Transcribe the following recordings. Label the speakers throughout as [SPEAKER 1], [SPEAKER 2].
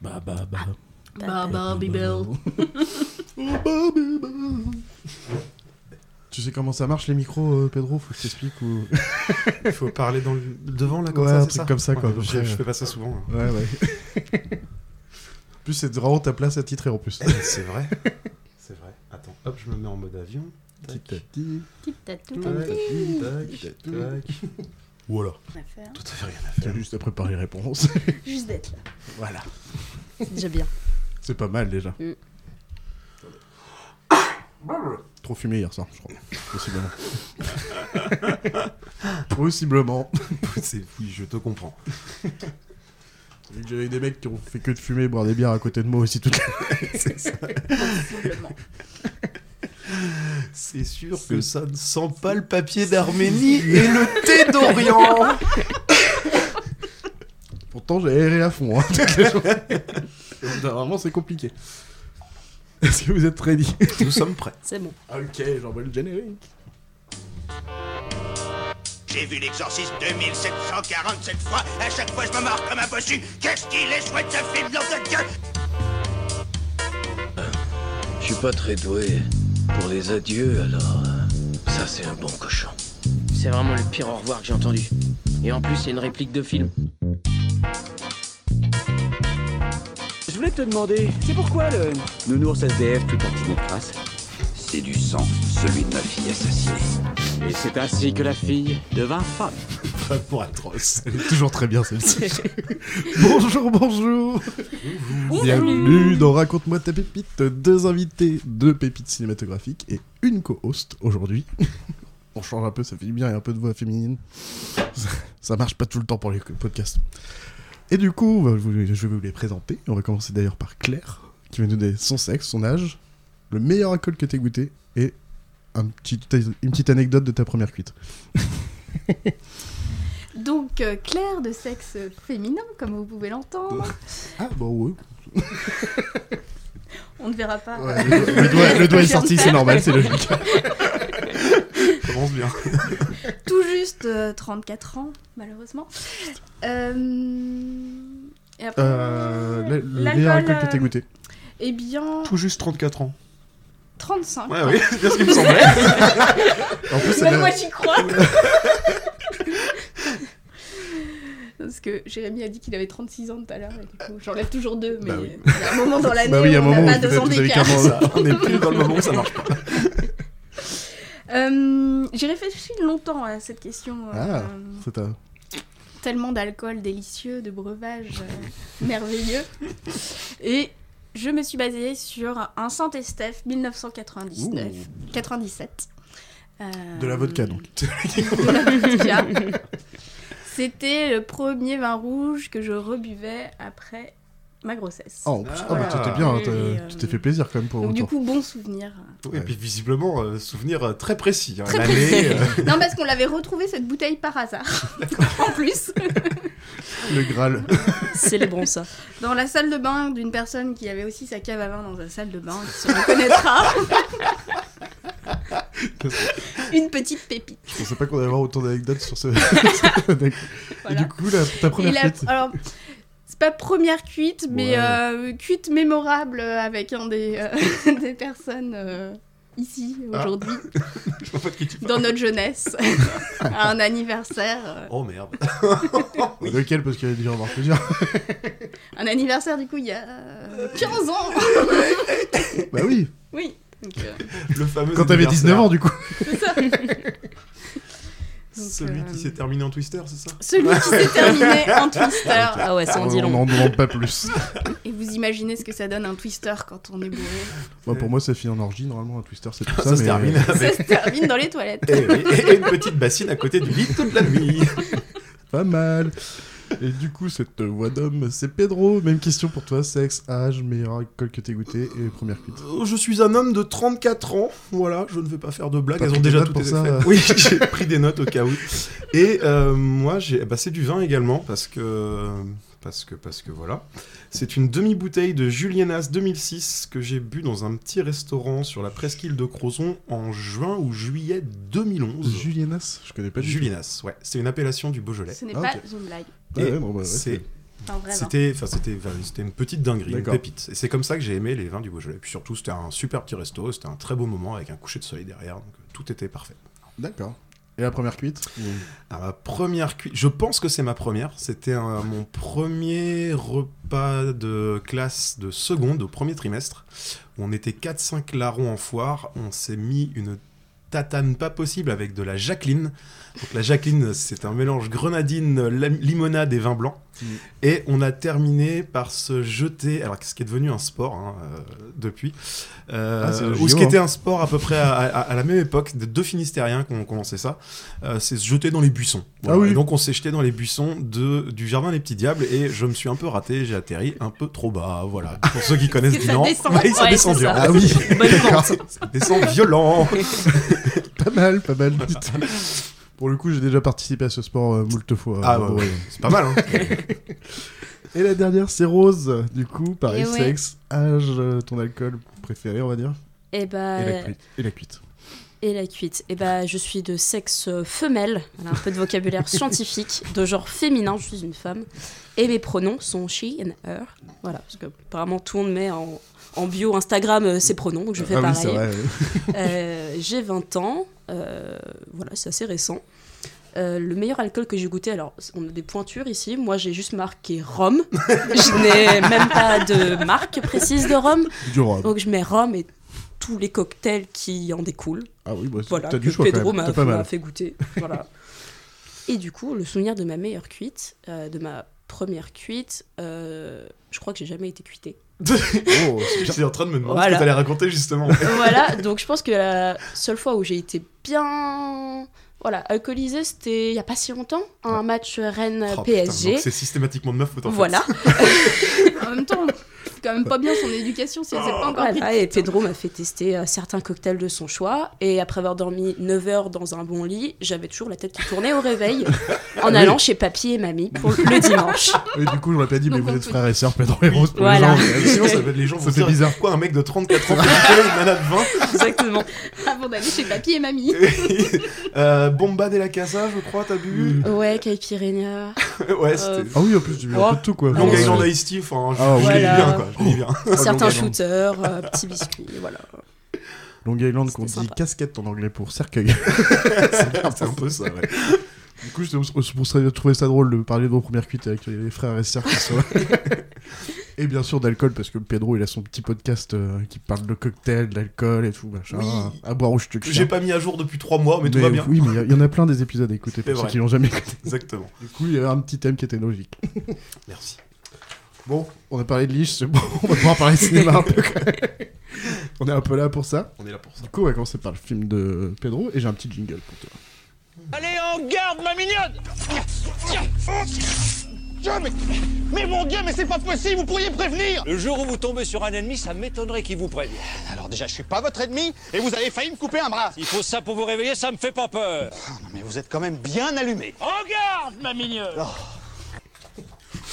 [SPEAKER 1] bah, bah.
[SPEAKER 2] Bah, Barbie Bell.
[SPEAKER 3] Oh, Tu sais comment ça marche les micros, euh, Pedro Faut que je t'explique ou.
[SPEAKER 4] Il faut parler dans le... devant, là, comme
[SPEAKER 3] Ouais,
[SPEAKER 4] ça,
[SPEAKER 3] un
[SPEAKER 4] c'est
[SPEAKER 3] truc comme ça, quoi, à peu
[SPEAKER 4] je,
[SPEAKER 3] près,
[SPEAKER 4] je
[SPEAKER 3] ouais.
[SPEAKER 4] fais pas ça souvent. hein.
[SPEAKER 3] Ouais, ouais. En plus, c'est vraiment ta place à titrer en plus.
[SPEAKER 4] Eh, c'est vrai. C'est vrai. Attends, hop, je me mets en mode avion. Tac, tac, tac, tac.
[SPEAKER 3] Ou alors,
[SPEAKER 4] Tout à fait rien à
[SPEAKER 3] t'as
[SPEAKER 4] faire.
[SPEAKER 3] juste à préparer les réponses.
[SPEAKER 2] Juste d'être là.
[SPEAKER 3] voilà.
[SPEAKER 2] C'est déjà bien.
[SPEAKER 3] C'est pas mal déjà.
[SPEAKER 2] Mm.
[SPEAKER 3] Trop fumé hier soir, je crois. Possiblement. Possiblement.
[SPEAKER 4] C'est- Oui, je te comprends.
[SPEAKER 3] Vu que J'avais des mecs qui ont fait que de fumer, boire des bières à côté de moi aussi toute la
[SPEAKER 4] C'est sûr
[SPEAKER 3] que
[SPEAKER 4] ça ne sent pas le papier d'Arménie et le thé d'Orient.
[SPEAKER 3] Pourtant, j'ai aéré à fond. Hein, toute la journée. Normalement, c'est compliqué. Est-ce que vous êtes ready
[SPEAKER 4] Nous sommes prêts.
[SPEAKER 2] C'est bon.
[SPEAKER 3] Ok, j'envoie le générique.
[SPEAKER 5] J'ai vu l'exorciste 2747 fois, à chaque fois je me marre comme un bossu. Qu'est-ce qu'il est chouette ce film, nom de Dieu
[SPEAKER 6] Je suis pas très doué. Pour les adieux, alors. euh, Ça, c'est un bon cochon.
[SPEAKER 7] C'est vraiment le pire au revoir que j'ai entendu. Et en plus, c'est une réplique de film. Je voulais te demander, c'est pourquoi le nounours SDF tout tartiné de traces
[SPEAKER 6] C'est du sang, celui de ma fille assassinée.
[SPEAKER 7] Et c'est ainsi que la fille devint femme.
[SPEAKER 3] Pour atroce. Elle est toujours très bien celle-ci. bonjour, bonjour. Bienvenue dans Raconte-moi ta pépite. Deux invités, deux pépites cinématographiques et une co-host aujourd'hui. On change un peu, ça fait du bien, il y a un peu de voix féminine. Ça- Ça marche pas tout le temps pour les podcasts. Et du coup, bah, je vous- je vais vous les présenter. On va commencer d'ailleurs par Claire, qui va nous donner son sexe, son âge, le meilleur alcool que t'aies goûté et un petit- une petite anecdote de ta première cuite.
[SPEAKER 8] Donc euh, Claire de sexe féminin, comme vous pouvez l'entendre.
[SPEAKER 3] Ah, bon, ouais.
[SPEAKER 8] On ne verra pas.
[SPEAKER 3] Ouais, le, le doigt, le doigt est sorti, c'est normal, c'est logique.
[SPEAKER 4] Commence bien.
[SPEAKER 8] Tout juste euh, 34 ans, malheureusement. Euh, et après,
[SPEAKER 3] Euh, le- le
[SPEAKER 8] l'alcool,
[SPEAKER 3] meilleur alcool que t'aies
[SPEAKER 8] euh,
[SPEAKER 3] goûté.
[SPEAKER 8] Eh bien,
[SPEAKER 4] Tout juste 34 ans.
[SPEAKER 8] 35.
[SPEAKER 4] Ouais, oui, c'est bien ce qui me semblait.
[SPEAKER 3] En plus, c'est
[SPEAKER 8] Même moi,
[SPEAKER 3] la-
[SPEAKER 8] j'y crois. Parce que Jérémy a dit qu'il avait 36 ans tout à l'heure, et du coup, j'enlève toujours deux, mais
[SPEAKER 3] Bah oui.
[SPEAKER 8] il y a un moment dans l'année
[SPEAKER 3] Bah oui, il y a un
[SPEAKER 8] où on
[SPEAKER 3] moment
[SPEAKER 8] n'a
[SPEAKER 3] où
[SPEAKER 8] pas
[SPEAKER 3] vous
[SPEAKER 8] deux ans
[SPEAKER 3] avez- vous avez
[SPEAKER 8] d'écart.
[SPEAKER 3] 40 ans.
[SPEAKER 4] On est plus dans le moment où ça marche pas.
[SPEAKER 8] Euh, J'ai réfléchi longtemps à cette question. euh,
[SPEAKER 3] Ah. C'est un-
[SPEAKER 8] tellement d'alcool délicieux, de breuvages euh, merveilleux. Et je me suis basée sur un Saint-Estèphe 1999. 97. Euh,
[SPEAKER 3] De la vodka, donc.
[SPEAKER 8] de la vodka. C'était le premier vin rouge que je rebuvais après ma grossesse.
[SPEAKER 3] Ah, en plus, ah,
[SPEAKER 4] Voilà.
[SPEAKER 3] bah t'étais bien, hein,
[SPEAKER 8] Et,
[SPEAKER 3] t'as-
[SPEAKER 8] euh,
[SPEAKER 3] tu t'es fait plaisir quand même pour le
[SPEAKER 8] Donc du
[SPEAKER 3] retour.
[SPEAKER 8] coup, bon souvenir.
[SPEAKER 4] Et puis visiblement, euh, souvenir euh, très précis. hein.
[SPEAKER 8] Très
[SPEAKER 4] L'année, euh,
[SPEAKER 8] Non, parce qu'on l'avait retrouvé cette bouteille par hasard. en plus.
[SPEAKER 3] Le Graal.
[SPEAKER 2] Célébrons ça.
[SPEAKER 8] dans la salle de bain d'une personne qui avait aussi sa cave à vin dans sa salle de bain, qui se reconnaîtra. Une petite pépite.
[SPEAKER 3] Je pensais pas qu'on allait avoir autant d'anecdotes sur ce. Et
[SPEAKER 8] Voilà.
[SPEAKER 3] du coup, la- ta
[SPEAKER 8] Et
[SPEAKER 3] première
[SPEAKER 8] la-
[SPEAKER 3] cuite.
[SPEAKER 8] alors, c'est pas première cuite, mais
[SPEAKER 3] Ouais.
[SPEAKER 8] euh, cuite mémorable avec un des, euh, des personnes euh, ici
[SPEAKER 3] Ah.
[SPEAKER 8] aujourd'hui,
[SPEAKER 4] je vois pas de qui tu parles.
[SPEAKER 8] dans notre jeunesse, à un anniversaire. euh,
[SPEAKER 4] Oh merde.
[SPEAKER 3] Lequel Parce qu'il y a déjà avoir plusieurs.
[SPEAKER 8] Un anniversaire, du coup, il y a euh, 15 ans
[SPEAKER 3] bah oui,
[SPEAKER 8] Oui. Donc, euh,
[SPEAKER 4] Le fameux.
[SPEAKER 3] quand t'avais 19 ans, du coup.
[SPEAKER 8] donc,
[SPEAKER 4] Celui
[SPEAKER 8] euh,
[SPEAKER 4] qui s'est terminé en Twister, c'est ça
[SPEAKER 8] celui qui s'est terminé en twister.
[SPEAKER 2] Ah ouais, ça en dit
[SPEAKER 3] on
[SPEAKER 2] long.
[SPEAKER 3] n'en demande pas plus.
[SPEAKER 8] Et vous imaginez ce que ça donne un twister quand on est bourré
[SPEAKER 3] Moi, pour moi, ça finit en orgie, normalement, un twister, c'est tout ça.
[SPEAKER 4] Ça se
[SPEAKER 3] mais- euh,
[SPEAKER 4] termine avec.
[SPEAKER 8] Ça se termine dans les toilettes.
[SPEAKER 4] Eh oui, Et une petite bassine à côté du lit toute la nuit.
[SPEAKER 3] Pas mal. Et du coup, cette voix d'homme, c'est Pedro. Même question pour toi sexe, âge, meilleur alcool que t'aies goûté et première cuite.
[SPEAKER 4] Euh, Je suis un homme de 34 ans, voilà, je ne vais pas faire de blagues,
[SPEAKER 3] T'as
[SPEAKER 4] elles
[SPEAKER 3] pris
[SPEAKER 4] ont
[SPEAKER 3] des
[SPEAKER 4] déjà
[SPEAKER 3] notes
[SPEAKER 4] tout
[SPEAKER 3] pour
[SPEAKER 4] été
[SPEAKER 3] ça,
[SPEAKER 4] faites.
[SPEAKER 3] euh.
[SPEAKER 4] Oui, j'ai pris des notes au cas où. Et euh, moi, j'ai, bah, c'est du vin également, parce que, parce que, parce que voilà. C'est une demi-bouteille de Julienas 2006 que j'ai bu dans un petit restaurant sur la presqu'île de Crozon en juin ou juillet 2011.
[SPEAKER 3] Julienas, je connais pas du tout.
[SPEAKER 4] Julienas, ouais, c'est une appellation du Beaujolais.
[SPEAKER 8] Ce n'est
[SPEAKER 3] Ah,
[SPEAKER 8] pas
[SPEAKER 3] ok.
[SPEAKER 8] une blague.
[SPEAKER 3] Ah
[SPEAKER 4] Et
[SPEAKER 3] ouais, bon, bah ouais,
[SPEAKER 4] c'est
[SPEAKER 8] Enfin, hein. vraiment.
[SPEAKER 4] C'était, enfin, c'était, enfin, c'était une petite dinguerie, une
[SPEAKER 3] D'accord.
[SPEAKER 4] pépite. Et c'est comme ça que j'ai aimé les vins du Beaujolais. Puis surtout, c'était un super petit resto, c'était un très beau moment avec un coucher de soleil derrière, donc euh, tout était parfait.
[SPEAKER 3] D'accord. Et la première cuite
[SPEAKER 4] À ma première cuite, je pense que c'est ma première. C'était un- mon premier repas de classe de seconde au premier trimestre. On était 4-5 larrons en foire. On s'est mis une tatane pas possible avec de la Jacqueline. Donc la Jacqueline, c'est un mélange grenadine, lam- limonade et vin blanc.
[SPEAKER 3] Mm.
[SPEAKER 4] Et on a terminé par se jeter, alors ce qui est devenu un sport hein, euh, depuis, euh,
[SPEAKER 3] Ah, c'est le
[SPEAKER 4] ou ce
[SPEAKER 3] JO,
[SPEAKER 4] qui
[SPEAKER 3] hein.
[SPEAKER 4] était un sport à peu près à, à- à la même époque, de deux Finistériens qui ont commencé ça, euh, c'est se jeter dans les buissons.
[SPEAKER 3] Ah oui.
[SPEAKER 4] Et donc on s'est jeté dans les buissons de, du jardin des petits diables et je me suis un peu raté, j'ai atterri un peu trop bas. Voilà, pour ceux qui connaissent
[SPEAKER 8] Parce que ça
[SPEAKER 4] du Nord,
[SPEAKER 8] descend.
[SPEAKER 4] Ouais, ça
[SPEAKER 2] Ouais,
[SPEAKER 4] descend
[SPEAKER 2] c'est
[SPEAKER 4] dur.
[SPEAKER 2] ça.
[SPEAKER 4] Ah oui,
[SPEAKER 2] Bonne vente.
[SPEAKER 4] ça descend violent.
[SPEAKER 3] Pas mal, pas mal. dites. Pour le coup, j'ai déjà participé à ce sport euh, moult fois.
[SPEAKER 4] Ah
[SPEAKER 3] Euh,
[SPEAKER 4] ouais, ouais, c'est pas mal. Hein.
[SPEAKER 3] Et la dernière, c'est Rose. Du coup, pareil,
[SPEAKER 8] Eh ouais.
[SPEAKER 3] sexe, âge, euh, ton alcool préféré, on va dire.
[SPEAKER 2] Et bah.
[SPEAKER 3] Et, la cuite. Et la cuite.
[SPEAKER 2] Et la cuite. Et bah, je suis de sexe euh, femelle, voilà, un peu de vocabulaire scientifique, de genre féminin, je suis une femme. Et mes pronoms sont she and her. Voilà, parce que apparemment tout le monde met en, en bio Instagram euh, ses pronoms, donc je fais
[SPEAKER 3] ah oui,
[SPEAKER 2] pareil.
[SPEAKER 3] c'est vrai. ouais.
[SPEAKER 2] Euh, j'ai 20 ans, euh, voilà, c'est assez récent. Euh, le meilleur alcool que j'ai goûté, alors on a des pointures ici, moi j'ai juste marqué rhum, je n'ai même pas de marque précise de rhum,
[SPEAKER 3] Du rhum.
[SPEAKER 2] donc je mets rhum et tous les cocktails qui en découlent.
[SPEAKER 3] Ah oui, bah, c'est-
[SPEAKER 2] Voilà,
[SPEAKER 3] t'as du
[SPEAKER 2] que
[SPEAKER 3] choix
[SPEAKER 2] Pedro
[SPEAKER 3] quand même.
[SPEAKER 2] m'a
[SPEAKER 3] T'as pas
[SPEAKER 2] m'a
[SPEAKER 3] mal.
[SPEAKER 2] fait goûter. Voilà. Et du coup, le souvenir de ma meilleure cuite, euh, de ma première cuite, euh, je crois que j'ai jamais été cuitée.
[SPEAKER 4] Oh, j'étais en train de me demander ce
[SPEAKER 2] Voilà. Euh,
[SPEAKER 4] que t'allais raconter justement.
[SPEAKER 2] voilà, donc je pense que la seule fois où j'ai été bien voilà, alcoolisée, c'était il n'y a pas si longtemps, un match
[SPEAKER 4] Oh, putain,
[SPEAKER 2] Rennes-PSG.
[SPEAKER 4] donc c'est systématiquement de meuf faut en faire.
[SPEAKER 2] voilà,
[SPEAKER 8] En même temps, c'est quand même pas bien son éducation si elle s'est pas encore
[SPEAKER 2] voilà, et Pedro m'a fait tester euh, certains cocktails de son choix. Et après avoir dormi 9 heures dans un bon lit, j'avais toujours la tête qui tournait au réveil en allant chez papy et mamie pour le dimanche.
[SPEAKER 3] Et du coup, je l'aurais pas dit, mais
[SPEAKER 8] Donc,
[SPEAKER 3] vous
[SPEAKER 8] on
[SPEAKER 3] êtes
[SPEAKER 8] peut-
[SPEAKER 3] frères et sœurs, Pedro et Rose. pour les
[SPEAKER 2] Voilà.
[SPEAKER 3] gens.
[SPEAKER 4] Sinon, ça, les gens
[SPEAKER 3] Ça
[SPEAKER 4] vont
[SPEAKER 3] fait
[SPEAKER 4] se dire,
[SPEAKER 3] bizarre.
[SPEAKER 4] Quoi, un mec de 34 ans qui fait une nana de 20
[SPEAKER 2] Exactement.
[SPEAKER 8] avant d'aller chez papy et mamie.
[SPEAKER 4] Euh, Bomba de la Casa, je crois, t'as
[SPEAKER 3] Mm.
[SPEAKER 4] bu
[SPEAKER 2] Ouais, Caipirinha.
[SPEAKER 4] Ouais, c'était.
[SPEAKER 2] Euh,
[SPEAKER 3] Ah oui, en plus, tu mets un peu de tout, quoi.
[SPEAKER 4] Long
[SPEAKER 2] ouais.
[SPEAKER 4] Island Ice Tea, enfin, je,
[SPEAKER 3] Ah,
[SPEAKER 4] je l'ai
[SPEAKER 2] voilà.
[SPEAKER 4] bien, quoi. Je l'ai bien.
[SPEAKER 2] certains
[SPEAKER 3] Long Island.
[SPEAKER 2] shooters, euh, petits biscuits, voilà.
[SPEAKER 3] Long Island, qu'on dit
[SPEAKER 2] C'était sympa.
[SPEAKER 3] casquette en anglais pour cercueil. Oh,
[SPEAKER 4] C'est un peu ça, ouais.
[SPEAKER 3] Du coup, je je- je trouverais- je trouvais ça drôle de parler de vos premières cuites avec les frères et sœurs qui sont là. et bien sûr d'alcool, parce que Pedro, il a son petit podcast euh, qui parle de cocktails, d'alcool et tout, machin.
[SPEAKER 4] Oui.
[SPEAKER 3] À boire au je te
[SPEAKER 4] Que j'ai pas mis à jour depuis 3 mois, mais, tout
[SPEAKER 3] Mais
[SPEAKER 4] va bien.
[SPEAKER 3] Oui, mais il y a- il y en a plein des épisodes à écouter
[SPEAKER 4] C'est
[SPEAKER 3] pour ceux
[SPEAKER 4] vrai.
[SPEAKER 3] qui l'ont jamais écouté.
[SPEAKER 4] Exactement.
[SPEAKER 3] Du coup, il y avait un petit thème qui était logique.
[SPEAKER 4] Merci.
[SPEAKER 3] Bon, on a parlé de Lich, c'est bon, on va pouvoir parler de cinéma un peu quand même. On est un peu là pour ça.
[SPEAKER 4] On est là pour ça.
[SPEAKER 3] Du coup, on va commencer par le film de Pedro et j'ai un petit jingle pour toi.
[SPEAKER 5] Allez, en garde, ma mignonne Tiens Dieu, mais... mais mon Dieu, mais c'est pas possible, vous pourriez prévenir
[SPEAKER 1] Le jour où vous tombez sur un ennemi, ça m'étonnerait qu'il vous prévienne.
[SPEAKER 5] Alors déjà, je suis pas votre ennemi, et vous avez failli me couper un bras Ah,
[SPEAKER 1] Il faut ça pour vous réveiller, ça me fait pas peur.
[SPEAKER 5] Non, mais vous êtes quand même bien allumé
[SPEAKER 1] En garde, ma mignonne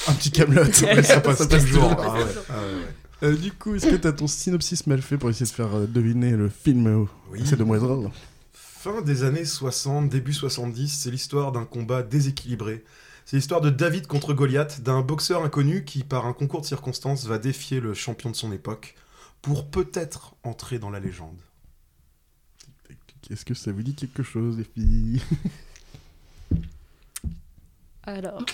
[SPEAKER 3] Un petit Camelot,
[SPEAKER 4] Ça passe toujours. Ah ouais.
[SPEAKER 3] Euh, du coup, est-ce que t'as ton synopsis mal fait pour essayer de faire euh, deviner le film euh,
[SPEAKER 4] Oui.
[SPEAKER 3] C'est demoiselle.
[SPEAKER 4] Fin des années 60, début 70, c'est l'histoire d'un combat déséquilibré. C'est l'histoire de David contre Goliath, d'un boxeur inconnu qui, par un concours de circonstances, va défier le champion de son époque pour peut-être entrer dans la légende.
[SPEAKER 3] Est-ce que ça vous dit quelque chose, les filles
[SPEAKER 2] Alors.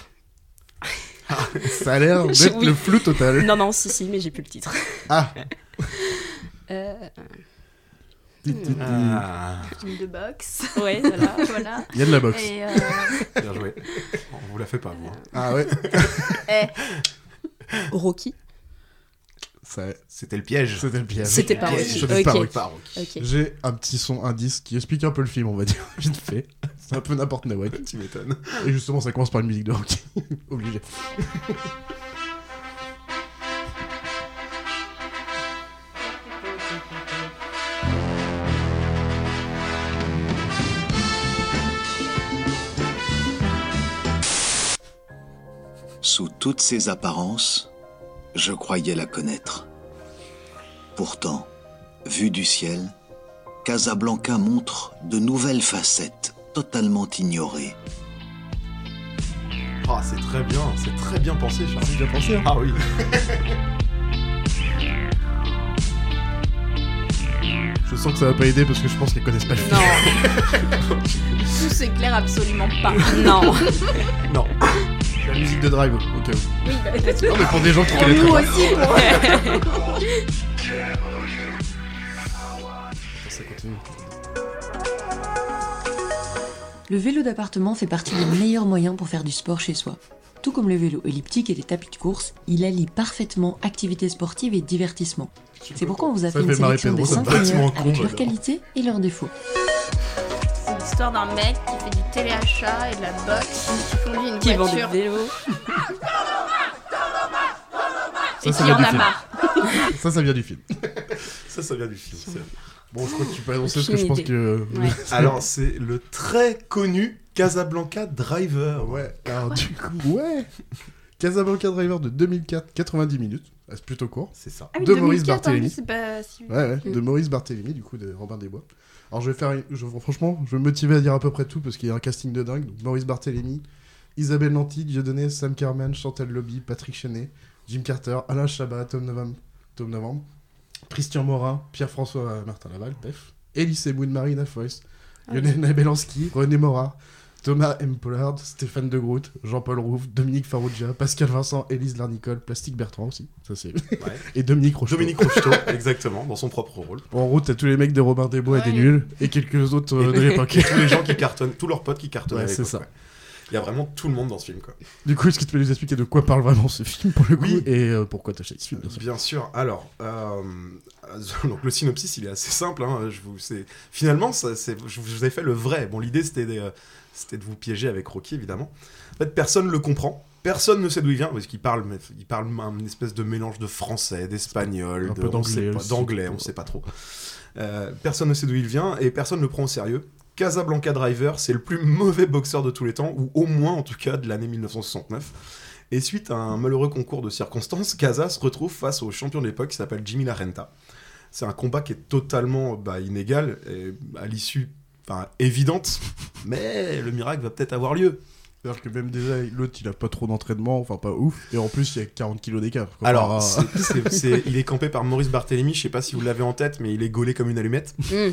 [SPEAKER 3] Ça a l'air d'être
[SPEAKER 2] Oui.
[SPEAKER 3] le flou total.
[SPEAKER 2] Non, non, si, si, mais j'ai plus le titre.
[SPEAKER 3] Ah.
[SPEAKER 2] Euh,
[SPEAKER 3] Ti, ti, ti. Il
[SPEAKER 4] Ah.
[SPEAKER 8] Film de boxe,
[SPEAKER 2] ouais, voilà.
[SPEAKER 8] voilà.
[SPEAKER 3] y a de la boxe.
[SPEAKER 8] Et euh,
[SPEAKER 4] Hmm. Bien joué. On vous la fait pas, vous. hein.
[SPEAKER 3] Ah ouais
[SPEAKER 2] Rocky.
[SPEAKER 3] Ça...
[SPEAKER 4] C'était le piège. Ah
[SPEAKER 3] C'était le piège.
[SPEAKER 2] C'était pas
[SPEAKER 4] Piège.
[SPEAKER 2] Rocky.
[SPEAKER 3] Je n'ai pas
[SPEAKER 2] Ok.
[SPEAKER 3] Rocky.
[SPEAKER 2] Ok.
[SPEAKER 3] J'ai un petit son indice qui explique un peu le film, on va dire, vite fait. C'est un peu n'importe quoi. ouais.
[SPEAKER 4] Tu m'étonnes.
[SPEAKER 3] Et justement, ça commence par une musique de Rocky. Obligé.
[SPEAKER 6] Sous toutes ses apparences, je croyais la connaître. Pourtant, vue du ciel, Casablanca montre de nouvelles facettes totalement ignorées.
[SPEAKER 4] Ah, c'est très bien, c'est très bien pensé, Charlie.
[SPEAKER 3] bien pensé, hein.
[SPEAKER 4] Ah oui.
[SPEAKER 3] Je sens que ça va pas aider parce que je pense qu'ils connaissent pas le film.
[SPEAKER 2] Non,
[SPEAKER 8] Tout s'éclaire absolument pas.
[SPEAKER 2] non.
[SPEAKER 3] Non. La musique de Drive, ok.
[SPEAKER 8] Oui, bah,
[SPEAKER 3] Non, mais pour des gens qui
[SPEAKER 2] Ah,
[SPEAKER 3] connaissent
[SPEAKER 8] nous
[SPEAKER 3] pas.
[SPEAKER 8] aussi, pour-
[SPEAKER 3] Ça continue.
[SPEAKER 9] Le vélo d'appartement fait partie des meilleurs moyens pour faire du sport chez soi. Tout comme le vélo elliptique et les tapis de course, il allie parfaitement activité sportive et divertissement. C'est pourquoi on vous a
[SPEAKER 3] Ça
[SPEAKER 9] fait une
[SPEAKER 3] fait marrer
[SPEAKER 9] sélection
[SPEAKER 3] Pedro,
[SPEAKER 9] des
[SPEAKER 3] ça me
[SPEAKER 9] 5
[SPEAKER 3] paraît tellement
[SPEAKER 9] meilleurs
[SPEAKER 3] con,
[SPEAKER 9] avec
[SPEAKER 3] j'adore.
[SPEAKER 9] leurs qualités et leurs défauts.
[SPEAKER 8] C'est l'histoire d'un mec qui fait du téléachat et de la boxe, qui conduit une
[SPEAKER 2] Qui vend des
[SPEAKER 8] voiture
[SPEAKER 2] vélos
[SPEAKER 3] Ça,
[SPEAKER 8] et
[SPEAKER 3] ça
[SPEAKER 8] qui
[SPEAKER 3] vient
[SPEAKER 8] en
[SPEAKER 3] du
[SPEAKER 8] a
[SPEAKER 3] film.
[SPEAKER 8] marre.
[SPEAKER 3] Ça, ça vient du film.
[SPEAKER 4] Ça, ça vient du film. c'est vrai.
[SPEAKER 3] Bon, je crois que tu peux annoncer parce que
[SPEAKER 2] Aucune
[SPEAKER 3] je pense
[SPEAKER 2] idée.
[SPEAKER 3] que. euh,
[SPEAKER 2] Ouais.
[SPEAKER 4] Alors, c'est le très connu Casablanca Driver.
[SPEAKER 3] Ouais, alors du coup, ouais. Casablanca Driver de 2004, 90 minutes. Ah, C'est plutôt court.
[SPEAKER 4] C'est ça.
[SPEAKER 8] Ah oui,
[SPEAKER 3] De Maurice
[SPEAKER 8] 2004, en plus,
[SPEAKER 3] Barthélémy.
[SPEAKER 8] c'est pas si-
[SPEAKER 3] Ouais, ouais, de Maurice Barthélémy, du coup, de Robin Desbois. Alors, je vais faire. une- Je... Franchement, je vais me motiver à dire à peu près tout parce qu'il y a un casting de dingue. Donc, Maurice Barthélémy, Isabelle Nanty, Dieudonné, Sam Carman, Chantal Lobby, Patrick Chenet, Jim Carter, Alain Chabat, Tom Novembre, Tom Novembre, Christian Morin, Pierre-François Martin Laval, PEF, Elise Moon, Marina Foyce, Lionel Nabelansky, René Mora, Thomas M. Pollard, Stéphane De Groot, Jean-Paul Rouve, Dominique Farrugia, Pascal Vincent, Élise Larnicole, Plastique Bertrand aussi, ça c'est. Et Dominique Rocheteau.
[SPEAKER 4] Dominique Rocheteau, exactement, dans son propre rôle.
[SPEAKER 3] Bon, en gros, t'as tous les mecs de Robin des Bois et des
[SPEAKER 8] Ouais.
[SPEAKER 3] nuls, et quelques autres euh, de l'époque.
[SPEAKER 4] Tous les gens qui cartonnent, tous leurs potes qui cartonnent.
[SPEAKER 3] Ouais,
[SPEAKER 4] avec
[SPEAKER 3] c'est
[SPEAKER 4] eux,
[SPEAKER 3] ça.
[SPEAKER 4] quoi. Il y a vraiment tout le monde dans ce film, quoi.
[SPEAKER 3] du coup, est-ce que tu peux nous expliquer de quoi parle vraiment ce film pour le coup
[SPEAKER 4] Oui.
[SPEAKER 3] et euh, pourquoi t'as choisi ce film bien sûr.
[SPEAKER 4] Bien sûr. Alors, euh, donc le synopsis, il est assez simple. hein. Je vous, c'est- finalement, ça, c'est- je vous ai fait le vrai. Bon, l'idée, c'était euh, de, c'était de vous piéger avec Rocky, évidemment. En fait, personne ne le comprend. Personne ne sait d'où il vient, parce qu'il parle, mais il parle un espèce de mélange de français, d'espagnol,
[SPEAKER 3] Un
[SPEAKER 4] de-
[SPEAKER 3] peu
[SPEAKER 4] on
[SPEAKER 3] d'anglais
[SPEAKER 4] sait pas-
[SPEAKER 3] aussi.
[SPEAKER 4] d'anglais, on ne sait pas trop. Euh, personne ne sait d'où il vient et personne ne le prend au sérieux. Casablanca Driver, c'est le plus mauvais boxeur de tous les temps, ou au moins en tout cas de l'année 1969. Et suite à un malheureux concours de circonstances, Casa se retrouve face au champion de l'époque qui s'appelle Jimmy La Renta. C'est un combat qui est totalement bah, inégal, et à l'issue enfin, évidente, mais le miracle va peut-être avoir lieu.
[SPEAKER 3] C'est-à-dire que même déjà, l'autre, il a pas trop d'entraînement, enfin pas ouf, et en plus, il y a 40 kilos d'écart. quoi.
[SPEAKER 4] Alors,
[SPEAKER 3] Enfin,
[SPEAKER 4] c'est- c'est- c'est- il est campé par Maurice Barthélémy, je sais pas si vous l'avez en tête, mais il est gaulé comme une allumette.
[SPEAKER 2] Mm.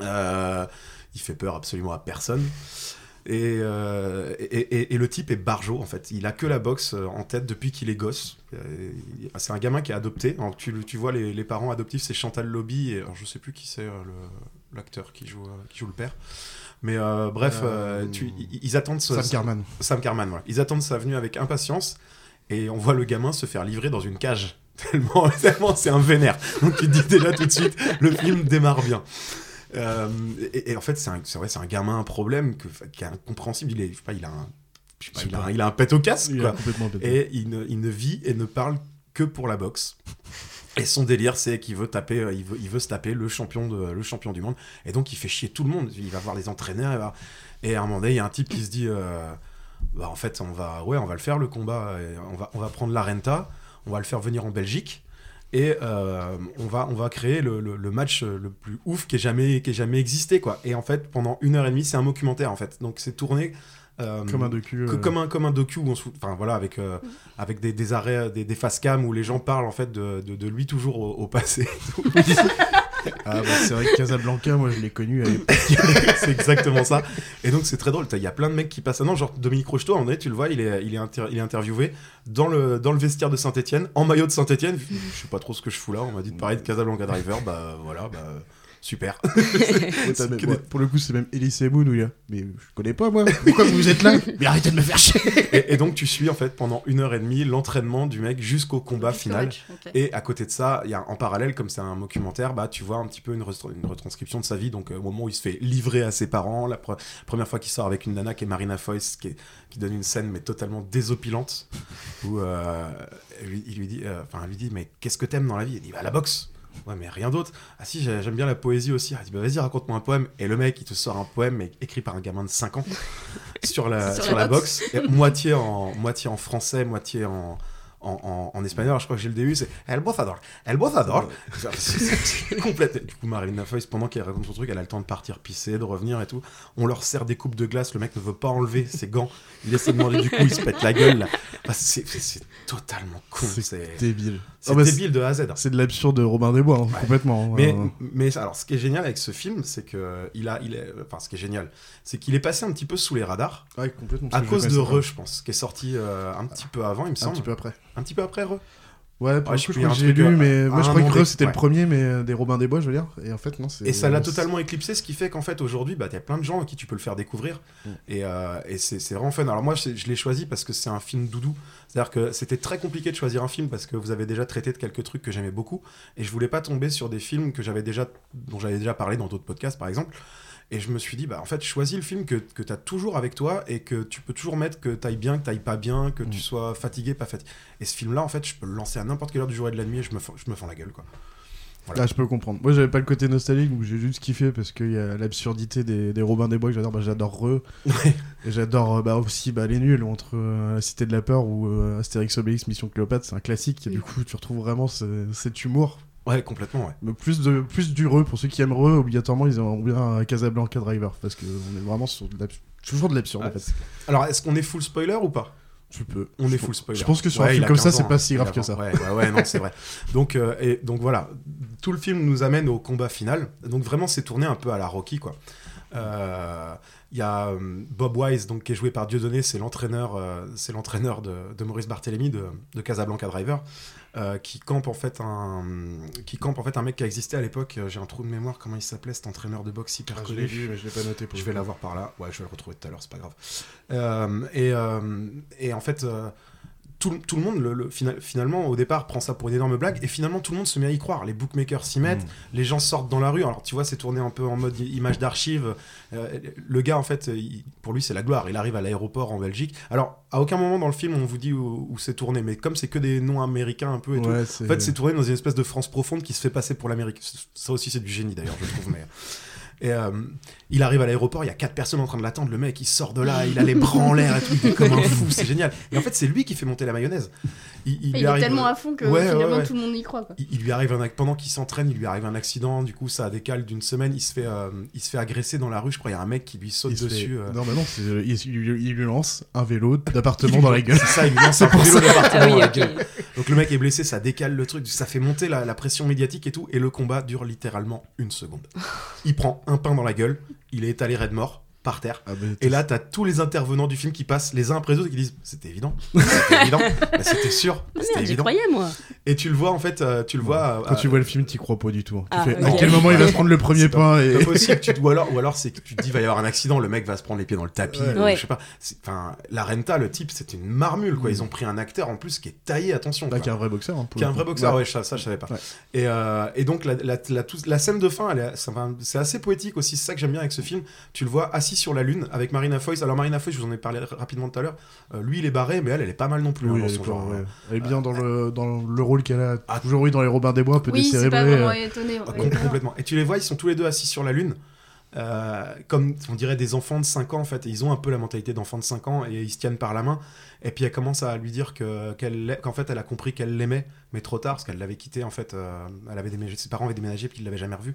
[SPEAKER 4] Euh, il fait peur absolument à personne. Et, euh, et, et- et le type est barjo en fait. Il a que la boxe euh, en tête depuis qu'il est gosse. Euh, il- C'est un gamin qui est adopté. Alors, tu, le- tu vois les, les parents adoptifs, c'est Chantal Lobby et alors, je sais plus qui c'est euh, le- l'acteur qui joue, euh, qui joue le père. Mais euh, bref,
[SPEAKER 3] Euh,
[SPEAKER 4] euh, tu- ils, ils attendent ce-
[SPEAKER 3] Sam Carman.
[SPEAKER 4] Sam Carman, voilà. Ils attendent sa venue avec impatience et on voit le gamin se faire livrer dans une cage. Tellement, tellement c'est un vénère. Donc tu te dis déjà tout de suite, le film démarre bien. Euh, et, et en fait, c'est un, c'est vrai, c'est un gamin, un problème que, qui est incompréhensible. Il, est, je sais pas, il, a un, je sais pas,
[SPEAKER 3] Je sais
[SPEAKER 4] il, a
[SPEAKER 3] pas.
[SPEAKER 4] un, il a un pet au casque.
[SPEAKER 3] Il
[SPEAKER 4] quoi.
[SPEAKER 3] a complètement pété.
[SPEAKER 4] Et il ne, il ne vit et ne parle que pour la boxe. Et son délire, c'est qu'il veut taper, euh, il veut, il veut se taper le champion, de, le champion du monde. Et donc, il fait chier tout le monde. Il va voir des entraîneurs. il va- Et à un moment donné, il y a un type qui se dit, euh, bah, en fait, on va, ouais, on va le faire le combat. Et on va, on va prendre la renta. On va le faire venir en Belgique. Et euh, on va, on va créer le, le- le match euh, le plus ouf qui ait jamais, qui ait jamais existé, quoi. Et en fait, pendant une heure et demie, c'est un documentaire, en fait. Donc, c'est tourné. euh,
[SPEAKER 3] Comme un docu.
[SPEAKER 4] que-
[SPEAKER 3] euh,
[SPEAKER 4] comme un comme un docu où on se fout- enfin voilà avec euh,
[SPEAKER 3] Mm.
[SPEAKER 4] avec des, des arrêts euh, des, des face cam où les gens parlent en fait de, de, de lui toujours au, au passé
[SPEAKER 3] Ah, bah, c'est vrai que Casablanca, moi, je l'ai connu à l'époque.
[SPEAKER 4] c'est exactement ça et donc c'est très drôle T'as- il y a plein de mecs qui passent un an genre Dominique Rocheteau à un moment donné, tu le vois il est il est, inter- il est interviewé dans le dans le vestiaire de Saint-Étienne en maillot de Saint-Étienne je sais pas trop ce que je fous là on m'a dit de parler de Casablanca Driver bah voilà bah super
[SPEAKER 3] Ouais, t'as même-
[SPEAKER 4] que
[SPEAKER 3] ouais,
[SPEAKER 4] des-
[SPEAKER 3] Pour le coup, c'est même Elise Moon où il y a. Mais je connais pas, moi. Pourquoi vous êtes là Mais arrêtez de me faire chier
[SPEAKER 4] et, et donc tu suis en fait pendant une heure et demie l'entraînement du mec jusqu'au combat final
[SPEAKER 8] Ok.
[SPEAKER 4] Et à côté de ça, il y a en parallèle, comme c'est un documentaire, bah tu vois un petit peu une, restra- une retranscription de sa vie. Donc euh, au moment où il se fait livrer à ses parents, la pre- première fois qu'il sort avec une nana qui est Marina Foïs, qui, est- qui donne une scène mais totalement désopilante, où euh, elle lui- il lui dit, euh, enfin elle lui dit, mais qu'est-ce que t'aimes dans la vie Il dit, bah la boxe. Ouais, mais rien d'autre. Ah si, j'ai- j'aime bien la poésie aussi. Elle dit, bah vas-y, raconte-moi un poème. Et le mec, il te sort un poème mais écrit par un gamin de 5 ans sur la,
[SPEAKER 8] Sur
[SPEAKER 4] sur
[SPEAKER 8] la
[SPEAKER 4] la boxe, Et moitié en moitié en français, moitié en en, en- en espagnol. Alors, je crois que j'ai le début, c'est El Bozador, El Bozador. C'est- c'est Complète. Du coup, Marilyn Foïs, pendant qu'elle raconte son truc, elle a le temps de partir pisser, de revenir et tout. On leur sert des coupes de glace, le mec ne veut pas enlever ses gants. Il essaie de demander, du coup, il se pète la gueule. là. Enfin, c'est c'est- c'est totalement con.
[SPEAKER 3] C'est
[SPEAKER 4] C'est
[SPEAKER 3] Débile.
[SPEAKER 4] c'est
[SPEAKER 3] Ah bah,
[SPEAKER 4] débile de A à Z. hein.
[SPEAKER 3] C'est de l'absurde de Robin des Bois, hein, complètement.
[SPEAKER 4] Mais,
[SPEAKER 3] euh,
[SPEAKER 4] mais alors, ce qui est génial avec ce film, c'est que il a, il est, enfin, ce qui est génial, c'est qu'il est passé un petit peu sous les radars
[SPEAKER 3] ouais, complètement, parce que
[SPEAKER 4] à
[SPEAKER 3] je
[SPEAKER 4] cause de
[SPEAKER 3] connaissais pas.
[SPEAKER 4] Re, je pense, qui est sorti euh, un petit peu avant, il me
[SPEAKER 3] Un
[SPEAKER 4] semble,
[SPEAKER 3] petit peu après.
[SPEAKER 4] après Re.
[SPEAKER 3] Ouais, pour
[SPEAKER 4] Ouais,
[SPEAKER 3] le
[SPEAKER 4] je
[SPEAKER 3] coup, je
[SPEAKER 4] suis
[SPEAKER 3] crois que
[SPEAKER 4] un
[SPEAKER 3] j'ai
[SPEAKER 4] truc,
[SPEAKER 3] lu,
[SPEAKER 4] euh,
[SPEAKER 3] mais moi
[SPEAKER 4] un
[SPEAKER 3] je croyais que
[SPEAKER 4] Mandé,
[SPEAKER 3] Re, c'était
[SPEAKER 4] ouais.
[SPEAKER 3] le premier, mais euh, des Robin des Bois, je veux dire. Et en fait, non, c'est.
[SPEAKER 4] Et ça l'a totalement éclipsé, ce qui fait qu'en fait aujourd'hui, bah, t'as plein de gens à qui tu peux le faire découvrir, et, euh, et c'est c'est vraiment fun. Alors moi, je, je l'ai choisi parce que c'est un film doudou, c'est-à-dire que c'était très compliqué de choisir un film parce que vous avez déjà traité de quelques trucs que j'aimais beaucoup, et je voulais pas tomber sur des films que j'avais déjà, dont j'avais déjà parlé dans d'autres podcasts, par exemple. Et je me suis dit, bah en fait, choisis le film que, que tu as toujours avec toi et que tu peux toujours mettre que t'ailles bien, que t'ailles pas bien, que tu sois fatigué, pas fatigué. Et ce film-là, en fait, je peux le lancer à n'importe quelle heure du jour et de la nuit et je me, fends- je me fends la gueule, quoi.
[SPEAKER 3] Là, Ah, je peux comprendre. Moi, j'avais pas le côté nostalgique, donc j'ai juste kiffé parce qu'il y a l'absurdité des, des Robin des Bois que j'adore. Bah, j'adore Re. Et j'adore euh, bah, aussi bah, les nuls entre euh, La Cité de la Peur ou euh, Astérix Obélix, Mission Cléopâtre. C'est un classique. Et du coup, tu retrouves vraiment ce- cet humour.
[SPEAKER 4] Ouais, complètement, ouais.
[SPEAKER 3] Mais plus, de, plus du Re. Pour ceux qui aiment Re, obligatoirement, ils aiment bien euh, Casablanca Driver parce qu'on est vraiment sur de l'abs- toujours de l'absurde en
[SPEAKER 4] Ouais,
[SPEAKER 3] fait.
[SPEAKER 4] Alors, est-ce qu'on est full spoiler ou pas
[SPEAKER 3] Tu peux.
[SPEAKER 4] Ah, On
[SPEAKER 3] Je
[SPEAKER 4] est
[SPEAKER 3] pense-
[SPEAKER 4] full spoiler.
[SPEAKER 3] Je pense que sur un
[SPEAKER 4] Ouais, il
[SPEAKER 3] film
[SPEAKER 4] a
[SPEAKER 3] comme ça,
[SPEAKER 4] 15 ans,
[SPEAKER 3] c'est pas
[SPEAKER 4] hein.
[SPEAKER 3] si
[SPEAKER 4] Il
[SPEAKER 3] grave
[SPEAKER 4] a
[SPEAKER 3] que
[SPEAKER 4] 20.
[SPEAKER 3] ça.
[SPEAKER 4] Ouais, ouais, ouais, non, c'est vrai. Donc, euh, et, donc voilà, tout le film nous amène au combat final. Donc vraiment, c'est tourné un peu à la Rocky, quoi. Euh, Il y a euh, Bob Wise, donc, qui est joué par Dieudonné, c'est l'entraîneur, euh, c'est l'entraîneur de, de Maurice Barthélémy de, de Casablanca Driver, euh, qui campe en fait un, qui campe en fait un mec qui a existé à l'époque. euh, J'ai un trou de mémoire, comment il s'appelait cet entraîneur de boxe hyper connu
[SPEAKER 3] mais Ah, je l'ai pas noté
[SPEAKER 4] je vais l'avoir par là. Ouais, je vais le retrouver tout à l'heure, c'est pas grave. Euh, et, euh, et en fait, euh, tout, le- tout le monde, le, le- fina- finalement, au départ, prend ça pour une énorme blague. Et finalement, tout le monde se met à y croire. Les bookmakers s'y mettent, les gens sortent dans la rue. Alors, tu vois, c'est tourné un peu en mode i- image d'archive. Euh, le gars, en fait, il- pour lui, c'est la gloire. Il arrive à l'aéroport en Belgique. Alors, à aucun moment dans le film, on vous dit où, où c'est tourné. Mais comme c'est que des noms américains un peu et tout, en
[SPEAKER 3] Euh.
[SPEAKER 4] fait, c'est tourné dans une espèce de France profonde qui se fait passer pour l'Amérique. Ça aussi, c'est du génie d'ailleurs, je trouve. Mais... Et euh, il arrive à l'aéroport, il y a quatre personnes en train de l'attendre. Le mec, il sort de là, il a les bras en l'air et tout, il est comme un fou, c'est génial. Et en fait, c'est lui qui fait monter la mayonnaise. Il, il
[SPEAKER 8] Il,
[SPEAKER 4] lui
[SPEAKER 8] est
[SPEAKER 4] arrive-
[SPEAKER 8] tellement à fond que
[SPEAKER 4] Ouais, ouais,
[SPEAKER 8] finalement
[SPEAKER 4] ouais.
[SPEAKER 8] tout le monde y croit. Quoi.
[SPEAKER 4] il, il lui arrive un ac- pendant qu'il s'entraîne, il lui arrive un accident. Du coup, ça décale d'une semaine. Il se fait, euh, il se fait agresser dans la rue. Je crois il y a un mec qui lui saute
[SPEAKER 3] Il se
[SPEAKER 4] dessus.
[SPEAKER 3] fait-
[SPEAKER 4] euh.
[SPEAKER 3] Non, bah non, c'est- il, il- il lui lance un vélo
[SPEAKER 4] Il
[SPEAKER 3] d'appartement
[SPEAKER 4] lui-
[SPEAKER 3] dans la gueule.
[SPEAKER 4] C'est ça, il lui lance un
[SPEAKER 3] pour ça.
[SPEAKER 4] vélo d'appartement
[SPEAKER 2] Ah oui,
[SPEAKER 4] dans la
[SPEAKER 2] ok.
[SPEAKER 4] gueule. Donc le mec est blessé, ça décale le truc, ça fait monter la, la pression médiatique et tout, et le combat dure littéralement une seconde. Il prend un pain dans la gueule, il est étalé raide mort, par terre.
[SPEAKER 3] Ah, mais
[SPEAKER 4] Et là, t'as tous les intervenants du film qui passent les uns après les autres et qui disent C'était évident, c'était évident, Bah, c'était sûr,
[SPEAKER 2] Ah
[SPEAKER 4] c'était
[SPEAKER 2] merde, j'y
[SPEAKER 4] évident.
[SPEAKER 2] croyais, moi.
[SPEAKER 4] Et tu le vois en fait, euh, tu le vois.
[SPEAKER 3] Quand
[SPEAKER 4] euh,
[SPEAKER 3] tu vois le film, t'y crois pas du tout. hein.
[SPEAKER 2] Ah,
[SPEAKER 3] tu fais, à
[SPEAKER 2] ok.
[SPEAKER 3] quel moment il va se prendre le premier
[SPEAKER 4] C'est
[SPEAKER 3] pas et...
[SPEAKER 4] Pas possible, euh, tu, ou alors, ou alors c'est que tu te dis va y avoir un accident, le mec va se prendre les pieds dans le tapis,
[SPEAKER 3] Ouais.
[SPEAKER 4] ou
[SPEAKER 2] Ouais. Mm.
[SPEAKER 4] je sais pas. C'est- Enfin, la Renta, le type, c'est une marmule quoi. Ils ont pris un acteur en plus qui est taillé, attention.
[SPEAKER 3] Bah,
[SPEAKER 4] quoi.
[SPEAKER 3] qu'un vrai boxeur. hein, pour
[SPEAKER 4] Qui est
[SPEAKER 3] le
[SPEAKER 4] un
[SPEAKER 3] coup.
[SPEAKER 4] vrai boxeur, ouais, ça, ça, je savais pas.
[SPEAKER 3] Ouais.
[SPEAKER 4] Et, euh, et donc la, la, la, tout- la scène de fin, elle est- ça va- c'est assez poétique aussi, c'est ça que j'aime bien avec ce film. Tu le vois assis sur la lune avec Marina Foïs. Alors Marina Foïs, je vous en ai parlé r- rapidement tout à l'heure. Euh, lui, il est barré, mais elle, elle est pas mal non plus hein,
[SPEAKER 3] Oui,
[SPEAKER 4] dans
[SPEAKER 3] elle, est
[SPEAKER 4] son
[SPEAKER 3] pas-
[SPEAKER 4] genre.
[SPEAKER 3] ouais.
[SPEAKER 4] hein.
[SPEAKER 3] Elle est bien dans le, dans le rôle qu'elle a
[SPEAKER 4] Ah.
[SPEAKER 3] toujours eu dans les Robins des Bois, un peu
[SPEAKER 8] Oui, c'est pas
[SPEAKER 3] décérébrée.
[SPEAKER 8] vraiment
[SPEAKER 3] euh.
[SPEAKER 8] étonné.
[SPEAKER 4] Ah,
[SPEAKER 8] ouais.
[SPEAKER 4] com- complètement. Et tu les vois, ils sont tous les deux assis sur la lune. euh, comme on dirait des enfants de 5 ans en fait, Et ils ont un peu la mentalité d'enfants de 5 ans et ils se tiennent par la main. Et puis elle commence à lui dire que- qu'elle l'a- qu'en fait elle a compris qu'elle l'aimait, mais trop tard parce qu'elle l'avait quitté en fait. euh, elle avait déménagé, ses parents avaient déménagé puis ils l'avaient jamais revu.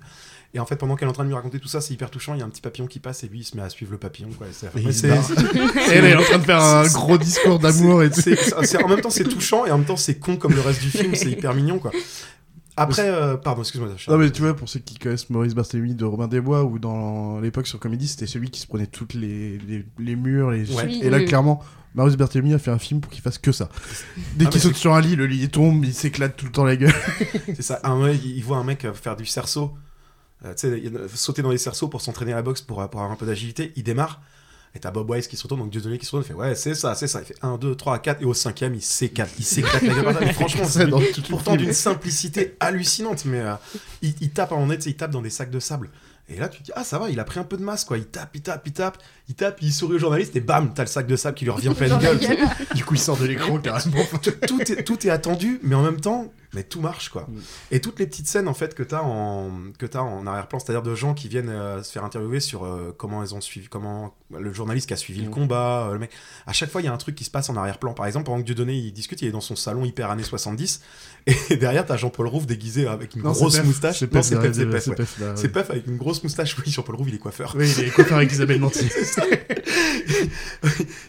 [SPEAKER 4] Et en fait pendant qu'elle est en train de lui raconter tout ça, c'est hyper touchant. Il y a un petit papillon qui passe et lui il se met à suivre le papillon quoi. Et c'est-
[SPEAKER 3] Et
[SPEAKER 4] mais
[SPEAKER 3] il
[SPEAKER 4] c'est-
[SPEAKER 3] barre. Elle est en train de faire un
[SPEAKER 4] C'est-
[SPEAKER 3] gros discours d'amour et tout.
[SPEAKER 4] c'est- c'est- c'est- en même temps c'est touchant et en même temps c'est con comme le reste du film, c'est hyper mignon quoi. Après, euh, pardon, excuse-moi. Charles.
[SPEAKER 3] Non mais tu vois, pour ceux qui connaissent Maurice Barthélemy de Robin des Bois, ou dans l'époque sur Comédie, c'était celui qui se prenait toutes les, les, les murs, les
[SPEAKER 4] Ouais.
[SPEAKER 3] Et là,
[SPEAKER 2] Mhm.
[SPEAKER 3] clairement, Maurice Barthélemy a fait un film pour qu'il fasse que ça. Dès
[SPEAKER 4] Ah, mais
[SPEAKER 3] qu'il saute sur un lit, le lit tombe, il s'éclate tout le temps la gueule.
[SPEAKER 4] C'est ça. Un mec, il voit un mec euh, faire du cerceau. Euh, tu sais, il- euh, sauter dans les cerceaux pour s'entraîner à la boxe, pour, euh, pour avoir un peu d'agilité. Il démarre. Et t'as Bob Wise qui se retourne, donc Dieudonné qui se retourne, il fait ouais, c'est ça, c'est ça. Il fait 1, 2, 3, 4, et au cinquième, il s'éclate, il s'éclate la gueule. Mais franchement,
[SPEAKER 3] Ça,
[SPEAKER 4] c'est
[SPEAKER 3] dans tout le
[SPEAKER 4] pourtant
[SPEAKER 3] film.
[SPEAKER 4] d'une simplicité hallucinante, mais euh, il, il tape à un moment donné, tu sais, il tape dans des sacs de sable. Et là, tu te dis, ah, ça va, il a pris un peu de masse, quoi. Il tape, il tape, il tape, il tape, il sourit au journaliste, et bam, t'as le sac de sable qui lui revient en pleine
[SPEAKER 8] Dans la
[SPEAKER 4] gueule.
[SPEAKER 8] gueule.
[SPEAKER 3] Du coup, il sort de l'écran carrément.
[SPEAKER 4] Tout est, tout est attendu, mais en même temps, mais tout marche quoi.
[SPEAKER 3] Mm.
[SPEAKER 4] Et toutes les petites scènes en fait que t'as en que t'as en arrière-plan, c'est-à-dire de gens qui viennent euh, se faire interviewer sur euh, comment ils ont suivi, comment le journaliste qui a
[SPEAKER 3] Mm.
[SPEAKER 4] suivi le combat, euh, le mec. À chaque fois, il y a un truc qui se passe en arrière-plan. Par exemple, pendant que Dieudonné il discute, il est dans son salon hyper années 70, et derrière t'as Jean-Paul Rouve déguisé avec une
[SPEAKER 3] Non, c'est
[SPEAKER 4] grosse
[SPEAKER 3] Pef.
[SPEAKER 4] moustache.
[SPEAKER 3] C'est
[SPEAKER 4] Non,
[SPEAKER 3] Pef,
[SPEAKER 4] Pef,
[SPEAKER 3] derrière,
[SPEAKER 4] Pef,
[SPEAKER 3] c'est
[SPEAKER 4] ouais.
[SPEAKER 3] Pef, Ah là,
[SPEAKER 4] C'est Pef avec une grosse moustache. Oui, Jean-Paul Rouve, il est coiffeur.
[SPEAKER 3] Oui, il est coiffeur avec Isabelle Nanty.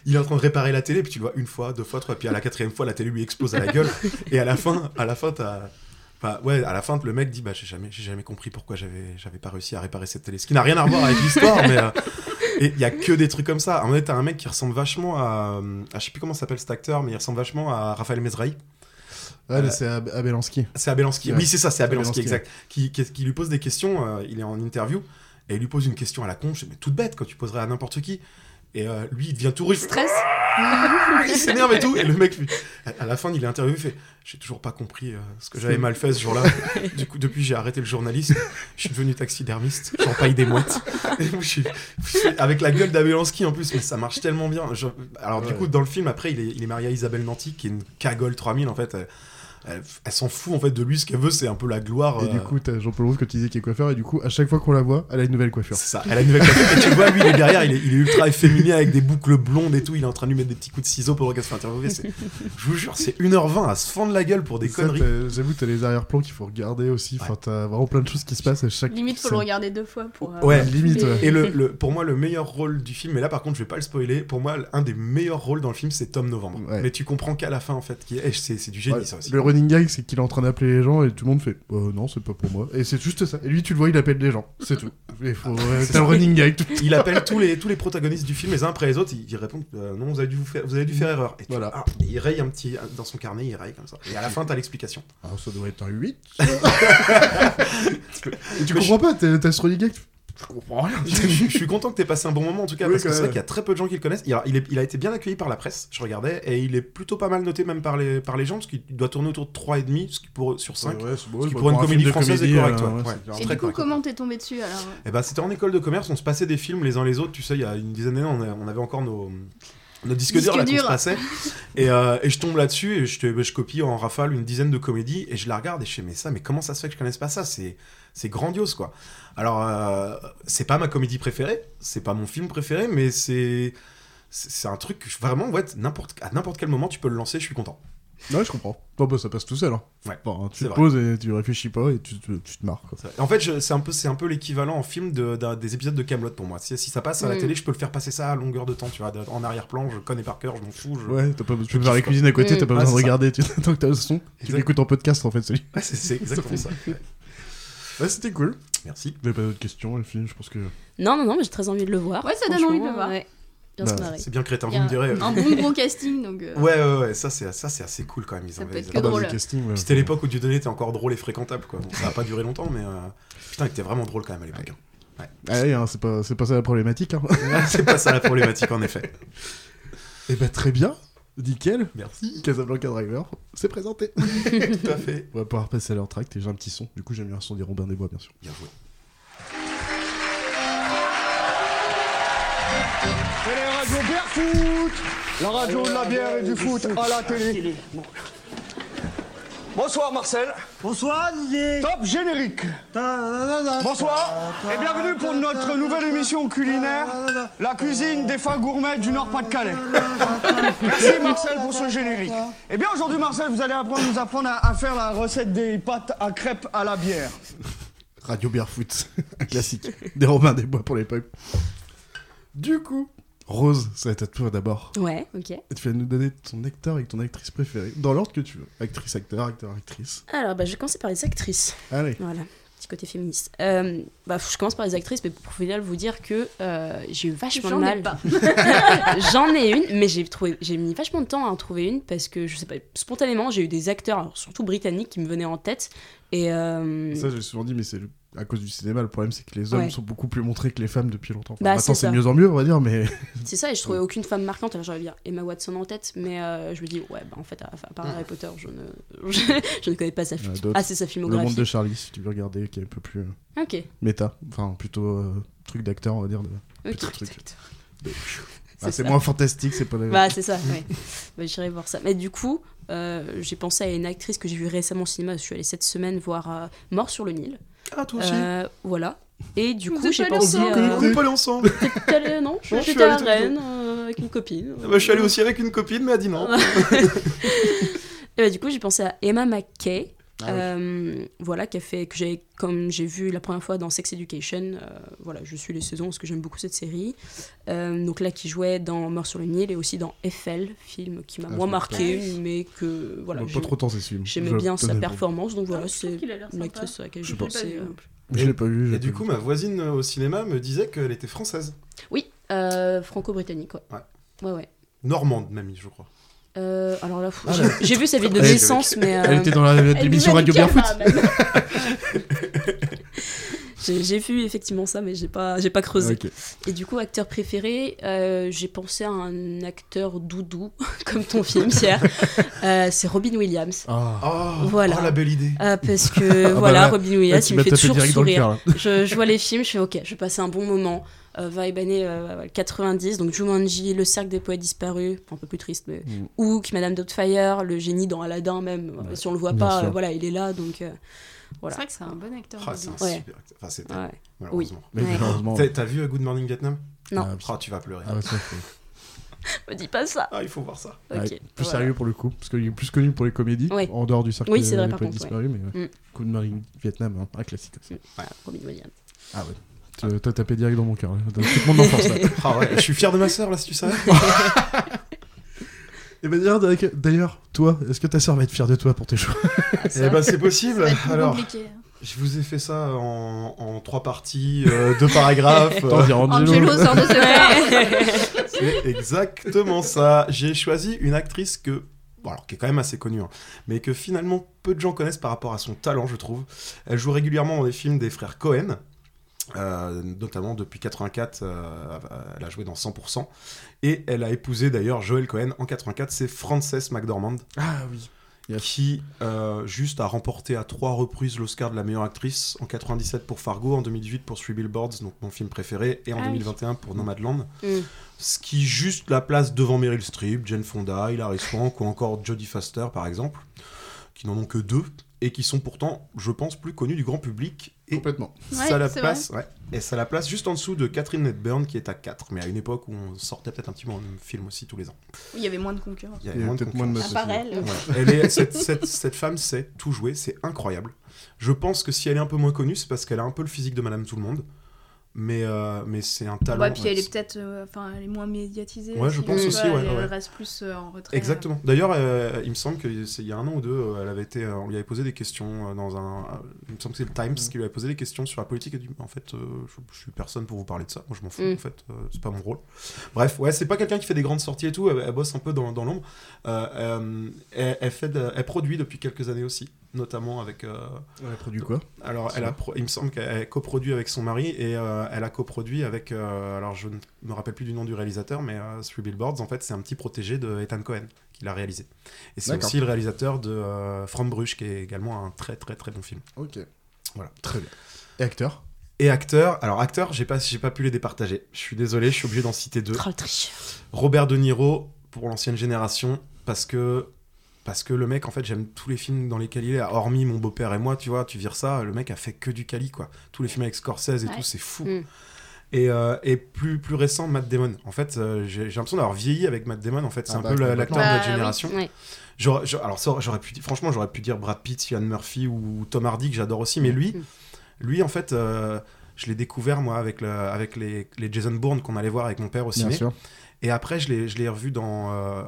[SPEAKER 4] il est en train de réparer la télé, puis tu le vois une fois, deux fois, trois, puis à la quatrième fois, la télé lui explose à la gueule. Et à la fin, à la fin, t'as. Enfin, ouais, à la fin, le mec dit Bah, j'ai jamais, j'ai jamais compris pourquoi j'avais, j'avais pas réussi à réparer cette télé. Ce qui n'a rien à voir avec l'histoire, mais. euh, Et il y a que des trucs comme ça. En fait, t'as un mec qui ressemble vachement à. à je sais plus comment s'appelle cet acteur, mais il ressemble vachement à Raphaël Mesrahi.
[SPEAKER 3] Ah, là, c'est à, à Belansky.
[SPEAKER 4] C'est Abelansky.
[SPEAKER 3] Ouais.
[SPEAKER 4] Oui, c'est ça, c'est Abelansky,
[SPEAKER 3] Abelansky,
[SPEAKER 4] exact. Qui, qui, qui lui pose des questions, euh, il est en interview, et il lui pose une question à la con, je dis, mais toute bête, quand tu poserais à n'importe qui. Et euh, lui, il devient tout russe.
[SPEAKER 2] Stress
[SPEAKER 4] il s'énerve et tout. Et le mec, lui, à à la fin, il est interviewé, il fait J'ai toujours pas compris euh, ce que j'avais mal fait ce jour-là. du coup, depuis, j'ai arrêté le journalisme. Je suis devenu taxidermiste. J'empaille des mouettes. Et moi, je suis- Avec la gueule d'Abelansky en plus, mais ça marche tellement bien. Je- Alors, du
[SPEAKER 3] Ouais.
[SPEAKER 4] coup, dans le film, après, il est, il est marié à Isabelle Nanty, qui est une cagole 3000 en fait. Elle, elle- elle s'en fout en fait de lui. Ce qu'elle veut, c'est un peu la gloire.
[SPEAKER 3] Et du
[SPEAKER 4] euh,
[SPEAKER 3] coup, t'as Jean-Paul Rouve que tu disais qui est coiffeur, et du coup, à chaque fois qu'on la voit, elle a une nouvelle coiffure.
[SPEAKER 4] C'est ça, elle a une nouvelle coiffure. Et tu vois, lui, il est derrière, il est, il est ultra efféminé avec des boucles blondes et tout. Il est en train de lui mettre des petits coups de ciseaux pendant qu'elle se fait interviewer. C'est- Je vous jure, c'est 1h20 à se fendre la gueule pour des
[SPEAKER 3] Ça,
[SPEAKER 4] conneries.
[SPEAKER 3] t'as- euh, J'avoue, t'as les arrière-plans qu'il faut regarder aussi. Enfin, t'as vraiment plein de choses qui se passent à chaque.
[SPEAKER 8] Limite, faut le
[SPEAKER 3] scène.
[SPEAKER 8] regarder deux fois pour. euh,
[SPEAKER 4] Ouais.
[SPEAKER 3] Limite, ouais.
[SPEAKER 4] Et le, le- pour moi, le meilleur rôle du film, et là par contre, je vais pas le spoiler, pour moi, un des meilleurs rôles dans le film, c'est Tom Novembre.
[SPEAKER 3] Ouais.
[SPEAKER 4] Mais tu comprends qu'à la fin, en fait, qui est, eh, c'est c'est du génie,
[SPEAKER 3] Ouais,
[SPEAKER 4] ça aussi.
[SPEAKER 3] le running gag, c'est qu'il est en train d'appeler les gens et tout le monde fait Euh, non, c'est pas pour moi. Et c'est juste ça. Et lui, tu le vois, il appelle les gens. C'est tout. Il faut, euh,
[SPEAKER 4] Ah, C'est
[SPEAKER 3] t'as le
[SPEAKER 4] ça.
[SPEAKER 3] running gag. tout-
[SPEAKER 4] Il appelle tous les, tous les protagonistes du film, les uns après les autres, ils, ils répondent euh, Non, vous avez dû, vous faire, vous avez dû faire erreur. Et tu-
[SPEAKER 3] Mm. Voilà.
[SPEAKER 4] ah, il raye un petit. Dans son carnet, il raye comme ça. Et à la fin, t'as l'explication.
[SPEAKER 3] Ah, ça doit être un 8.
[SPEAKER 4] Et
[SPEAKER 3] Tu comprends pas, t'as t'as ce running gag. tu- Je comprends rien.
[SPEAKER 4] je, je suis content que t'aies passé un bon moment en tout cas
[SPEAKER 3] Oui,
[SPEAKER 4] parce que
[SPEAKER 3] quand
[SPEAKER 4] c'est
[SPEAKER 3] même.
[SPEAKER 4] vrai qu'il y a très peu de gens qui le connaissent. Il a, il est- il a été bien accueilli par la presse, je regardais, et il est plutôt pas mal noté même par les, par les gens parce qu'il doit tourner autour de 3,5 ce qui pour, sur 5.
[SPEAKER 3] Ouais, c'est beau,
[SPEAKER 4] Ce qui
[SPEAKER 3] bah,
[SPEAKER 4] pour une
[SPEAKER 3] un film
[SPEAKER 4] comédie
[SPEAKER 3] de
[SPEAKER 4] française est
[SPEAKER 3] comédie,
[SPEAKER 4] correct,
[SPEAKER 3] euh,
[SPEAKER 4] ouais.
[SPEAKER 3] ouais,
[SPEAKER 4] Ouais.
[SPEAKER 3] c'est bien.
[SPEAKER 8] Et
[SPEAKER 4] Très
[SPEAKER 8] du coup,
[SPEAKER 4] correct.
[SPEAKER 8] comment t'es tombé dessus alors
[SPEAKER 4] Et ben c'était en école de commerce, on se passait des films les uns les autres, tu sais, il y a une dizaine d'années, on, a- on avait encore nos. Nos disques
[SPEAKER 8] Disques
[SPEAKER 4] durs là qu'on se
[SPEAKER 8] durs.
[SPEAKER 4] passait. Et, euh, et je tombe là-dessus et je, te- je copie en rafale une dizaine de comédies et je la regarde et je fais mais ça, mais comment ça se fait que je connaisse pas ça C'est c'est grandiose quoi. Alors euh, c'est pas ma comédie préférée, c'est pas mon film préféré, mais c'est c'est c'est un truc que je- vraiment ouais, n'importe à n'importe quel moment tu peux le lancer, je suis content.
[SPEAKER 3] Ouais, je comprends. Bon, bah, ça passe tout seul. hein.
[SPEAKER 4] Ouais.
[SPEAKER 3] Bon, tu
[SPEAKER 4] C'est
[SPEAKER 3] te
[SPEAKER 4] vrai.
[SPEAKER 3] poses et tu réfléchis pas et tu, te- tu te marres. Quoi.
[SPEAKER 4] En fait, je- c'est un peu, c'est un peu l'équivalent en film de- d'un- des épisodes de Camelot pour moi. Si, si ça passe à la
[SPEAKER 2] Mm.
[SPEAKER 4] télé, je peux le faire passer ça à longueur de temps, tu vois, de- en arrière-plan, je connais par cœur, je m'en fous. je-
[SPEAKER 3] Ouais, t'as pas, tu peux faire la cuisine à côté,
[SPEAKER 2] Mm.
[SPEAKER 3] t'as pas besoin
[SPEAKER 4] Ah,
[SPEAKER 3] de
[SPEAKER 4] c'est ça.
[SPEAKER 3] regarder. Tu, tant que t'as le son, tu
[SPEAKER 4] Exact.
[SPEAKER 3] l'écoutes en podcast en fait, celui.
[SPEAKER 4] Ouais, c'est, c'est exactement ça. Ouais.
[SPEAKER 3] Ouais, c'était cool.
[SPEAKER 4] Merci.
[SPEAKER 3] J'avais pas d'autres questions, le film, je pense que.
[SPEAKER 2] Non, non, non, mais j'ai très envie de le voir.
[SPEAKER 8] Ouais, ça donne envie de le
[SPEAKER 2] franchement,
[SPEAKER 8] voir.
[SPEAKER 2] ouais. Bien
[SPEAKER 3] Bah,
[SPEAKER 2] se marrer.
[SPEAKER 4] C'est bien crétin,
[SPEAKER 8] Il y
[SPEAKER 4] vous
[SPEAKER 8] a
[SPEAKER 4] me direz. euh,
[SPEAKER 8] Un bon gros casting donc. euh,
[SPEAKER 4] Ouais, ouais, ouais, ça c'est, ça c'est assez cool quand même. Ils
[SPEAKER 8] Ça
[SPEAKER 4] avaient-
[SPEAKER 8] peut être
[SPEAKER 4] ils
[SPEAKER 8] que
[SPEAKER 4] avaient-
[SPEAKER 8] drôle.
[SPEAKER 3] le casting, ouais.
[SPEAKER 4] Puis Ah, bah, C'était l'époque où Dieudonné était encore drôle et fréquentable, quoi. Bon, ça a pas duré longtemps, mais euh, putain, il était vraiment drôle quand même à l'époque. hein.
[SPEAKER 3] Ah ouais, hein, c'est pas, c'est pas ça la problématique. Hein.
[SPEAKER 4] c'est pas ça la problématique en effet.
[SPEAKER 3] Eh bah très bien, nickel.
[SPEAKER 4] Merci.
[SPEAKER 3] Casablanca Driver, c'est présenté.
[SPEAKER 4] Tout à fait.
[SPEAKER 3] On va pouvoir passer à leur tract et j'ai un petit son. Du coup, j'aime bien le son des Robin des Bois, bien sûr.
[SPEAKER 4] Bien joué.
[SPEAKER 5] C'est les radios bière foot La radio de la bière et du foot à la télé. Bonsoir Marcel.
[SPEAKER 1] Bonsoir, Didier.
[SPEAKER 5] Top générique. Bonsoir et bienvenue pour notre nouvelle émission culinaire, la cuisine des fins gourmets du Nord-Pas-de-Calais. Merci Marcel pour ce générique. Eh bien aujourd'hui Marcel, vous allez apprendre, nous apprendre à, à faire la recette des pâtes à crêpes à la bière.
[SPEAKER 3] Radio Barefoot, un classique des Robin des Bois pour l'époque. Du coup, Rose, ça va être à toi d'abord.
[SPEAKER 2] Ouais, ok.
[SPEAKER 3] Et Tu vas nous donner ton acteur et ton actrice préférée, dans l'ordre que tu veux. Actrice, acteur, acteur, actrice.
[SPEAKER 2] Alors, bah, je vais commencer par les actrices.
[SPEAKER 3] Allez.
[SPEAKER 2] Voilà, petit côté féministe. Euh, bah, je commence par les actrices, mais pour final vous dire que euh, j'ai eu vachement de
[SPEAKER 8] J'en ai
[SPEAKER 2] mal.
[SPEAKER 8] pas.
[SPEAKER 2] J'en ai une, mais j'ai trouvé, j'ai mis vachement de temps à en trouver une parce que je sais pas, spontanément j'ai eu des acteurs, alors, surtout britanniques, qui me venaient en tête et euh,
[SPEAKER 3] Ça, j'ai souvent dit, mais c'est le- à cause du cinéma. Le problème, c'est que les hommes
[SPEAKER 2] Ouais.
[SPEAKER 3] sont beaucoup plus montrés que les femmes depuis longtemps. Enfin,
[SPEAKER 2] Bah,
[SPEAKER 3] maintenant,
[SPEAKER 2] c'est
[SPEAKER 3] c'est
[SPEAKER 2] ça.
[SPEAKER 3] mieux en mieux, on va dire, mais euh,
[SPEAKER 2] c'est ça. Et je trouvais aucune femme marquante. Alors j'aurais bien Emma Watson en tête, mais euh, je me dis ouais, bah, en fait à, à part Harry Potter, je ne, je, ne connais pas sa,
[SPEAKER 3] Il y en a
[SPEAKER 2] fi-
[SPEAKER 3] d'autres.
[SPEAKER 2] ah, c'est sa
[SPEAKER 3] le monde
[SPEAKER 2] filmographie.
[SPEAKER 3] de Charlie, si tu veux regarder, qui est un peu plus euh,
[SPEAKER 2] Ok,
[SPEAKER 3] méta. Enfin, plutôt euh, truc d'acteur, on va dire. de-
[SPEAKER 2] ok.
[SPEAKER 3] Petit truc.
[SPEAKER 2] exact.
[SPEAKER 3] Bah, c'est
[SPEAKER 2] ça.
[SPEAKER 3] moins fantastique, c'est pas la
[SPEAKER 2] Bah, c'est ça, ouais. Bah, J'irai voir ça. Mais du coup, euh, j'ai pensé à une actrice que j'ai vue récemment au cinéma. Je suis allée cette semaine voir euh, Mort sur le Nil.
[SPEAKER 4] Ah, toi aussi.
[SPEAKER 2] Euh, voilà. Et du
[SPEAKER 8] Vous
[SPEAKER 2] coup,
[SPEAKER 8] êtes hein.
[SPEAKER 2] j'ai
[SPEAKER 8] pas allés
[SPEAKER 2] pensé.
[SPEAKER 8] au cinéma
[SPEAKER 4] On
[SPEAKER 2] euh,
[SPEAKER 4] n'est pas allés ensemble.
[SPEAKER 2] T'es allée- non,
[SPEAKER 4] Non, je suis
[SPEAKER 2] j'étais à
[SPEAKER 4] allée toute seule.
[SPEAKER 2] Rennes euh, avec une copine.
[SPEAKER 4] Ah bah, je suis allé aussi avec une copine, mais elle a dit non.
[SPEAKER 2] Et bah, du coup, j'ai pensé à Emma McKay.
[SPEAKER 3] Ah oui.
[SPEAKER 2] euh, voilà qui a fait que j'ai comme j'ai vu la première fois dans Sex Education euh, voilà je suis les saisons parce que j'aime beaucoup cette série Euh, donc là qui jouait dans Mort sur le Nil et aussi dans Eiffel film qui m'a
[SPEAKER 3] Ah, je
[SPEAKER 2] moins
[SPEAKER 3] me-
[SPEAKER 2] marqué
[SPEAKER 8] Ah oui.
[SPEAKER 2] mais que voilà
[SPEAKER 3] Pas
[SPEAKER 2] j'aime-
[SPEAKER 3] trop temps, c'est sûr.
[SPEAKER 2] j'aimais bien sa performance
[SPEAKER 8] Ah, bah,
[SPEAKER 2] donc voilà c'est une actrice sur laquelle
[SPEAKER 8] Je
[SPEAKER 2] j'ai
[SPEAKER 8] l'ai pas
[SPEAKER 2] pensé
[SPEAKER 8] vue,
[SPEAKER 2] euh.
[SPEAKER 8] non
[SPEAKER 3] Je l'ai pas vu. je
[SPEAKER 4] Et
[SPEAKER 3] l'ai
[SPEAKER 4] du
[SPEAKER 3] pas
[SPEAKER 4] coup,
[SPEAKER 3] vu.
[SPEAKER 4] ma voisine euh, au cinéma me disait qu'elle était française.
[SPEAKER 2] oui euh, franco-britannique ouais
[SPEAKER 4] Ouais.
[SPEAKER 2] ouais, ouais.
[SPEAKER 4] Normande, mamie, je crois.
[SPEAKER 2] Euh, alors là, faut-
[SPEAKER 3] Ah,
[SPEAKER 2] j'ai-
[SPEAKER 3] là.
[SPEAKER 2] j'ai vu sa ville de
[SPEAKER 3] Elle-
[SPEAKER 2] naissance, mais euh,
[SPEAKER 3] Elle était dans la- l'émission Radio Barefoot.
[SPEAKER 2] hein, j'ai j'ai vu effectivement ça, mais j'ai pas, j'ai pas creusé.
[SPEAKER 3] Ok.
[SPEAKER 2] Et du coup, acteur préféré, euh, j'ai pensé à un acteur doudou, comme ton film, Pierre. Euh, c'est Robin Williams.
[SPEAKER 3] Ah.
[SPEAKER 4] Oh,
[SPEAKER 2] Voilà.
[SPEAKER 4] oh, la belle idée.
[SPEAKER 2] Euh, parce que
[SPEAKER 3] bah
[SPEAKER 2] voilà,
[SPEAKER 3] là,
[SPEAKER 2] Robin
[SPEAKER 3] Là,
[SPEAKER 2] Williams,
[SPEAKER 3] tu
[SPEAKER 2] il me
[SPEAKER 3] m'as
[SPEAKER 2] fait
[SPEAKER 3] tapé
[SPEAKER 2] toujours
[SPEAKER 3] direct dans le
[SPEAKER 2] sourire.
[SPEAKER 3] cœur. là.
[SPEAKER 2] je, je vois les films, je fais ok, je vais passer un bon moment. Euh, vibe année euh, 90, donc Jumanji, Le Cercle des Poètes Disparus, un peu plus triste, mais
[SPEAKER 3] Mm.
[SPEAKER 2] Hook, Madame Doubtfire, le génie dans Aladdin même, euh, si on le voit
[SPEAKER 3] bien
[SPEAKER 2] pas,
[SPEAKER 3] sûr.
[SPEAKER 2] euh, voilà, il est là, donc... euh,
[SPEAKER 8] C'est vrai que c'est un bon acteur.
[SPEAKER 4] Ah, c'est un
[SPEAKER 2] Ouais.
[SPEAKER 4] super acteur. Enfin, c'était,
[SPEAKER 2] ouais.
[SPEAKER 4] malheureusement.
[SPEAKER 3] Mais
[SPEAKER 2] Ouais.
[SPEAKER 3] malheureusement.
[SPEAKER 4] T'as, t'as vu euh, Good Morning Vietnam
[SPEAKER 2] Non.
[SPEAKER 3] Ah,
[SPEAKER 4] Ah, tu vas pleurer.
[SPEAKER 3] Ah, ouais, ça, faut-
[SPEAKER 2] Me dis pas ça
[SPEAKER 4] Ah, il faut voir ça.
[SPEAKER 2] Ok.
[SPEAKER 3] ouais, plus
[SPEAKER 2] voilà.
[SPEAKER 3] sérieux pour le coup, parce qu'il est plus connu pour les comédies,
[SPEAKER 2] Ouais.
[SPEAKER 3] en dehors du cercle
[SPEAKER 2] Oui, c'est vrai,
[SPEAKER 3] des
[SPEAKER 2] par
[SPEAKER 3] poètes
[SPEAKER 2] contre,
[SPEAKER 3] disparus, mais ouais.
[SPEAKER 2] Mm.
[SPEAKER 3] coup de marine Vietnam, hein, un classique.
[SPEAKER 2] Ah, Robin Williams.
[SPEAKER 3] Ah ouais. Te- T'as tapé direct dans mon cœur, là. Dans toute mon enfance là.
[SPEAKER 4] Ah ouais, je suis fier de ma sœur, là, si tu savais.
[SPEAKER 3] Et ben d'ailleurs, d'ailleurs- d'ailleurs, toi, est-ce que ta sœur va être fière de toi pour tes choix
[SPEAKER 4] Eh
[SPEAKER 2] Ah,
[SPEAKER 4] ben, c'est
[SPEAKER 8] Ça
[SPEAKER 4] possible.
[SPEAKER 8] va être plus
[SPEAKER 4] Alors,
[SPEAKER 8] compliqué. hein.
[SPEAKER 4] je vous ai fait ça en, en trois parties, euh, deux paragraphes. euh,
[SPEAKER 3] dire
[SPEAKER 8] Angelo sort de ce
[SPEAKER 4] C'est exactement ça. J'ai choisi une actrice que, bon, alors, qui est quand même assez connue, hein, mais que finalement peu de gens connaissent par rapport à son talent, je trouve. Elle joue régulièrement dans les films des frères Cohen. euh, notamment depuis 84, euh, elle a joué dans 100%. Et elle a épousé d'ailleurs Joel Cohen en 84, c'est Frances McDormand,
[SPEAKER 3] Ah oui. Yes.
[SPEAKER 4] qui euh, juste a remporté à trois reprises l'Oscar de la meilleure actrice, en 97 pour Fargo, en 2018 pour Three Billboards, donc mon film préféré, et en
[SPEAKER 8] Ah oui.
[SPEAKER 4] 2021 pour Nomadland.
[SPEAKER 2] Mm.
[SPEAKER 4] Ce qui juste la place devant Meryl Streep, Jane Fonda, Hilary Swank ou encore Jodie Foster par exemple, qui n'en ont que deux et qui sont pourtant, je pense, plus connus du grand public. Et
[SPEAKER 3] Complètement.
[SPEAKER 4] ça
[SPEAKER 8] Ouais,
[SPEAKER 4] la
[SPEAKER 8] c'est
[SPEAKER 4] place, ouais. et ça la place juste en dessous de Catherine Hepburn qui est à 4, mais à une époque où on sortait peut-être un petit moment de film aussi tous les ans.
[SPEAKER 8] Il y avait moins de concurrence.
[SPEAKER 4] Il y
[SPEAKER 3] Il y a
[SPEAKER 4] de
[SPEAKER 3] peut-être moins de
[SPEAKER 4] concurrence.
[SPEAKER 3] meufs. aussi.
[SPEAKER 4] Ouais. Elle est- cette, cette- cette femme sait tout jouer, c'est incroyable. Je pense que si elle est un peu moins connue, c'est parce qu'elle a un peu le physique de Madame Tout le Monde, mais, euh, mais c'est un talent.
[SPEAKER 8] Ouais, puis elle
[SPEAKER 4] ouais,
[SPEAKER 8] est peut-être, euh, enfin, elle est moins médiatisée.
[SPEAKER 4] Ouais, je
[SPEAKER 8] aussi,
[SPEAKER 4] pense
[SPEAKER 8] tu
[SPEAKER 4] aussi,
[SPEAKER 8] vois,
[SPEAKER 4] ouais,
[SPEAKER 8] Elle
[SPEAKER 4] ouais.
[SPEAKER 8] elle reste plus euh, en retrait.
[SPEAKER 4] Exactement. D'ailleurs, euh, il me semble qu'il y a un an ou deux, euh, elle avait été, euh, on lui avait posé des questions euh, dans un. euh, il me semble que c'est le Times qui lui avait posé des questions sur la politique. Elle a dit En fait, euh, je, je suis personne pour vous parler de ça. Moi, je m'en fous.
[SPEAKER 2] Mm.
[SPEAKER 4] En fait, euh, c'est pas mon rôle. Bref, ouais, c'est pas quelqu'un qui fait des grandes sorties et tout. Elle, elle bosse un peu dans, dans l'ombre. Euh, euh, elle, elle fait de- elle produit depuis quelques années aussi, notamment avec. euh,
[SPEAKER 3] Elle a produit quoi
[SPEAKER 4] alors, elle a pro- il me semble qu'elle a coproduit avec son mari et euh, elle a coproduit avec. euh, alors, je ne me rappelle plus du nom du réalisateur, mais euh, Three Billboards, en fait, c'est un petit protégé de Ethan Cohen qui l'a réalisé. Et c'est
[SPEAKER 3] D'accord.
[SPEAKER 4] aussi le réalisateur de euh, From Bruges, qui est également un très très très bon film.
[SPEAKER 3] Ok.
[SPEAKER 4] Voilà.
[SPEAKER 3] Très bien. Et acteur
[SPEAKER 4] Et acteur, alors acteur, j'ai pas, j'ai pas pu les départager. Je suis désolé, je suis obligé d'en citer deux.
[SPEAKER 2] Oh, le tricheur.
[SPEAKER 4] Robert De Niro pour l'ancienne génération parce que parce que le mec en fait j'aime tous les films dans lesquels il est hormis mon beau-père et moi tu vois tu vires ça le mec a fait que du Cali quoi tous les films avec Scorsese et
[SPEAKER 8] Ouais.
[SPEAKER 4] tout c'est fou
[SPEAKER 2] Mm.
[SPEAKER 4] et, euh, et plus plus récent Matt Damon en fait euh, j'ai j'ai l'impression d'avoir vieilli avec Matt Damon en fait c'est
[SPEAKER 3] Ah
[SPEAKER 4] un
[SPEAKER 3] bah,
[SPEAKER 4] peu la-
[SPEAKER 3] complètement.
[SPEAKER 4] l'acteur de
[SPEAKER 8] Bah,
[SPEAKER 4] notre
[SPEAKER 8] oui.
[SPEAKER 4] génération
[SPEAKER 2] Ouais.
[SPEAKER 4] J'aurais- j'aurais- alors ça, j'aurais pu dire- franchement j'aurais pu dire Brad Pitt, Ian Murphy ou Tom Hardy que j'adore aussi mais lui
[SPEAKER 2] Mm.
[SPEAKER 4] lui en fait euh, je l'ai découvert moi avec le, avec les, les Jason Bourne qu'on allait voir avec mon père au ciné
[SPEAKER 3] sûr.
[SPEAKER 4] et après, je l'ai, je l'ai revu dans, euh,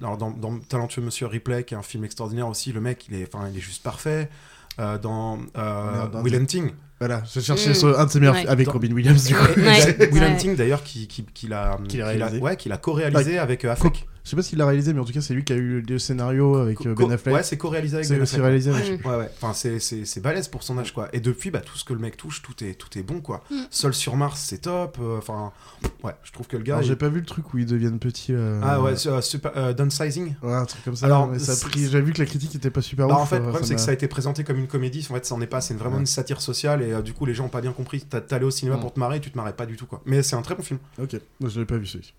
[SPEAKER 4] alors dans, dans Talentueux Monsieur Ripley, qui est un film extraordinaire aussi. Le mec, il est, enfin, il est juste parfait. Euh, dans euh,
[SPEAKER 3] Merde, dans
[SPEAKER 4] Will
[SPEAKER 3] des-
[SPEAKER 4] Hunting.
[SPEAKER 3] Voilà, je cherchais
[SPEAKER 2] Mm.
[SPEAKER 3] ce- un de ses meilleurs
[SPEAKER 2] Ouais.
[SPEAKER 3] fi- avec
[SPEAKER 4] Dans-
[SPEAKER 3] Robin Williams du coup.
[SPEAKER 2] Ouais.
[SPEAKER 4] Will
[SPEAKER 2] Ouais.
[SPEAKER 4] Hunting, d'ailleurs, qui, qui, qui l'a,
[SPEAKER 3] Qui l'a
[SPEAKER 4] qui l'a-
[SPEAKER 3] réalisé.
[SPEAKER 4] ouais, qui l'a co-réalisé avec euh, Affleck.
[SPEAKER 3] Je sais pas s'il l'a réalisé, mais en tout cas, c'est lui qui a eu le scénario avec euh,
[SPEAKER 4] Co-
[SPEAKER 3] Ben Affleck.
[SPEAKER 4] Ouais, c'est co-réalisé avec
[SPEAKER 3] c'est
[SPEAKER 4] Ben
[SPEAKER 3] aussi
[SPEAKER 4] Affleck.
[SPEAKER 3] réalisé avec.
[SPEAKER 2] Mm.
[SPEAKER 4] Ouais, ouais. Enfin, c'est, c'est, c'est balèze pour son âge, quoi. Et depuis, bah, tout ce que le mec touche, tout est, tout est bon, quoi.
[SPEAKER 8] Mm.
[SPEAKER 4] Seul sur Mars, c'est top. Euh, Enfin, ouais, je trouve que le gars.
[SPEAKER 3] Alors,
[SPEAKER 4] il-
[SPEAKER 3] j'ai pas vu le truc où ils deviennent petits. euh,
[SPEAKER 4] Ah ouais, euh, super, euh, downsizing.
[SPEAKER 3] Ouais, un truc comme ça.
[SPEAKER 4] Alors,
[SPEAKER 3] mais ça
[SPEAKER 4] c'est-
[SPEAKER 3] a pris... J'avais vu que la critique était pas super
[SPEAKER 4] Bah,
[SPEAKER 3] ouf.
[SPEAKER 4] en fait, le
[SPEAKER 3] euh,
[SPEAKER 4] problème, c'est
[SPEAKER 3] m'a-
[SPEAKER 4] que ça a été présenté comme une comédie. En fait, ça en est pas. C'est vraiment
[SPEAKER 3] Ouais.
[SPEAKER 4] une satire sociale. Et euh, du coup, les gens ont pas bien compris. T'as- T'allais au cinéma
[SPEAKER 3] Mm.
[SPEAKER 4] pour te marrer et tu te marrais pas du tout, quoi. Mais c'est un très bon film.
[SPEAKER 3] Ok, moi je l'avais pas vu celui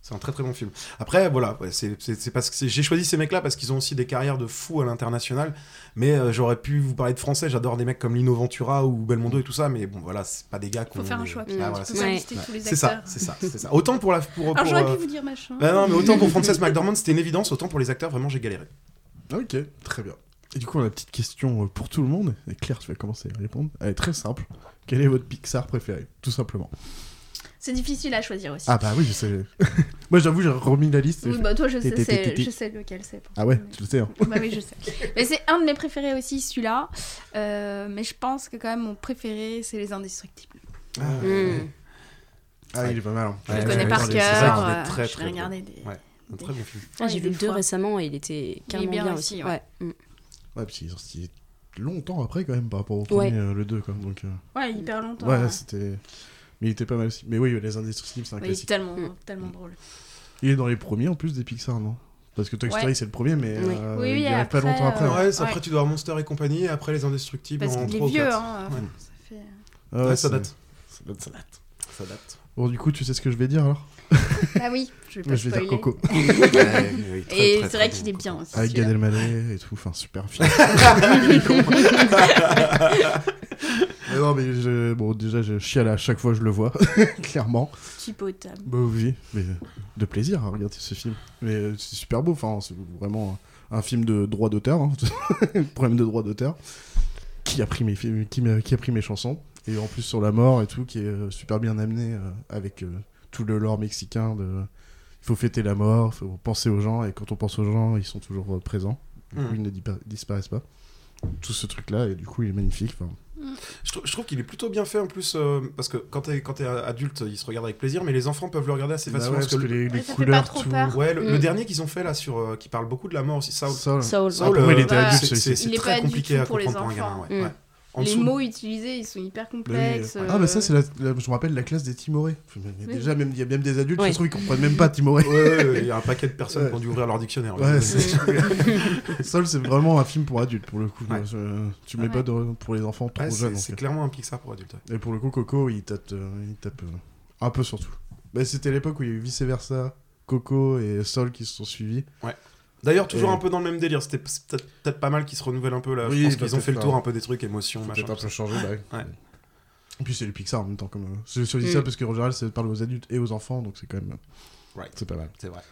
[SPEAKER 4] C'est un très très bon film. Après, voilà, ouais, c'est c'est- c'est parce que c'est- j'ai choisi ces mecs-là parce qu'ils ont aussi des carrières de fous à l'international. Mais euh, j'aurais pu vous parler de français. J'adore des mecs comme Lino Ventura ou Belmondo et tout ça. Mais bon, voilà, c'est pas des gars qu'on.
[SPEAKER 8] euh. Faut faire un choix.
[SPEAKER 4] Ah,
[SPEAKER 8] Pierre,
[SPEAKER 4] voilà,
[SPEAKER 8] tu
[SPEAKER 4] c'est
[SPEAKER 8] peux pas
[SPEAKER 4] ça.
[SPEAKER 2] Ouais.
[SPEAKER 8] lister tous les
[SPEAKER 4] C'est ça,
[SPEAKER 8] acteurs.
[SPEAKER 4] c'est ça, c'est ça. Autant pour la pour.
[SPEAKER 8] Alors
[SPEAKER 4] pour,
[SPEAKER 8] j'aurais
[SPEAKER 4] euh,
[SPEAKER 8] pu vous dire machin.
[SPEAKER 4] bah non, mais autant pour Frances McDormand, c'était une évidence, autant pour les acteurs, vraiment, j'ai galéré.
[SPEAKER 3] Ah, Ok, très bien. Et du coup, on a une petite question euh, pour tout le monde. Et Claire, tu vas commencer à répondre. Elle est très simple. Quel est votre Pixar préféré Tout simplement.
[SPEAKER 8] C'est difficile à choisir aussi.
[SPEAKER 3] Ah bah oui, je sais. Moi, j'avoue, j'ai remis la liste. et
[SPEAKER 8] oui,
[SPEAKER 3] j'ai-
[SPEAKER 8] bah toi je sais,
[SPEAKER 3] Té, té, té,
[SPEAKER 8] c'est-
[SPEAKER 3] té.
[SPEAKER 8] je sais lequel c'est. pour
[SPEAKER 3] Ah
[SPEAKER 8] ça,
[SPEAKER 3] ouais,
[SPEAKER 8] mais-
[SPEAKER 3] tu le sais. hein.
[SPEAKER 8] Bah oui, je sais. Mais c'est un de mes préférés aussi, celui-là. Euh, mais je pense que quand même mon préféré, c'est Les Indestructibles.
[SPEAKER 2] Hmm.
[SPEAKER 3] Ah, il est pas mal. hein.
[SPEAKER 8] Je
[SPEAKER 4] Ouais,
[SPEAKER 8] le
[SPEAKER 4] ouais,
[SPEAKER 8] connais
[SPEAKER 4] ouais,
[SPEAKER 8] par
[SPEAKER 4] c'est
[SPEAKER 8] cœur.
[SPEAKER 4] vrai qu'il est
[SPEAKER 8] euh,
[SPEAKER 4] très,
[SPEAKER 8] je
[SPEAKER 4] très
[SPEAKER 8] l'ai
[SPEAKER 4] bon.
[SPEAKER 8] regardé des...
[SPEAKER 4] Ouais. Un très bon film.
[SPEAKER 2] Ah, j'ai
[SPEAKER 8] Ouais,
[SPEAKER 2] vu le
[SPEAKER 8] des
[SPEAKER 2] 2
[SPEAKER 8] fois.
[SPEAKER 2] récemment et il était carrément
[SPEAKER 8] bien
[SPEAKER 2] bien,
[SPEAKER 8] aussi,
[SPEAKER 2] aussi.
[SPEAKER 8] ouais.
[SPEAKER 2] Ouais. Hmm.
[SPEAKER 3] Ouais, parce qu'ils sont sortis longtemps après, quand même, par rapport au
[SPEAKER 2] Ouais.
[SPEAKER 3] premier, euh, le 2, quoi. Donc, euh,
[SPEAKER 8] Ouais, hyper longtemps. hein.
[SPEAKER 3] ouais,
[SPEAKER 8] ouais.
[SPEAKER 3] c'était. Mais il était pas mal aussi. Mais oui, Les Indestructibles, c'est un
[SPEAKER 8] Mais
[SPEAKER 3] classique.
[SPEAKER 8] tellement,
[SPEAKER 2] Mm.
[SPEAKER 8] tellement drôle.
[SPEAKER 3] Il est dans les premiers en plus des Pixar, non Parce que Toy
[SPEAKER 8] Ouais.
[SPEAKER 3] Story, c'est le premier, mais
[SPEAKER 2] Oui.
[SPEAKER 3] euh,
[SPEAKER 8] Oui, oui,
[SPEAKER 3] il arrive pas
[SPEAKER 8] après,
[SPEAKER 3] longtemps après.
[SPEAKER 8] euh,
[SPEAKER 3] hein.
[SPEAKER 4] Ouais, c'est
[SPEAKER 8] Ouais.
[SPEAKER 4] après tu dois avoir Monster et compagnie, et après les Indestructibles
[SPEAKER 8] Parce
[SPEAKER 4] en
[SPEAKER 8] qu'il
[SPEAKER 4] trois
[SPEAKER 8] est
[SPEAKER 4] ou
[SPEAKER 8] vieux,
[SPEAKER 4] quatre.
[SPEAKER 8] hein.
[SPEAKER 4] Ouais.
[SPEAKER 8] Ça fait...
[SPEAKER 3] Ah ouais,
[SPEAKER 4] Ouais, ça
[SPEAKER 3] c'est-
[SPEAKER 4] date.
[SPEAKER 3] Ça date, ça date.
[SPEAKER 4] Ça date.
[SPEAKER 3] Bon, du coup, tu sais ce que je vais dire alors
[SPEAKER 8] Bah oui, je vais pas
[SPEAKER 3] Je vais dire
[SPEAKER 8] spoiler.
[SPEAKER 3] Coco.
[SPEAKER 8] Et c'est vrai qu'il est bien aussi.
[SPEAKER 3] Avec Gad
[SPEAKER 8] celui-là.
[SPEAKER 3] Elmaleh et tout, enfin, super film. Mais non, mais je... bon, déjà, je chiale à chaque fois que je le vois, clairement.
[SPEAKER 8] Chipotable.
[SPEAKER 3] Bah oui, mais de plaisir à regarder ce film. Mais euh, c'est super beau, enfin, c'est vraiment un film de droit d'auteur, hein. problème de droit d'auteur. Qui a pris mes films, qui, m'a- qui a pris mes chansons et en plus sur la mort et tout, qui est euh, super bien amené euh, avec euh, tout le lore mexicain de. Il faut fêter la mort, il faut penser aux gens et quand on pense aux gens, ils sont toujours euh, présents. Du coup,
[SPEAKER 4] Mhm.
[SPEAKER 3] ils ne dipa- disparaissent pas. Tout ce truc-là et du coup, il est magnifique. Enfin,
[SPEAKER 4] Je, trou- je trouve qu'il est plutôt bien fait en plus, euh, parce que quand t'es, quand t'es adulte, il se regarde avec plaisir, mais les enfants peuvent le regarder assez
[SPEAKER 3] bah ouais,
[SPEAKER 4] facilement.
[SPEAKER 3] parce
[SPEAKER 4] parce que
[SPEAKER 3] les,
[SPEAKER 4] le,
[SPEAKER 3] les
[SPEAKER 8] Ouais, ça fait pas
[SPEAKER 3] couleurs,
[SPEAKER 8] trop
[SPEAKER 3] tout.
[SPEAKER 8] peur.
[SPEAKER 4] ouais, le, le
[SPEAKER 2] Mm.
[SPEAKER 4] dernier qu'ils ont fait là, sur, euh, qui parle beaucoup de la mort aussi, ça,
[SPEAKER 3] Ça, là.
[SPEAKER 2] Soul.
[SPEAKER 3] Ah,
[SPEAKER 4] Saul,
[SPEAKER 3] pour moi, il
[SPEAKER 4] euh,
[SPEAKER 3] était
[SPEAKER 8] bah,
[SPEAKER 3] adulte,
[SPEAKER 4] c'est,
[SPEAKER 3] celui-ci.
[SPEAKER 4] c'est- c'est
[SPEAKER 8] Il est
[SPEAKER 4] très
[SPEAKER 8] pas du
[SPEAKER 4] compliqué
[SPEAKER 8] tout
[SPEAKER 4] à
[SPEAKER 8] pour les
[SPEAKER 4] comprendre pour un gamin.
[SPEAKER 8] enfants.
[SPEAKER 4] ouais,
[SPEAKER 2] Mm.
[SPEAKER 4] ouais. En
[SPEAKER 8] Les
[SPEAKER 4] dessous-
[SPEAKER 8] mots utilisés, ils sont hyper
[SPEAKER 3] Bah oui, mais-
[SPEAKER 8] complexes.
[SPEAKER 3] Ah, bah ça,
[SPEAKER 8] euh,
[SPEAKER 3] c'est la, la- je me rappelle la classe des Timorés. Enfin, mais- mais
[SPEAKER 8] Oui.
[SPEAKER 3] Déjà, même, il y a même des adultes,
[SPEAKER 2] Ouais.
[SPEAKER 3] ça se trouve, ils comprennent même pas Timoré.
[SPEAKER 4] Ouais, ouais, ouais, il y a un paquet de personnes
[SPEAKER 3] Ouais.
[SPEAKER 4] qui ont dû ouvrir leur dictionnaire.
[SPEAKER 3] Ouais,
[SPEAKER 4] Ouais.
[SPEAKER 3] c'est- Sol, c'est vraiment un film pour adultes, pour le coup.
[SPEAKER 4] Ouais.
[SPEAKER 3] Je- tu mets
[SPEAKER 8] Ouais.
[SPEAKER 3] pas de- pour les enfants trop
[SPEAKER 4] Ouais, c'est,
[SPEAKER 3] jeunes. en
[SPEAKER 4] c'est
[SPEAKER 3] fait.
[SPEAKER 4] clairement un Pixar pour adultes. ouais.
[SPEAKER 3] Et pour le coup, Coco, il tape, euh, il tape euh, un peu sur tout. Bah, C'était l'époque où il y a eu vice versa, Coco et Sol qui se sont suivis.
[SPEAKER 4] D'ailleurs, toujours
[SPEAKER 3] Et-
[SPEAKER 4] un peu dans le même délire. C'était p- c'est peut-être, peut-être pas mal qu'ils se renouvellent un peu là.
[SPEAKER 3] Oui,
[SPEAKER 4] je pense qu'ils ont
[SPEAKER 3] peut-être
[SPEAKER 4] fait le
[SPEAKER 3] pas.
[SPEAKER 4] tour un peu des trucs, émotions,
[SPEAKER 3] Ils ont
[SPEAKER 4] machin.
[SPEAKER 3] peut-être un peu changé, bah,
[SPEAKER 4] Ouais.
[SPEAKER 3] Et puis c'est le Pixar en même temps. Comme, euh, je je dis
[SPEAKER 2] Mm.
[SPEAKER 3] ça parce qu'en général, ça parle aux adultes et aux enfants, donc c'est quand même. euh,
[SPEAKER 4] Right.
[SPEAKER 3] C'est pas mal.
[SPEAKER 4] C'est vrai.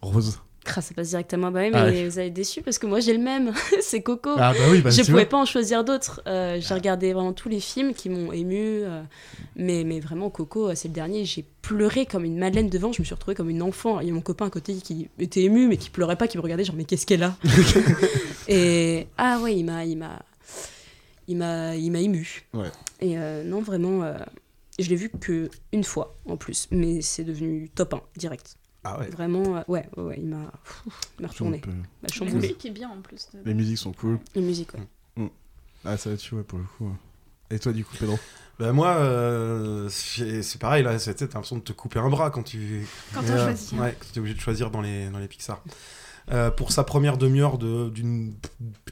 [SPEAKER 3] Rose.
[SPEAKER 2] Cras, ça passe directement à moi, mais
[SPEAKER 3] Ah ouais.
[SPEAKER 2] vous avez déçu parce que moi j'ai le même. c'est Coco.
[SPEAKER 3] Ah bah oui, bah
[SPEAKER 2] je
[SPEAKER 3] tu
[SPEAKER 2] pouvais
[SPEAKER 3] vois. Ah.
[SPEAKER 2] pas en choisir d'autres. Euh, j'ai regardé vraiment tous les films qui m'ont ému. euh, mais, mais vraiment, Coco, euh, c'est le dernier. J'ai pleuré comme une madeleine devant. Je me suis retrouvée comme une enfant. Il y a mon copain à côté qui était ému, mais qui pleurait pas, qui me regardait genre, mais qu'est-ce qu'elle a Et ah ouais, il m'a. Il m'a, il m'a, il m'a ému.
[SPEAKER 3] Ouais.
[SPEAKER 2] Et euh, non, vraiment, euh, je l'ai vu que une fois en plus. Mais c'est devenu top 1 direct.
[SPEAKER 4] Ah ouais.
[SPEAKER 2] Vraiment, euh, ouais, ouais, ouais, il m'a pff, il m'a retourné.
[SPEAKER 3] Donc, euh,
[SPEAKER 2] Il m'a
[SPEAKER 8] La
[SPEAKER 2] chamboulé.
[SPEAKER 8] musique est bien en plus. de-
[SPEAKER 3] Les musiques sont cool.
[SPEAKER 2] La musique, ouais.
[SPEAKER 3] Ah, ça là-dessus, ouais, pour le coup. Et toi, du coup, Pedro
[SPEAKER 4] Bah moi, euh, c'est c'est pareil là, c'est- t'as l'impression de te couper un bras quand tu...
[SPEAKER 8] Quand
[SPEAKER 4] Mais,
[SPEAKER 8] on
[SPEAKER 4] euh,
[SPEAKER 8] choisit. hein.
[SPEAKER 4] Ouais, quand t'es obligé de choisir dans les, dans les Pixar. Euh, pour sa première demi-heure de- d'une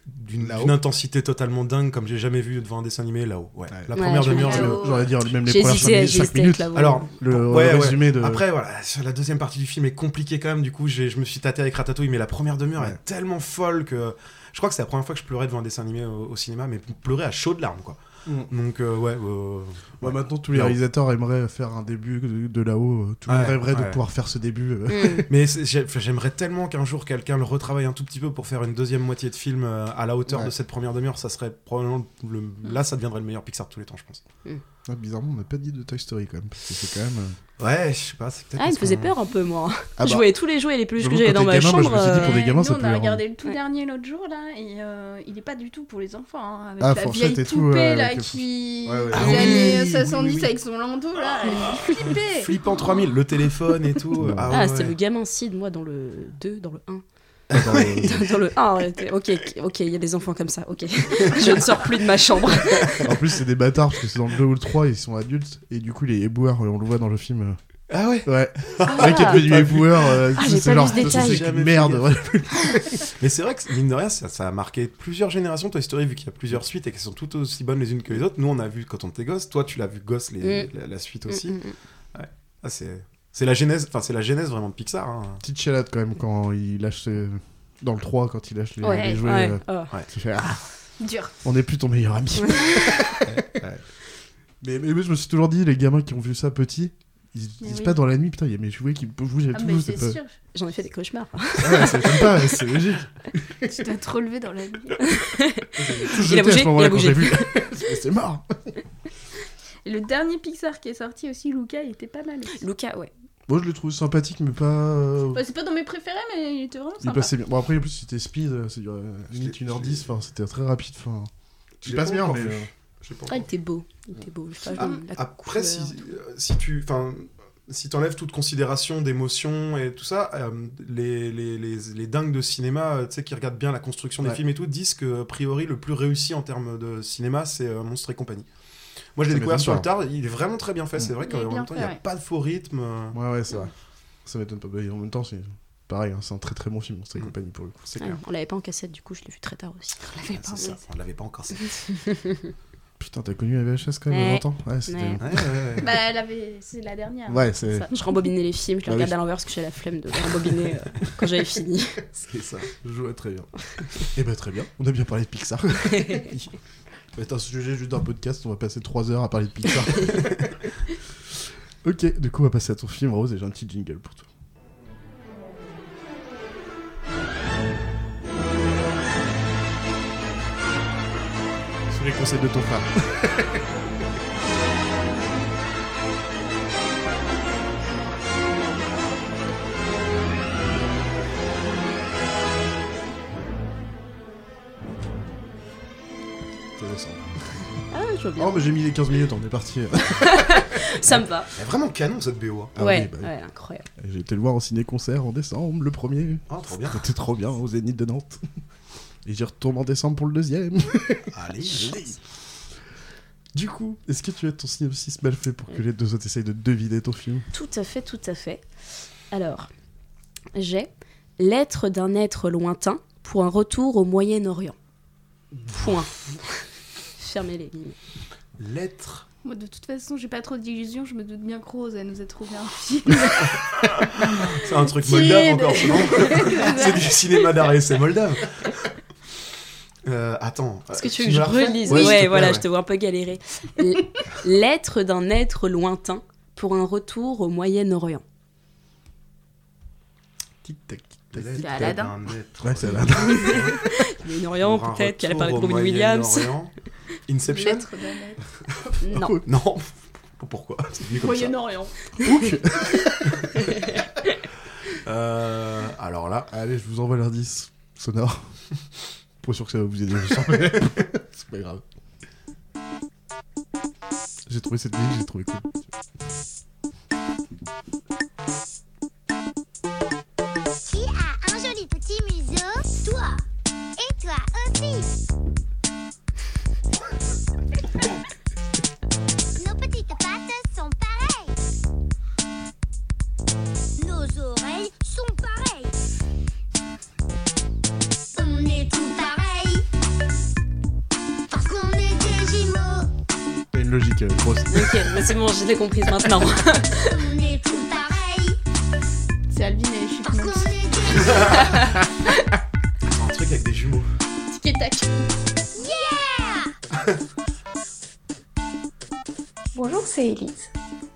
[SPEAKER 4] d'une
[SPEAKER 3] Là-haut.
[SPEAKER 4] d'une intensité totalement dingue comme j'ai jamais vu devant un dessin animé là-haut. Ouais.
[SPEAKER 3] Ouais.
[SPEAKER 4] La
[SPEAKER 2] Ouais,
[SPEAKER 4] première
[SPEAKER 2] je vais
[SPEAKER 4] demi-heure.
[SPEAKER 8] dire
[SPEAKER 4] je-
[SPEAKER 8] là-haut.
[SPEAKER 3] J'aurais dit même les
[SPEAKER 2] J'ai
[SPEAKER 3] premières 5
[SPEAKER 2] hésité, j'ai
[SPEAKER 3] minutes.
[SPEAKER 2] hésité avec la voix.
[SPEAKER 4] Alors,
[SPEAKER 3] Le
[SPEAKER 4] Ouais,
[SPEAKER 3] le
[SPEAKER 4] ouais.
[SPEAKER 3] résumé de.
[SPEAKER 4] Après, voilà, sur la deuxième partie du film est compliquée quand même. Du coup, j'ai- je me suis tâté avec Ratatouille, mais la première demi-heure
[SPEAKER 3] Ouais.
[SPEAKER 4] est tellement folle que je crois que c'est la première fois que je pleurais devant un dessin animé au, au cinéma, mais pleurais à chaudes larmes, quoi.
[SPEAKER 3] Mm.
[SPEAKER 4] Donc, euh, ouais. euh,
[SPEAKER 3] Ouais, maintenant, tous les
[SPEAKER 4] Là-haut.
[SPEAKER 3] réalisateurs aimeraient faire un début de, de là-haut. euh, Tout le
[SPEAKER 4] Ouais,
[SPEAKER 3] monde rêverait
[SPEAKER 4] ouais.
[SPEAKER 3] de pouvoir faire ce début. euh.
[SPEAKER 8] Hmm.
[SPEAKER 2] Mm.
[SPEAKER 4] Mais c'est- j'ai- j'aimerais tellement qu'un jour quelqu'un le retravaille un tout petit peu pour faire une deuxième moitié de film euh, à la hauteur
[SPEAKER 3] Ouais.
[SPEAKER 4] de cette première demi-heure. Ça serait probablement le- là, ça deviendrait le meilleur Pixar de tous les temps, je pense.
[SPEAKER 3] Ah, bizarrement, on n'a pas dit de Toy Story quand même. Parce que c'est quand même. euh,
[SPEAKER 4] Ouais, je sais pas. c'est peut-être
[SPEAKER 2] Ah, il me
[SPEAKER 4] parce
[SPEAKER 2] faisait
[SPEAKER 4] qu'on-
[SPEAKER 2] peur un peu, moi.
[SPEAKER 3] Ah,
[SPEAKER 2] Je
[SPEAKER 3] bah,
[SPEAKER 2] voyais tous les jouets les peluches que
[SPEAKER 3] J'avoue,
[SPEAKER 2] j'avais
[SPEAKER 3] quand
[SPEAKER 2] dans ma
[SPEAKER 3] t'es gamin, moi, je
[SPEAKER 2] chambre.
[SPEAKER 3] me suis dit,
[SPEAKER 2] euh,
[SPEAKER 3] pour des gamins,
[SPEAKER 8] nous,
[SPEAKER 3] ça
[SPEAKER 8] on
[SPEAKER 3] peut
[SPEAKER 8] a
[SPEAKER 3] leur-
[SPEAKER 8] regardé le tout
[SPEAKER 2] Ouais.
[SPEAKER 8] dernier l'autre jour là et euh, il est pas du tout pour les enfants hein, avec
[SPEAKER 3] Ah,
[SPEAKER 8] la
[SPEAKER 3] fourchette
[SPEAKER 8] vieille
[SPEAKER 3] et tout,
[SPEAKER 8] poupée
[SPEAKER 3] ouais,
[SPEAKER 8] là
[SPEAKER 3] avec le-
[SPEAKER 8] qui
[SPEAKER 3] Ouais, ouais.
[SPEAKER 8] des
[SPEAKER 3] Ah oui,
[SPEAKER 8] années
[SPEAKER 3] oui,
[SPEAKER 8] 70
[SPEAKER 3] oui, Ah oui.
[SPEAKER 8] avec son landau là, elle est flippée.
[SPEAKER 4] Flippant 3000, le téléphone et tout. euh,
[SPEAKER 2] Ah,
[SPEAKER 4] ouais,
[SPEAKER 2] c'était
[SPEAKER 4] ouais. Ah
[SPEAKER 2] le gamin Sid, moi, dans le 2, dans le 1.
[SPEAKER 3] attends, euh,
[SPEAKER 2] dans le 1, arrêtez. ok, ok, il y a des enfants comme ça, ok. je ne sors plus de ma chambre.
[SPEAKER 3] en plus, c'est des bâtards parce que c'est dans le 2 ou le 3, ils sont adultes. Et du coup, les éboueurs, euh, on le voit dans le film. euh,
[SPEAKER 4] Ah ouais.
[SPEAKER 3] Ouais,
[SPEAKER 2] Ah,
[SPEAKER 3] le mec qui est devenu éboueur, euh,
[SPEAKER 2] Ah, j'ai
[SPEAKER 3] c'est
[SPEAKER 2] pas
[SPEAKER 3] genre,
[SPEAKER 2] vu ce détail.
[SPEAKER 3] c'est une merde. ouais.
[SPEAKER 4] Mais c'est vrai que, mine de rien, ça, ça a marqué plusieurs générations Toy Story, vu qu'il y a plusieurs suites et qu'elles sont toutes aussi bonnes les unes
[SPEAKER 8] Mm.
[SPEAKER 4] que
[SPEAKER 8] Hmm,
[SPEAKER 4] les autres. Nous, on a vu quand on était gosse. Toi, tu l'as vu gosse les- la, la suite aussi.
[SPEAKER 2] Mm, mm, mm.
[SPEAKER 4] Ah, c'est C'est la genèse, enfin c'est la genèse vraiment de Pixar. hein.
[SPEAKER 3] Petite chalade quand même quand il lâche ses- Dans le 3, quand il lâche les,
[SPEAKER 2] Ouais,
[SPEAKER 8] hmm.
[SPEAKER 3] les jouets.
[SPEAKER 2] ouais.
[SPEAKER 3] euh,
[SPEAKER 2] Oh.
[SPEAKER 3] tu fais, Ah,
[SPEAKER 8] Dur.
[SPEAKER 3] on n'est plus ton meilleur ami. mais, mais, mais je me suis toujours dit, les gamins qui ont vu ça petit, ils se
[SPEAKER 8] Mais
[SPEAKER 3] disent
[SPEAKER 8] oui.
[SPEAKER 3] pas dans la nuit, putain, il y a mes jouets qui bougent et
[SPEAKER 8] Ah,
[SPEAKER 3] tout.
[SPEAKER 8] mais
[SPEAKER 3] c'est
[SPEAKER 8] c'est
[SPEAKER 3] pas-
[SPEAKER 8] sûr.
[SPEAKER 2] J'en ai fait des cauchemars.
[SPEAKER 3] Ouais, c'est comme pas, c'est logique.
[SPEAKER 8] Tu dois te relever dans la nuit.
[SPEAKER 3] Tout
[SPEAKER 2] Il a bougé, il
[SPEAKER 3] quand
[SPEAKER 2] a bougé.
[SPEAKER 3] j'ai vu. c'est mort.
[SPEAKER 8] Et le dernier Pixar qui est sorti aussi, Luca, il était pas mal. aussi.
[SPEAKER 2] Lucas, ouais.
[SPEAKER 3] Moi, je le trouve sympathique, mais pas. euh,
[SPEAKER 8] Bah, c'est pas dans mes préférés, mais il était vraiment
[SPEAKER 3] Il
[SPEAKER 8] sympa.
[SPEAKER 3] passait bien. Bon, après, en plus, c'était speed, euh, c'est duré euh,
[SPEAKER 4] Je
[SPEAKER 3] minute
[SPEAKER 4] l'ai-
[SPEAKER 3] 1h10, enfin, c'était très rapide. Enfin,
[SPEAKER 4] Je
[SPEAKER 3] il
[SPEAKER 4] l'ai
[SPEAKER 3] passe
[SPEAKER 4] pas
[SPEAKER 3] bien,
[SPEAKER 4] encore
[SPEAKER 3] mais.
[SPEAKER 4] vu.
[SPEAKER 3] euh,
[SPEAKER 4] Je sais pas
[SPEAKER 2] Ah, il
[SPEAKER 4] encore.
[SPEAKER 2] était beau. Il était beau. Je sais pas,
[SPEAKER 4] Ah,
[SPEAKER 2] la
[SPEAKER 4] Après,
[SPEAKER 2] couleur.
[SPEAKER 4] si, euh, si tu, enfin, si t'enlèves toute considération d'émotion et tout ça, euh, les, les, les, les dingues de cinéma, euh, tu sais, qui regardent bien la construction des
[SPEAKER 3] Ouais.
[SPEAKER 4] films et tout, disent que a priori le plus réussi en termes de cinéma, c'est euh, Monstres et compagnie. Moi, je l'ai
[SPEAKER 3] Ça
[SPEAKER 4] découvert
[SPEAKER 3] m'étonne
[SPEAKER 4] sur le
[SPEAKER 3] pas. Mm.
[SPEAKER 4] tard. Il est vraiment très bien fait. C'est vrai
[SPEAKER 8] Il
[SPEAKER 4] qu'en
[SPEAKER 8] est bien
[SPEAKER 4] même temps, il n'y a
[SPEAKER 8] fait, ouais.
[SPEAKER 4] pas de faux rythme. euh,
[SPEAKER 3] Ouais, ouais, c'est vrai. Ça m'étonne pas. Mais en même temps, c'est pareil, hein, c'est un très très bon film, Monstre et
[SPEAKER 4] Mm.
[SPEAKER 3] compagnie pour le coup.
[SPEAKER 4] C'est
[SPEAKER 2] Ah,
[SPEAKER 4] clair.
[SPEAKER 2] on l'avait pas en cassette, du coup, je l'ai vu très tard aussi.
[SPEAKER 8] On l'avait pas
[SPEAKER 4] Ah, C'est ça,
[SPEAKER 8] pensé.
[SPEAKER 4] on l'avait pas encore. c'est-
[SPEAKER 3] Putain, t'as connu la VHS quand même
[SPEAKER 2] Ouais.
[SPEAKER 3] à 20 ans Ouais, c'était.
[SPEAKER 2] Ouais.
[SPEAKER 4] Ouais, ouais, ouais.
[SPEAKER 8] Bah, elle avait... Ah, c'est la dernière.
[SPEAKER 3] Ouais, c'est.
[SPEAKER 2] Ça, je rembobinais les films, je les
[SPEAKER 3] Ah oui.
[SPEAKER 2] regardais à l'envers parce que j'ai la flemme de les rembobiner euh, quand j'avais fini.
[SPEAKER 3] C'est ça, je jouais très bien. Et ben très bien, on a bien parlé de Pixar. C'est un sujet juste d'un podcast, on va passer 3 heures à parler de Pixar. ok, du coup on va passer à ton film Rose et j'ai un petit jingle pour toi. Sous les conseils de ton frère. Je descends.
[SPEAKER 2] Ah, je vois bien.
[SPEAKER 3] Oh mais j'ai mis les 15 minutes, on est parti.
[SPEAKER 2] Ça me va.
[SPEAKER 4] Elle est vraiment canon cette BO.
[SPEAKER 3] Ah oui,
[SPEAKER 2] ouais,
[SPEAKER 3] bah oui.
[SPEAKER 2] ouais, incroyable.
[SPEAKER 3] j'ai été le voir en ciné-concert en décembre, le premier.
[SPEAKER 4] Ah, trop bien.
[SPEAKER 3] C'était trop bien au Zénith de Nantes. Et j'y retourne en décembre pour le deuxième.
[SPEAKER 4] Allez, allez.
[SPEAKER 3] Du coup, est-ce que tu as ton synopsis mal fait pour que les deux autres essayent de deviner ton film
[SPEAKER 2] Tout à fait, tout à fait. Alors, j'ai l'être d'un être lointain pour un retour au Moyen-Orient. Point. Fermez les lignes.
[SPEAKER 4] Lettre.
[SPEAKER 8] Moi, de toute façon, j'ai pas trop d'illusions. Je me doute bien que Rose, elle nous a trouvé un film.
[SPEAKER 4] C'est un truc
[SPEAKER 8] Kid.
[SPEAKER 4] moldave encore, c'est non C'est du cinéma d'arrêt, c'est moldave. Euh, attends.
[SPEAKER 2] Est-ce que
[SPEAKER 4] euh,
[SPEAKER 2] tu veux que
[SPEAKER 4] me
[SPEAKER 2] je
[SPEAKER 4] la refais
[SPEAKER 2] relise
[SPEAKER 4] Ouais,
[SPEAKER 2] Ouais,
[SPEAKER 4] s'il te plaît,
[SPEAKER 2] voilà,
[SPEAKER 4] ouais.
[SPEAKER 2] je te vois un peu galérer. L- L'être d'un être lointain pour un retour au Moyen-Orient.
[SPEAKER 3] Tic-tac, tic-tac.
[SPEAKER 4] Lettre
[SPEAKER 8] C'est Aladdin.
[SPEAKER 4] d'un être.
[SPEAKER 3] Ouais, c'est
[SPEAKER 4] Pour
[SPEAKER 3] Aladdin.
[SPEAKER 2] Moyen-Orient,
[SPEAKER 4] un
[SPEAKER 2] peut-être, qu'elle a
[SPEAKER 4] retour
[SPEAKER 2] parlé de
[SPEAKER 4] au
[SPEAKER 2] Robin Williams.
[SPEAKER 4] Moyen-Orient. Inception
[SPEAKER 8] Lettre d'un être.
[SPEAKER 2] Non.
[SPEAKER 4] Non. Pourquoi C'est venu comme ça.
[SPEAKER 8] Moyen-Orient.
[SPEAKER 4] Euh, alors là,
[SPEAKER 3] Allez, je vous envoie l'indice sonore. Pas sûr que ça va vous aider, je sens, mais c'est pas grave. J'ai trouvé cette ville, j'ai trouvé cool.
[SPEAKER 10] Qui a un joli petit museau Toi Et toi aussi Nos petites pattes sont pareilles Nos oreilles sont pareilles On est tous pareils Parce qu'on est des jumeaux
[SPEAKER 3] T'as une logique euh, grosse.
[SPEAKER 2] Nickel, mais c'est bon, je l'ai comprise maintenant.
[SPEAKER 10] On est tous pareils
[SPEAKER 8] C'est Alvin et les
[SPEAKER 10] Parce qu'on
[SPEAKER 8] Chipmunks.
[SPEAKER 10] est des jumeaux
[SPEAKER 4] c'est un truc avec des jumeaux.
[SPEAKER 8] Tic et tac.
[SPEAKER 11] Bonjour, c'est Elise.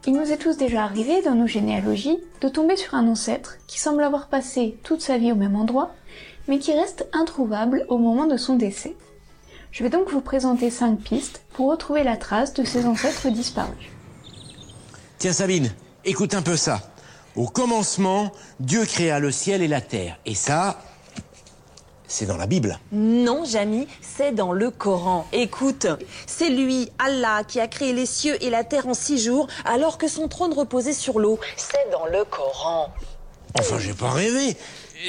[SPEAKER 11] Il nous est tous déjà arrivé dans nos généalogies de tomber sur un ancêtre qui semble avoir passé toute sa vie au même endroit, mais qui reste introuvable au moment de son décès. Je vais donc vous présenter 5 pistes pour retrouver la trace de ces ancêtres disparus.
[SPEAKER 7] Tiens, Sabine, écoute un peu ça. Au commencement, Dieu créa le ciel et la terre. Et ça, c'est dans la Bible.
[SPEAKER 12] Non, Jamy, c'est dans le Coran. Écoute, c'est lui, Allah, qui a créé les cieux et la terre en six jours, alors que son trône reposait sur l'eau. C'est dans le Coran.
[SPEAKER 7] Enfin, j'ai pas rêvé.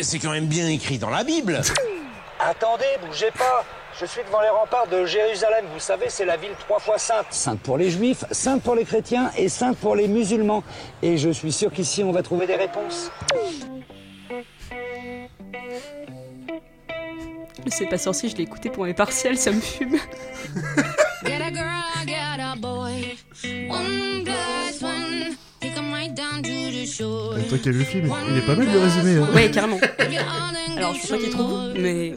[SPEAKER 7] C'est quand même bien écrit dans la Bible.
[SPEAKER 1] Attendez, bougez pas. Je suis devant les remparts de Jérusalem. Vous savez, c'est la ville trois fois sainte.
[SPEAKER 7] Sainte pour les juifs, sainte pour les chrétiens et sainte pour les musulmans. Et je suis sûr qu'ici, on va trouver des réponses.
[SPEAKER 2] c'est pas sorcier, je l'ai écouté pour mes partiels, ça me fume.
[SPEAKER 10] Get a girl, get a boy. One plus one. Take 'em right down to the
[SPEAKER 3] Euh, Toi qui as vu le film, il est pas mal le résumé. hein.
[SPEAKER 2] Ouais, carrément. Alors, je suis pas qu'il est trop beau, mais.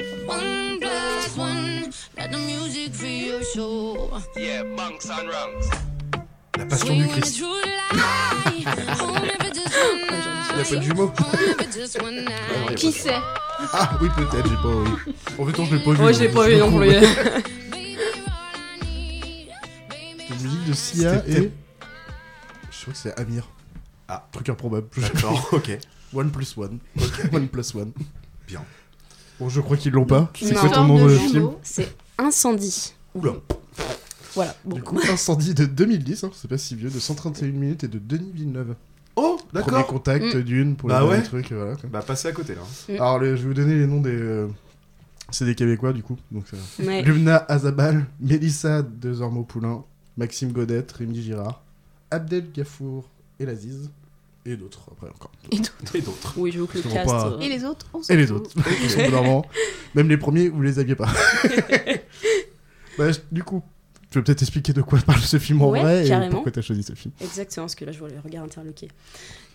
[SPEAKER 4] La passion du Christ.
[SPEAKER 3] Il a pas de jumeaux.
[SPEAKER 8] Qui c'est
[SPEAKER 3] Ah oui, peut-être, j'ai pas. oui. En fait, non, je l'ai pas vu.
[SPEAKER 2] Ouais, Oh, je l'ai
[SPEAKER 3] donc
[SPEAKER 2] pas vu
[SPEAKER 3] me
[SPEAKER 2] non
[SPEAKER 3] trompe.
[SPEAKER 2] plus.
[SPEAKER 3] La musique de Sia
[SPEAKER 4] C'était
[SPEAKER 3] et. Je crois que c'est Amir.
[SPEAKER 4] Ah.
[SPEAKER 3] Truc improbable.
[SPEAKER 4] D'accord, ok.
[SPEAKER 3] One plus one. One plus one.
[SPEAKER 4] Bien.
[SPEAKER 3] Bon, je crois qu'ils l'ont pas. C'est
[SPEAKER 2] Non.
[SPEAKER 3] quoi ton nom de film
[SPEAKER 2] C'est Incendie.
[SPEAKER 4] Oula.
[SPEAKER 2] Voilà. Bon.
[SPEAKER 3] Du coup, Incendie de 2010, hein, c'est pas si vieux, de 131 minutes et de Denis Villeneuve.
[SPEAKER 4] Oh,
[SPEAKER 3] Premier
[SPEAKER 4] d'accord.
[SPEAKER 3] contact
[SPEAKER 2] Mm.
[SPEAKER 3] d'une pour
[SPEAKER 4] Bah
[SPEAKER 3] le
[SPEAKER 4] ouais.
[SPEAKER 3] truc, voilà. quoi.
[SPEAKER 4] Bah, passez à côté là.
[SPEAKER 2] Mm.
[SPEAKER 3] Alors, les- je vais vous donner les noms des. euh, C'est des Québécois, du coup. Donc, ça va.
[SPEAKER 2] Ouais.
[SPEAKER 3] Lumna Azabal, Mélissa Desormeaux-Poulain, Maxime Godette, Rémi Girard, Abdel Gafour et Laziz, et d'autres, après encore.
[SPEAKER 2] Et d'autres.
[SPEAKER 4] Et d'autres.
[SPEAKER 2] Oui, je veux que le
[SPEAKER 3] Ils vont
[SPEAKER 2] cast.
[SPEAKER 3] pas-
[SPEAKER 2] euh,
[SPEAKER 8] Et les autres on s'en
[SPEAKER 3] Et les
[SPEAKER 8] fout.
[SPEAKER 3] autres, qui sont normalement. Même les premiers, vous les aviez pas. Bah, je- du coup, tu veux peut-être expliquer de quoi parle ce film en
[SPEAKER 2] Ouais,
[SPEAKER 3] vrai et
[SPEAKER 2] carrément.
[SPEAKER 3] pourquoi t'as choisi ce film.
[SPEAKER 2] Exactement, parce que là, je vois le regard interloqué.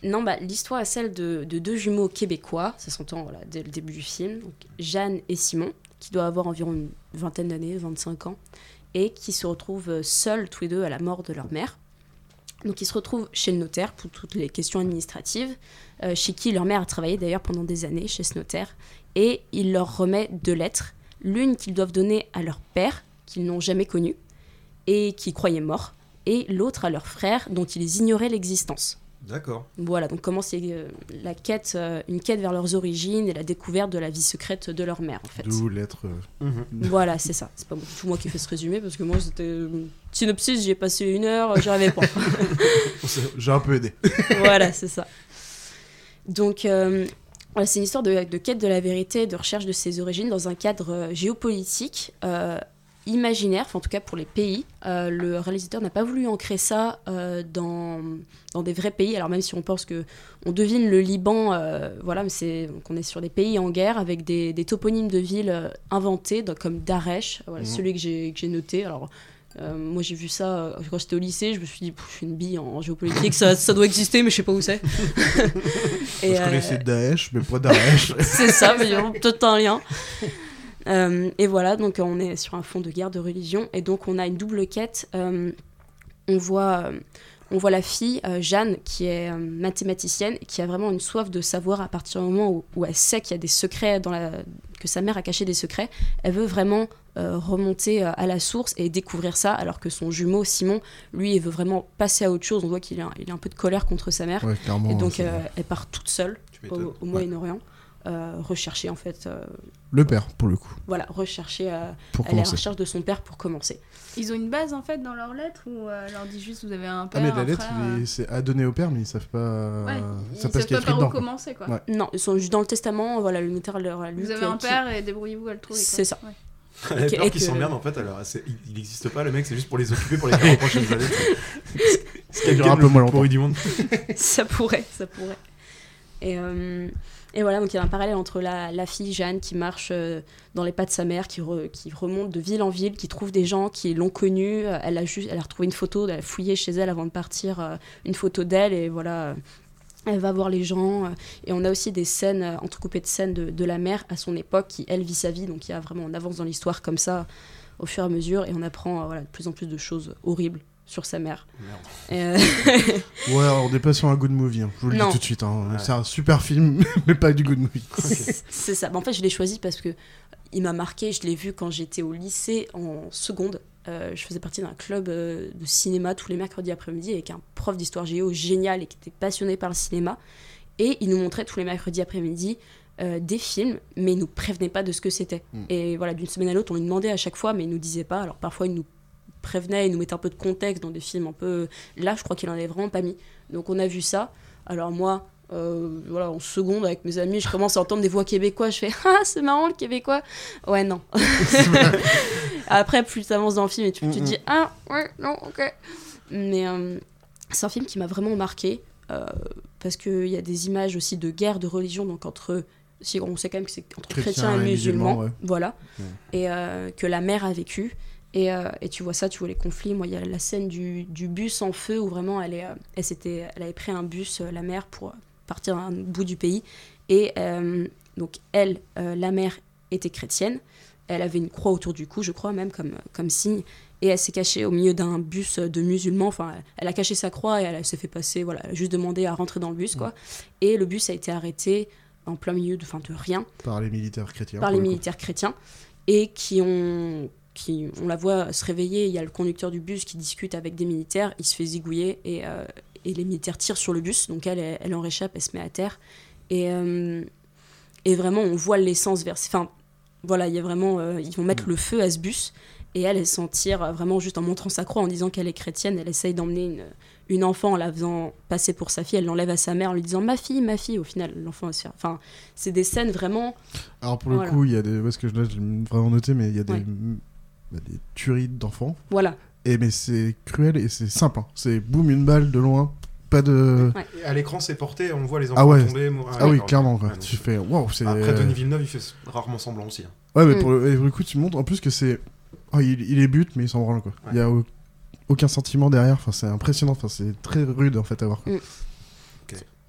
[SPEAKER 2] Non, bah, l'histoire est celle de, de deux jumeaux québécois, ça s'entend voilà, dès le début du film, donc Jeanne et Simon, qui doivent avoir environ une vingtaine d'années, 25 ans, et qui se retrouvent euh, seuls tous les deux à la mort de leur mère. Donc ils se retrouvent chez le notaire pour toutes les questions administratives, euh, chez qui leur mère a travaillé d'ailleurs pendant des années, chez ce notaire, et il leur remet deux lettres, l'une qu'ils doivent donner à leur père, qu'ils n'ont jamais connu, et qui croyait mort, et l'autre à leur frère, dont ils ignoraient l'existence.
[SPEAKER 4] D'accord.
[SPEAKER 2] Voilà, donc commence euh, la quête, euh, une quête vers leurs origines et la découverte de la vie secrète de leur mère, en fait.
[SPEAKER 3] D'où l'être. euh,
[SPEAKER 2] Voilà, c'est ça. C'est pas du tout moi qui fais ce résumé, parce que moi, c'était... euh, Synopsis, j'y ai passé une heure, euh, j'y arrivais pas.
[SPEAKER 3] J'ai un peu aidé.
[SPEAKER 2] voilà, c'est ça. Donc, euh, voilà, c'est une histoire de, de quête de la vérité, de recherche de ses origines dans un cadre euh, géopolitique euh, imaginaire, enfin, en tout cas pour les pays. Euh, le réalisateur n'a pas voulu ancrer ça euh, dans, dans des vrais pays. Alors même si on pense que on devine le Liban, euh, voilà, mais c'est donc on est sur des pays en guerre avec des, des toponymes de villes euh, inventés, donc comme Daresh, voilà,
[SPEAKER 3] Mhm.
[SPEAKER 2] celui que j'ai que j'ai noté. Alors euh, moi j'ai vu ça euh, quand j'étais au lycée, je me suis dit, Pff, je suis une bille en, en géopolitique, ça, ça doit exister, mais je sais pas où c'est. Et,
[SPEAKER 3] je
[SPEAKER 2] euh,
[SPEAKER 3] connaissais Daesh, mais pas Daesh.
[SPEAKER 2] c'est ça, mais il y a peut-être un lien. Euh, et voilà, donc euh, on est sur un fond de guerre de religion, et donc on a une double quête. Euh, on voit, euh, on voit la fille euh, Jeanne qui est euh, mathématicienne et qui a vraiment une soif de savoir à partir du moment où, où elle sait qu'il y a des secrets dans la, que sa mère a caché des secrets, elle veut vraiment euh, remonter euh, à la source et découvrir ça, alors que son jumeau Simon, lui, il veut vraiment passer à autre chose. On voit qu'il a, il a un peu de colère contre sa mère.
[SPEAKER 3] Ouais, clairement.
[SPEAKER 2] Et
[SPEAKER 3] hein,
[SPEAKER 2] donc,
[SPEAKER 3] c'est-
[SPEAKER 2] euh, elle part toute seule
[SPEAKER 4] Tu
[SPEAKER 2] au,
[SPEAKER 4] m'étonnes.
[SPEAKER 2] au Moyen-Orient, euh, rechercher en fait, euh,
[SPEAKER 3] Le père, pour le coup.
[SPEAKER 2] voilà, rechercher, euh,
[SPEAKER 3] Pour
[SPEAKER 2] elle est à la
[SPEAKER 3] commencer.
[SPEAKER 2] recherche de son père pour commencer.
[SPEAKER 8] Ils ont une base en fait dans leur lettre ou euh, leur dit juste vous avez un
[SPEAKER 3] Ah,
[SPEAKER 8] père,
[SPEAKER 3] mais la
[SPEAKER 8] un
[SPEAKER 3] lettre,
[SPEAKER 8] frère. euh,
[SPEAKER 3] il est- c'est à donner au père, mais ils savent pas.
[SPEAKER 8] Ouais,
[SPEAKER 3] ils
[SPEAKER 8] ils
[SPEAKER 3] savent pas ce
[SPEAKER 8] savent
[SPEAKER 3] qu'il y a
[SPEAKER 8] pas
[SPEAKER 3] écrit
[SPEAKER 8] par
[SPEAKER 3] dedans.
[SPEAKER 8] où
[SPEAKER 3] quoi.
[SPEAKER 8] commencer quoi.
[SPEAKER 3] Ouais.
[SPEAKER 2] Non, ils sont juste dans le testament, voilà, le notaire leur a lu.
[SPEAKER 8] Vous
[SPEAKER 2] que-
[SPEAKER 8] avez un
[SPEAKER 2] qui-
[SPEAKER 8] père et débrouillez-vous à le trouver. quoi.
[SPEAKER 2] C'est ça.
[SPEAKER 8] Ouais.
[SPEAKER 4] Elle a
[SPEAKER 2] Ok,
[SPEAKER 4] peur
[SPEAKER 2] et
[SPEAKER 4] qu'ils
[SPEAKER 2] que-
[SPEAKER 4] s'emmerdent en fait. Alors, c'est- il- il n'existe pas le mec, c'est juste pour les occuper pour les 40 prochaines années. Ce qui est
[SPEAKER 3] durera un peu moins longtemps.
[SPEAKER 4] du monde.
[SPEAKER 2] ça pourrait, ça pourrait. Et, euh, et voilà, donc il y a un parallèle entre la, la fille Jeanne qui marche euh, dans les pas de sa mère, qui, re- qui remonte de ville en ville, qui trouve des gens qui l'ont connue. Euh, Elle a, juste, elle a retrouvé une photo, elle a fouillé chez elle avant de partir euh, une photo d'elle, et voilà. euh, Elle va voir les gens. euh, Et on a aussi des scènes, euh, entrecoupées de scènes de, de la mère à son époque, qui elle vit sa vie. Donc il y a vraiment, on avance dans l'histoire comme ça, au fur et à mesure, et on apprend euh, voilà, de plus en plus de choses horribles sur sa mère.
[SPEAKER 4] Merde.
[SPEAKER 2] Et, euh,
[SPEAKER 3] Ouais, alors, on n'est pas sur un good movie, hein. je vous le
[SPEAKER 2] Non.
[SPEAKER 3] dis tout de suite. hein.
[SPEAKER 4] Ouais.
[SPEAKER 3] C'est un super film, mais pas du good movie.
[SPEAKER 2] C'est ça. Bah, en fait, je l'ai choisi parce que il m'a marqué. Je l'ai vu quand j'étais au lycée en seconde. Euh, je faisais partie d'un club euh, de cinéma tous les mercredis après-midi avec un prof d'histoire géo génial et qui était passionné par le cinéma. Et il nous montrait tous les mercredis après-midi euh, des films, mais il nous prévenait pas de ce que c'était.
[SPEAKER 3] Mm.
[SPEAKER 2] Et voilà, d'une semaine à l'autre, on lui demandait à chaque fois, mais il nous disait pas. Alors parfois, il nous prévenait, il nous mettait un peu de contexte dans des films un peu. Là, je crois qu'il en avait vraiment pas mis. Donc on a vu ça. Alors moi, euh, voilà, en seconde avec mes amis, je commence à entendre des voix québécois. Je fais ah c'est marrant le québécois. Ouais non. Après plus t'avances dans le film et tu, tu te dis ah ouais non ok. Mais euh, c'est un film qui m'a vraiment marqué euh, parce qu'il y a des images aussi de guerre de religion donc entre si on sait quand même que c'est entre chrétiens et musulmans
[SPEAKER 3] ouais.
[SPEAKER 2] voilà
[SPEAKER 3] Ouais.
[SPEAKER 2] et euh, que la mère a vécu Et, euh, et tu vois ça, tu vois les conflits. Moi, il y a la scène du, du bus en feu où vraiment elle, est, euh, elle, s'était- elle avait pris un bus, euh, la mère, pour partir à un bout du pays. Et euh, donc, elle, euh, la mère, était chrétienne. Elle avait une croix autour du cou, je crois, même comme, comme signe. Et elle s'est cachée au milieu d'un bus de musulmans. Enfin, elle a caché sa croix et elle, elle s'est fait passer. Voilà, elle a juste demandé à rentrer dans le bus, quoi. Et le bus a été arrêté en plein milieu de, enfin, de rien
[SPEAKER 3] Par les militaires chrétiens.
[SPEAKER 2] par
[SPEAKER 3] pour
[SPEAKER 2] les
[SPEAKER 3] le coup.
[SPEAKER 2] militaires chrétiens et qui ont qui on la voit se réveiller il y a le conducteur du bus qui discute avec des militaires il se fait zigouiller et, euh, et les militaires tirent sur le bus donc elle elle, elle en réchappe elle se met à terre et euh, et vraiment on voit l'essence versée enfin voilà il y a vraiment euh, ils vont mettre
[SPEAKER 3] Mm.
[SPEAKER 2] le feu à ce bus et elle, elle s'en tire euh, vraiment juste en montrant sa croix, en disant qu'elle est chrétienne. Elle essaye d'emmener une, une enfant en la faisant passer pour sa fille. Elle l'enlève à sa mère en lui disant ma fille, ma fille. Au final, l'enfant va se faire. Enfin, c'est des scènes vraiment.
[SPEAKER 3] Alors pour le
[SPEAKER 2] Voilà.
[SPEAKER 3] coup, il y a des. Parce que là, je l'ai vraiment noté, mais il y a des,
[SPEAKER 2] Ouais.
[SPEAKER 3] bah, des tueries d'enfants.
[SPEAKER 2] Voilà.
[SPEAKER 3] Et mais c'est cruel et c'est simple. hein. C'est boum, une balle de loin. Pas de.
[SPEAKER 4] Et À l'écran, c'est porté, on voit les enfants
[SPEAKER 3] Ah ouais.
[SPEAKER 4] tomber, mourir.
[SPEAKER 3] ah oui,
[SPEAKER 4] d'accord,
[SPEAKER 3] clairement.
[SPEAKER 4] ok.
[SPEAKER 3] quoi.
[SPEAKER 4] Ouais,
[SPEAKER 3] tu fais. Waouh, c'est. euh,
[SPEAKER 4] Après, Denis Villeneuve, il fait rarement semblant aussi. hein.
[SPEAKER 3] Ouais, mais
[SPEAKER 4] Mm.
[SPEAKER 3] pour, le, et pour le coup, tu montres en plus que c'est. oh, il, il les bute, mais il s'en branle, quoi. Il y a au- aucun sentiment derrière. Enfin, c'est impressionnant. Enfin, c'est très rude, en fait, à voir. quoi.
[SPEAKER 2] Mm.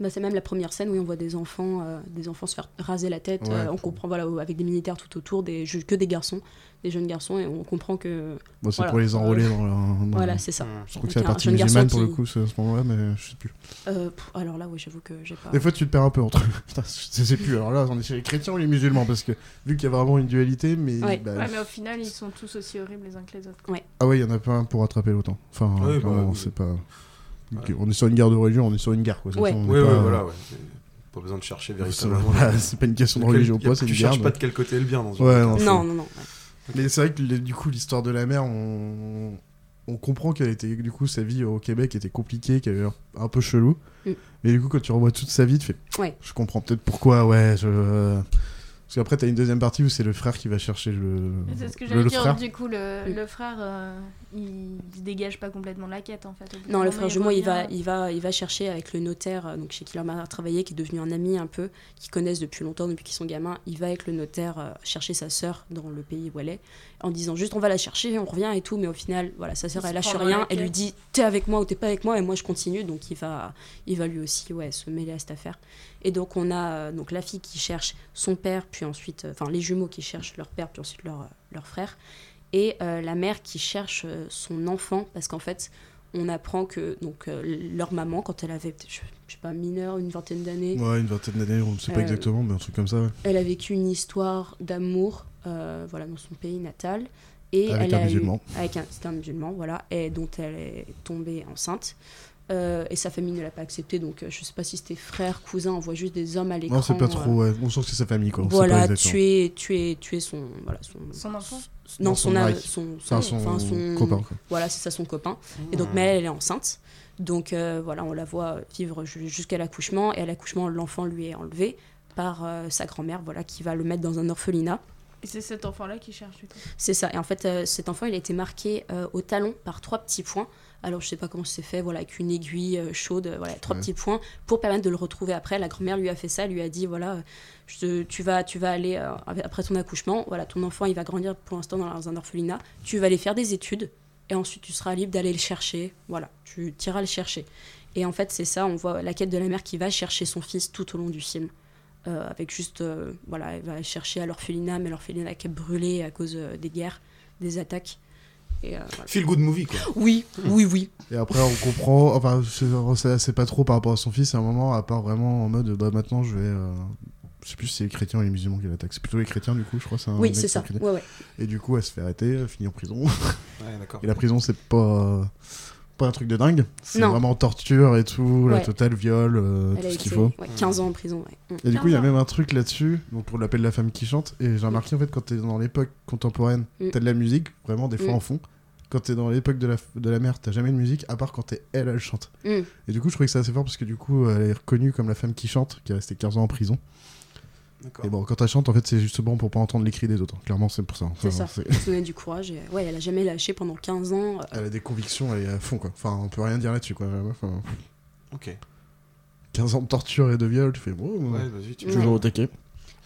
[SPEAKER 2] Bah, c'est même la première scène où on voit des enfants, euh, des enfants se faire raser la tête.
[SPEAKER 3] Ouais.
[SPEAKER 2] Euh, on comprend, voilà, avec des militaires tout autour, des, ju- que des garçons, des jeunes garçons, et on comprend que.
[SPEAKER 3] Bon, c'est
[SPEAKER 2] voilà,
[SPEAKER 3] pour les enrôler
[SPEAKER 2] euh,
[SPEAKER 3] dans leur- dans
[SPEAKER 2] Voilà,
[SPEAKER 3] leur-
[SPEAKER 2] c'est ça.
[SPEAKER 4] Hum,
[SPEAKER 3] Je trouve que
[SPEAKER 2] Donc,
[SPEAKER 3] c'est la
[SPEAKER 2] un
[SPEAKER 3] partie
[SPEAKER 2] jeune garçon
[SPEAKER 3] musulmane, pour le
[SPEAKER 2] qui-
[SPEAKER 3] coup, c'est à ce moment-là, mais je sais plus.
[SPEAKER 2] Euh, pff, alors là, oui, j'avoue que j'ai pas.
[SPEAKER 3] Des fois, tu te perds un peu entre. Putain, je sais plus. Alors là, on est chez les chrétiens ou les musulmans, parce que vu qu'il y a vraiment une dualité, mais.
[SPEAKER 2] Ouais.
[SPEAKER 3] bah,
[SPEAKER 8] Ouais, mais au final, ils sont tous aussi horribles les uns que les autres.
[SPEAKER 2] Ouais.
[SPEAKER 3] Ah ouais, il y en a pas un pour attraper l'OTAN. Enfin,
[SPEAKER 4] Ouais, bah,
[SPEAKER 3] clairement,
[SPEAKER 4] oui.
[SPEAKER 3] c'est pas. Ok, On est sur une guerre de religion, on est sur une guerre, quoi. De toute
[SPEAKER 4] Ouais,
[SPEAKER 3] façon, on est
[SPEAKER 4] ouais,
[SPEAKER 3] pas-
[SPEAKER 4] voilà, ouais. Pas besoin de chercher véritablement.
[SPEAKER 3] voilà, c'est pas une question de
[SPEAKER 4] Quel-
[SPEAKER 3] religion ou
[SPEAKER 4] y a-
[SPEAKER 3] pas, c'est
[SPEAKER 4] Tu
[SPEAKER 3] une
[SPEAKER 4] cherches
[SPEAKER 3] guerre,
[SPEAKER 4] pas
[SPEAKER 3] donc.
[SPEAKER 4] de quel côté est le bien dans une
[SPEAKER 3] Ouais,
[SPEAKER 4] guerre.
[SPEAKER 3] non,
[SPEAKER 2] Non,
[SPEAKER 3] c'est-
[SPEAKER 2] non, non, ouais.
[SPEAKER 3] Mais c'est vrai que le- du coup, l'histoire de la mère, on, on comprend qu'elle était. Du coup, sa vie au Québec était compliquée, qu'elle avait l'air un peu chelou.
[SPEAKER 2] Mm.
[SPEAKER 3] Mais du coup, quand tu revois toute sa vie, tu fais.
[SPEAKER 2] Ouais.
[SPEAKER 3] Je comprends peut-être pourquoi, ouais. Je... Parce qu'après, t'as une deuxième partie où c'est le frère qui va chercher le.
[SPEAKER 8] C'est ce que
[SPEAKER 3] le-
[SPEAKER 8] j'allais
[SPEAKER 3] le
[SPEAKER 8] dire.
[SPEAKER 3] frère.
[SPEAKER 8] Du coup, le, le frère, euh, il, il dégage pas complètement de la quête en fait. Au bout
[SPEAKER 2] Non,
[SPEAKER 8] d'un
[SPEAKER 2] le
[SPEAKER 8] moment,
[SPEAKER 2] frère jumeau, il va,
[SPEAKER 8] revient. euh,
[SPEAKER 2] il, va, il va chercher avec le notaire, euh, donc chez qui leur mère a travaillé, qui est devenu un ami un peu, qu'ils connaissent depuis longtemps, depuis qu'ils sont gamins. Il va avec le notaire euh, chercher sa sœur dans le pays où elle est, en disant juste on va la chercher, on revient et tout. Mais au final, voilà, sa sœur,
[SPEAKER 8] Il
[SPEAKER 2] elle
[SPEAKER 8] se
[SPEAKER 2] lâche
[SPEAKER 8] prend dans
[SPEAKER 2] rien,
[SPEAKER 8] la
[SPEAKER 2] elle lui
[SPEAKER 8] tête.
[SPEAKER 2] dit t'es avec moi ou t'es pas avec moi, et moi je continue. Donc il va, il va lui aussi ouais, se mêler à cette affaire. Et donc on a euh, donc la fille qui cherche son père, puis ensuite, euh, enfin les jumeaux qui cherchent leur père, puis ensuite leur, euh, leur frère et euh, la mère qui cherche euh, son enfant parce qu'en fait on apprend que donc euh, leur maman quand elle avait je, je sais pas mineure une vingtaine d'années
[SPEAKER 3] Ouais, une vingtaine d'années, on ne sait pas
[SPEAKER 2] Euh,
[SPEAKER 3] exactement, mais un truc comme ça, ouais.
[SPEAKER 2] elle a vécu une histoire d'amour euh, voilà dans son pays natal et
[SPEAKER 3] Avec
[SPEAKER 2] elle
[SPEAKER 3] un
[SPEAKER 2] a eu-
[SPEAKER 3] musulman.
[SPEAKER 2] avec un c'était un musulman voilà et dont elle est tombée enceinte Euh, et sa famille ne l'a pas accepté donc euh, je sais pas si c'était frère cousin on voit juste des hommes à l'écran
[SPEAKER 3] Non, c'est pas
[SPEAKER 2] euh,
[SPEAKER 3] trop, ouais. On sent que c'est sa famille, quoi. on sait pas
[SPEAKER 2] voilà,
[SPEAKER 3] exactement.
[SPEAKER 2] tuer, tuer, tuer son, voilà, son,
[SPEAKER 8] Son enfant
[SPEAKER 2] s- Non,
[SPEAKER 3] Non,
[SPEAKER 2] son,
[SPEAKER 3] son
[SPEAKER 2] a-
[SPEAKER 3] mari.
[SPEAKER 2] son,
[SPEAKER 3] Enfin, son copain, quoi.
[SPEAKER 2] Voilà, c'est ça, son copain. Et donc, mais elle, elle est enceinte. Donc, euh, voilà, on la voit vivre ju- jusqu'à l'accouchement. Et à l'accouchement, l'enfant lui est enlevé par euh, sa grand-mère, voilà, qui va le mettre dans un orphelinat.
[SPEAKER 8] Et c'est cet enfant-là qui cherche du coup.
[SPEAKER 2] C'est ça. Et en fait, euh, cet enfant, il a été marqué euh, au talon par trois petits points. Alors, je sais pas comment c'est fait, voilà, avec une aiguille euh, chaude, euh, voilà, trois
[SPEAKER 9] Ouais.
[SPEAKER 2] petits points pour permettre de le retrouver après. La grand-mère lui a fait ça, elle lui a dit, voilà, euh, je te- tu vas, tu vas aller euh, après ton accouchement, voilà, ton enfant, il va grandir pour l'instant dans un orphelinat. Tu vas aller faire des études et ensuite tu seras libre d'aller le chercher. Voilà, tu iras le chercher. Et en fait, c'est ça. On voit la quête de la mère qui va chercher son fils tout au long du film. Euh, avec juste, euh, voilà, elle va chercher à l'orphelinat, mais l'orphelinat qui est brûlé à cause euh, des guerres, des attaques. Et, euh, voilà.
[SPEAKER 4] Feel good movie, quoi.
[SPEAKER 2] Oui,
[SPEAKER 3] Mmh.
[SPEAKER 2] oui, oui.
[SPEAKER 3] Et après, on comprend, enfin, c'est- c'est c'est pas trop par rapport à son fils à un moment, à part vraiment en mode, bah maintenant je vais. euh, Je sais plus si c'est les chrétiens ou les musulmans qui l'attaquent. C'est plutôt les chrétiens, du coup, je crois. c'est un
[SPEAKER 2] Oui,
[SPEAKER 3] mec
[SPEAKER 2] c'est
[SPEAKER 3] qui
[SPEAKER 2] ça.
[SPEAKER 3] est chrétien.
[SPEAKER 2] Ouais, ouais.
[SPEAKER 3] Et du coup, elle se fait arrêter, elle finit en prison.
[SPEAKER 4] d'accord.
[SPEAKER 3] Et la prison, c'est pas. euh, Pas un truc de dingue. C'est
[SPEAKER 2] Non.
[SPEAKER 3] vraiment torture et tout, la
[SPEAKER 2] Ouais.
[SPEAKER 3] totale, viol, euh, tout
[SPEAKER 2] Elle a
[SPEAKER 3] ce
[SPEAKER 2] été
[SPEAKER 3] qu'il faut.
[SPEAKER 2] ouais, 15 ans en prison. ouais. Mm.
[SPEAKER 3] Et du coup, il y a même un truc là-dessus, donc pour l'appel de la femme qui chante. Et j'ai remarqué en fait, quand t'es dans l'époque contemporaine,
[SPEAKER 2] Mm.
[SPEAKER 3] t'as de la musique, vraiment des fois
[SPEAKER 2] Mm.
[SPEAKER 3] en fond. Quand t'es dans l'époque de la, de la mère, t'as jamais de musique, à part quand t'es elle, elle chante.
[SPEAKER 2] Mm.
[SPEAKER 3] Et du coup, je trouvais que c'est assez fort parce que du coup, elle est reconnue comme la femme qui chante, qui est restée 15 ans en prison. Et bon, quand elle chante, en fait, c'est justement pour pas entendre les cris des autres. hein. Clairement, c'est pour ça.
[SPEAKER 2] C'est
[SPEAKER 3] Enfin,
[SPEAKER 2] ça.
[SPEAKER 3] c'est-
[SPEAKER 2] Elle se donnait du courage. et, ouais, elle a jamais lâché pendant 15 ans. euh,
[SPEAKER 3] Elle a des convictions, elle est à fond quoi. Enfin, on peut rien dire là-dessus quoi. la meuf, hein.
[SPEAKER 4] Ok.
[SPEAKER 3] 15 ans de torture et de viol, tu fais bon,
[SPEAKER 4] Ouais, vas-y, tu-
[SPEAKER 3] toujours au taquet.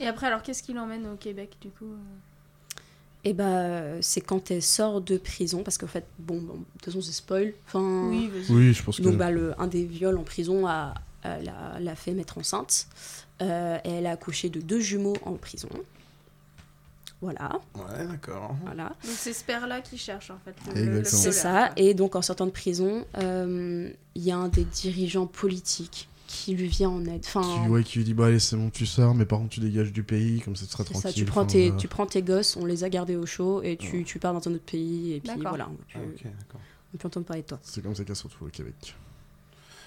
[SPEAKER 8] Et après, alors qu'est-ce qui l'emmène au Québec du coup euh
[SPEAKER 2] Et bah, c'est quand elle sort de prison, parce qu'en fait, bon, bon, de toute façon, c'est spoil. Enfin,
[SPEAKER 3] Oui, vas-y. Oui, je pense que-
[SPEAKER 2] Donc, bah, le, un des viols en prison a, a- l'a, l'a fait mettre enceinte. Euh, et elle a accouché de deux jumeaux en prison. Voilà.
[SPEAKER 4] Ouais, d'accord.
[SPEAKER 2] Voilà.
[SPEAKER 8] Donc c'est ce père-là qui cherche en fait. le- le- le
[SPEAKER 2] C'est
[SPEAKER 8] violeur.
[SPEAKER 2] ça. Et donc, en sortant de prison, euh, il y a un des dirigeants politiques qui lui vient en aide. Enfin,
[SPEAKER 3] Qui, ouais, qui lui dit Bah, allez, c'est bon, tu sors, mais par contre, tu dégages du pays, comme ça, tu seras
[SPEAKER 2] c'est ça.
[SPEAKER 3] tranquille.
[SPEAKER 2] Tu prends,
[SPEAKER 3] Enfin,
[SPEAKER 2] tes,
[SPEAKER 3] euh,
[SPEAKER 2] tu prends tes gosses, on les a gardés au chaud et tu, tu pars dans un autre pays. Et puis
[SPEAKER 8] D'accord.
[SPEAKER 2] voilà, on
[SPEAKER 3] Ah,
[SPEAKER 2] peut plus,
[SPEAKER 3] Euh,
[SPEAKER 2] on peut plus entendre parler de toi.
[SPEAKER 3] C'est comme ça qu'elle se retrouve au Québec.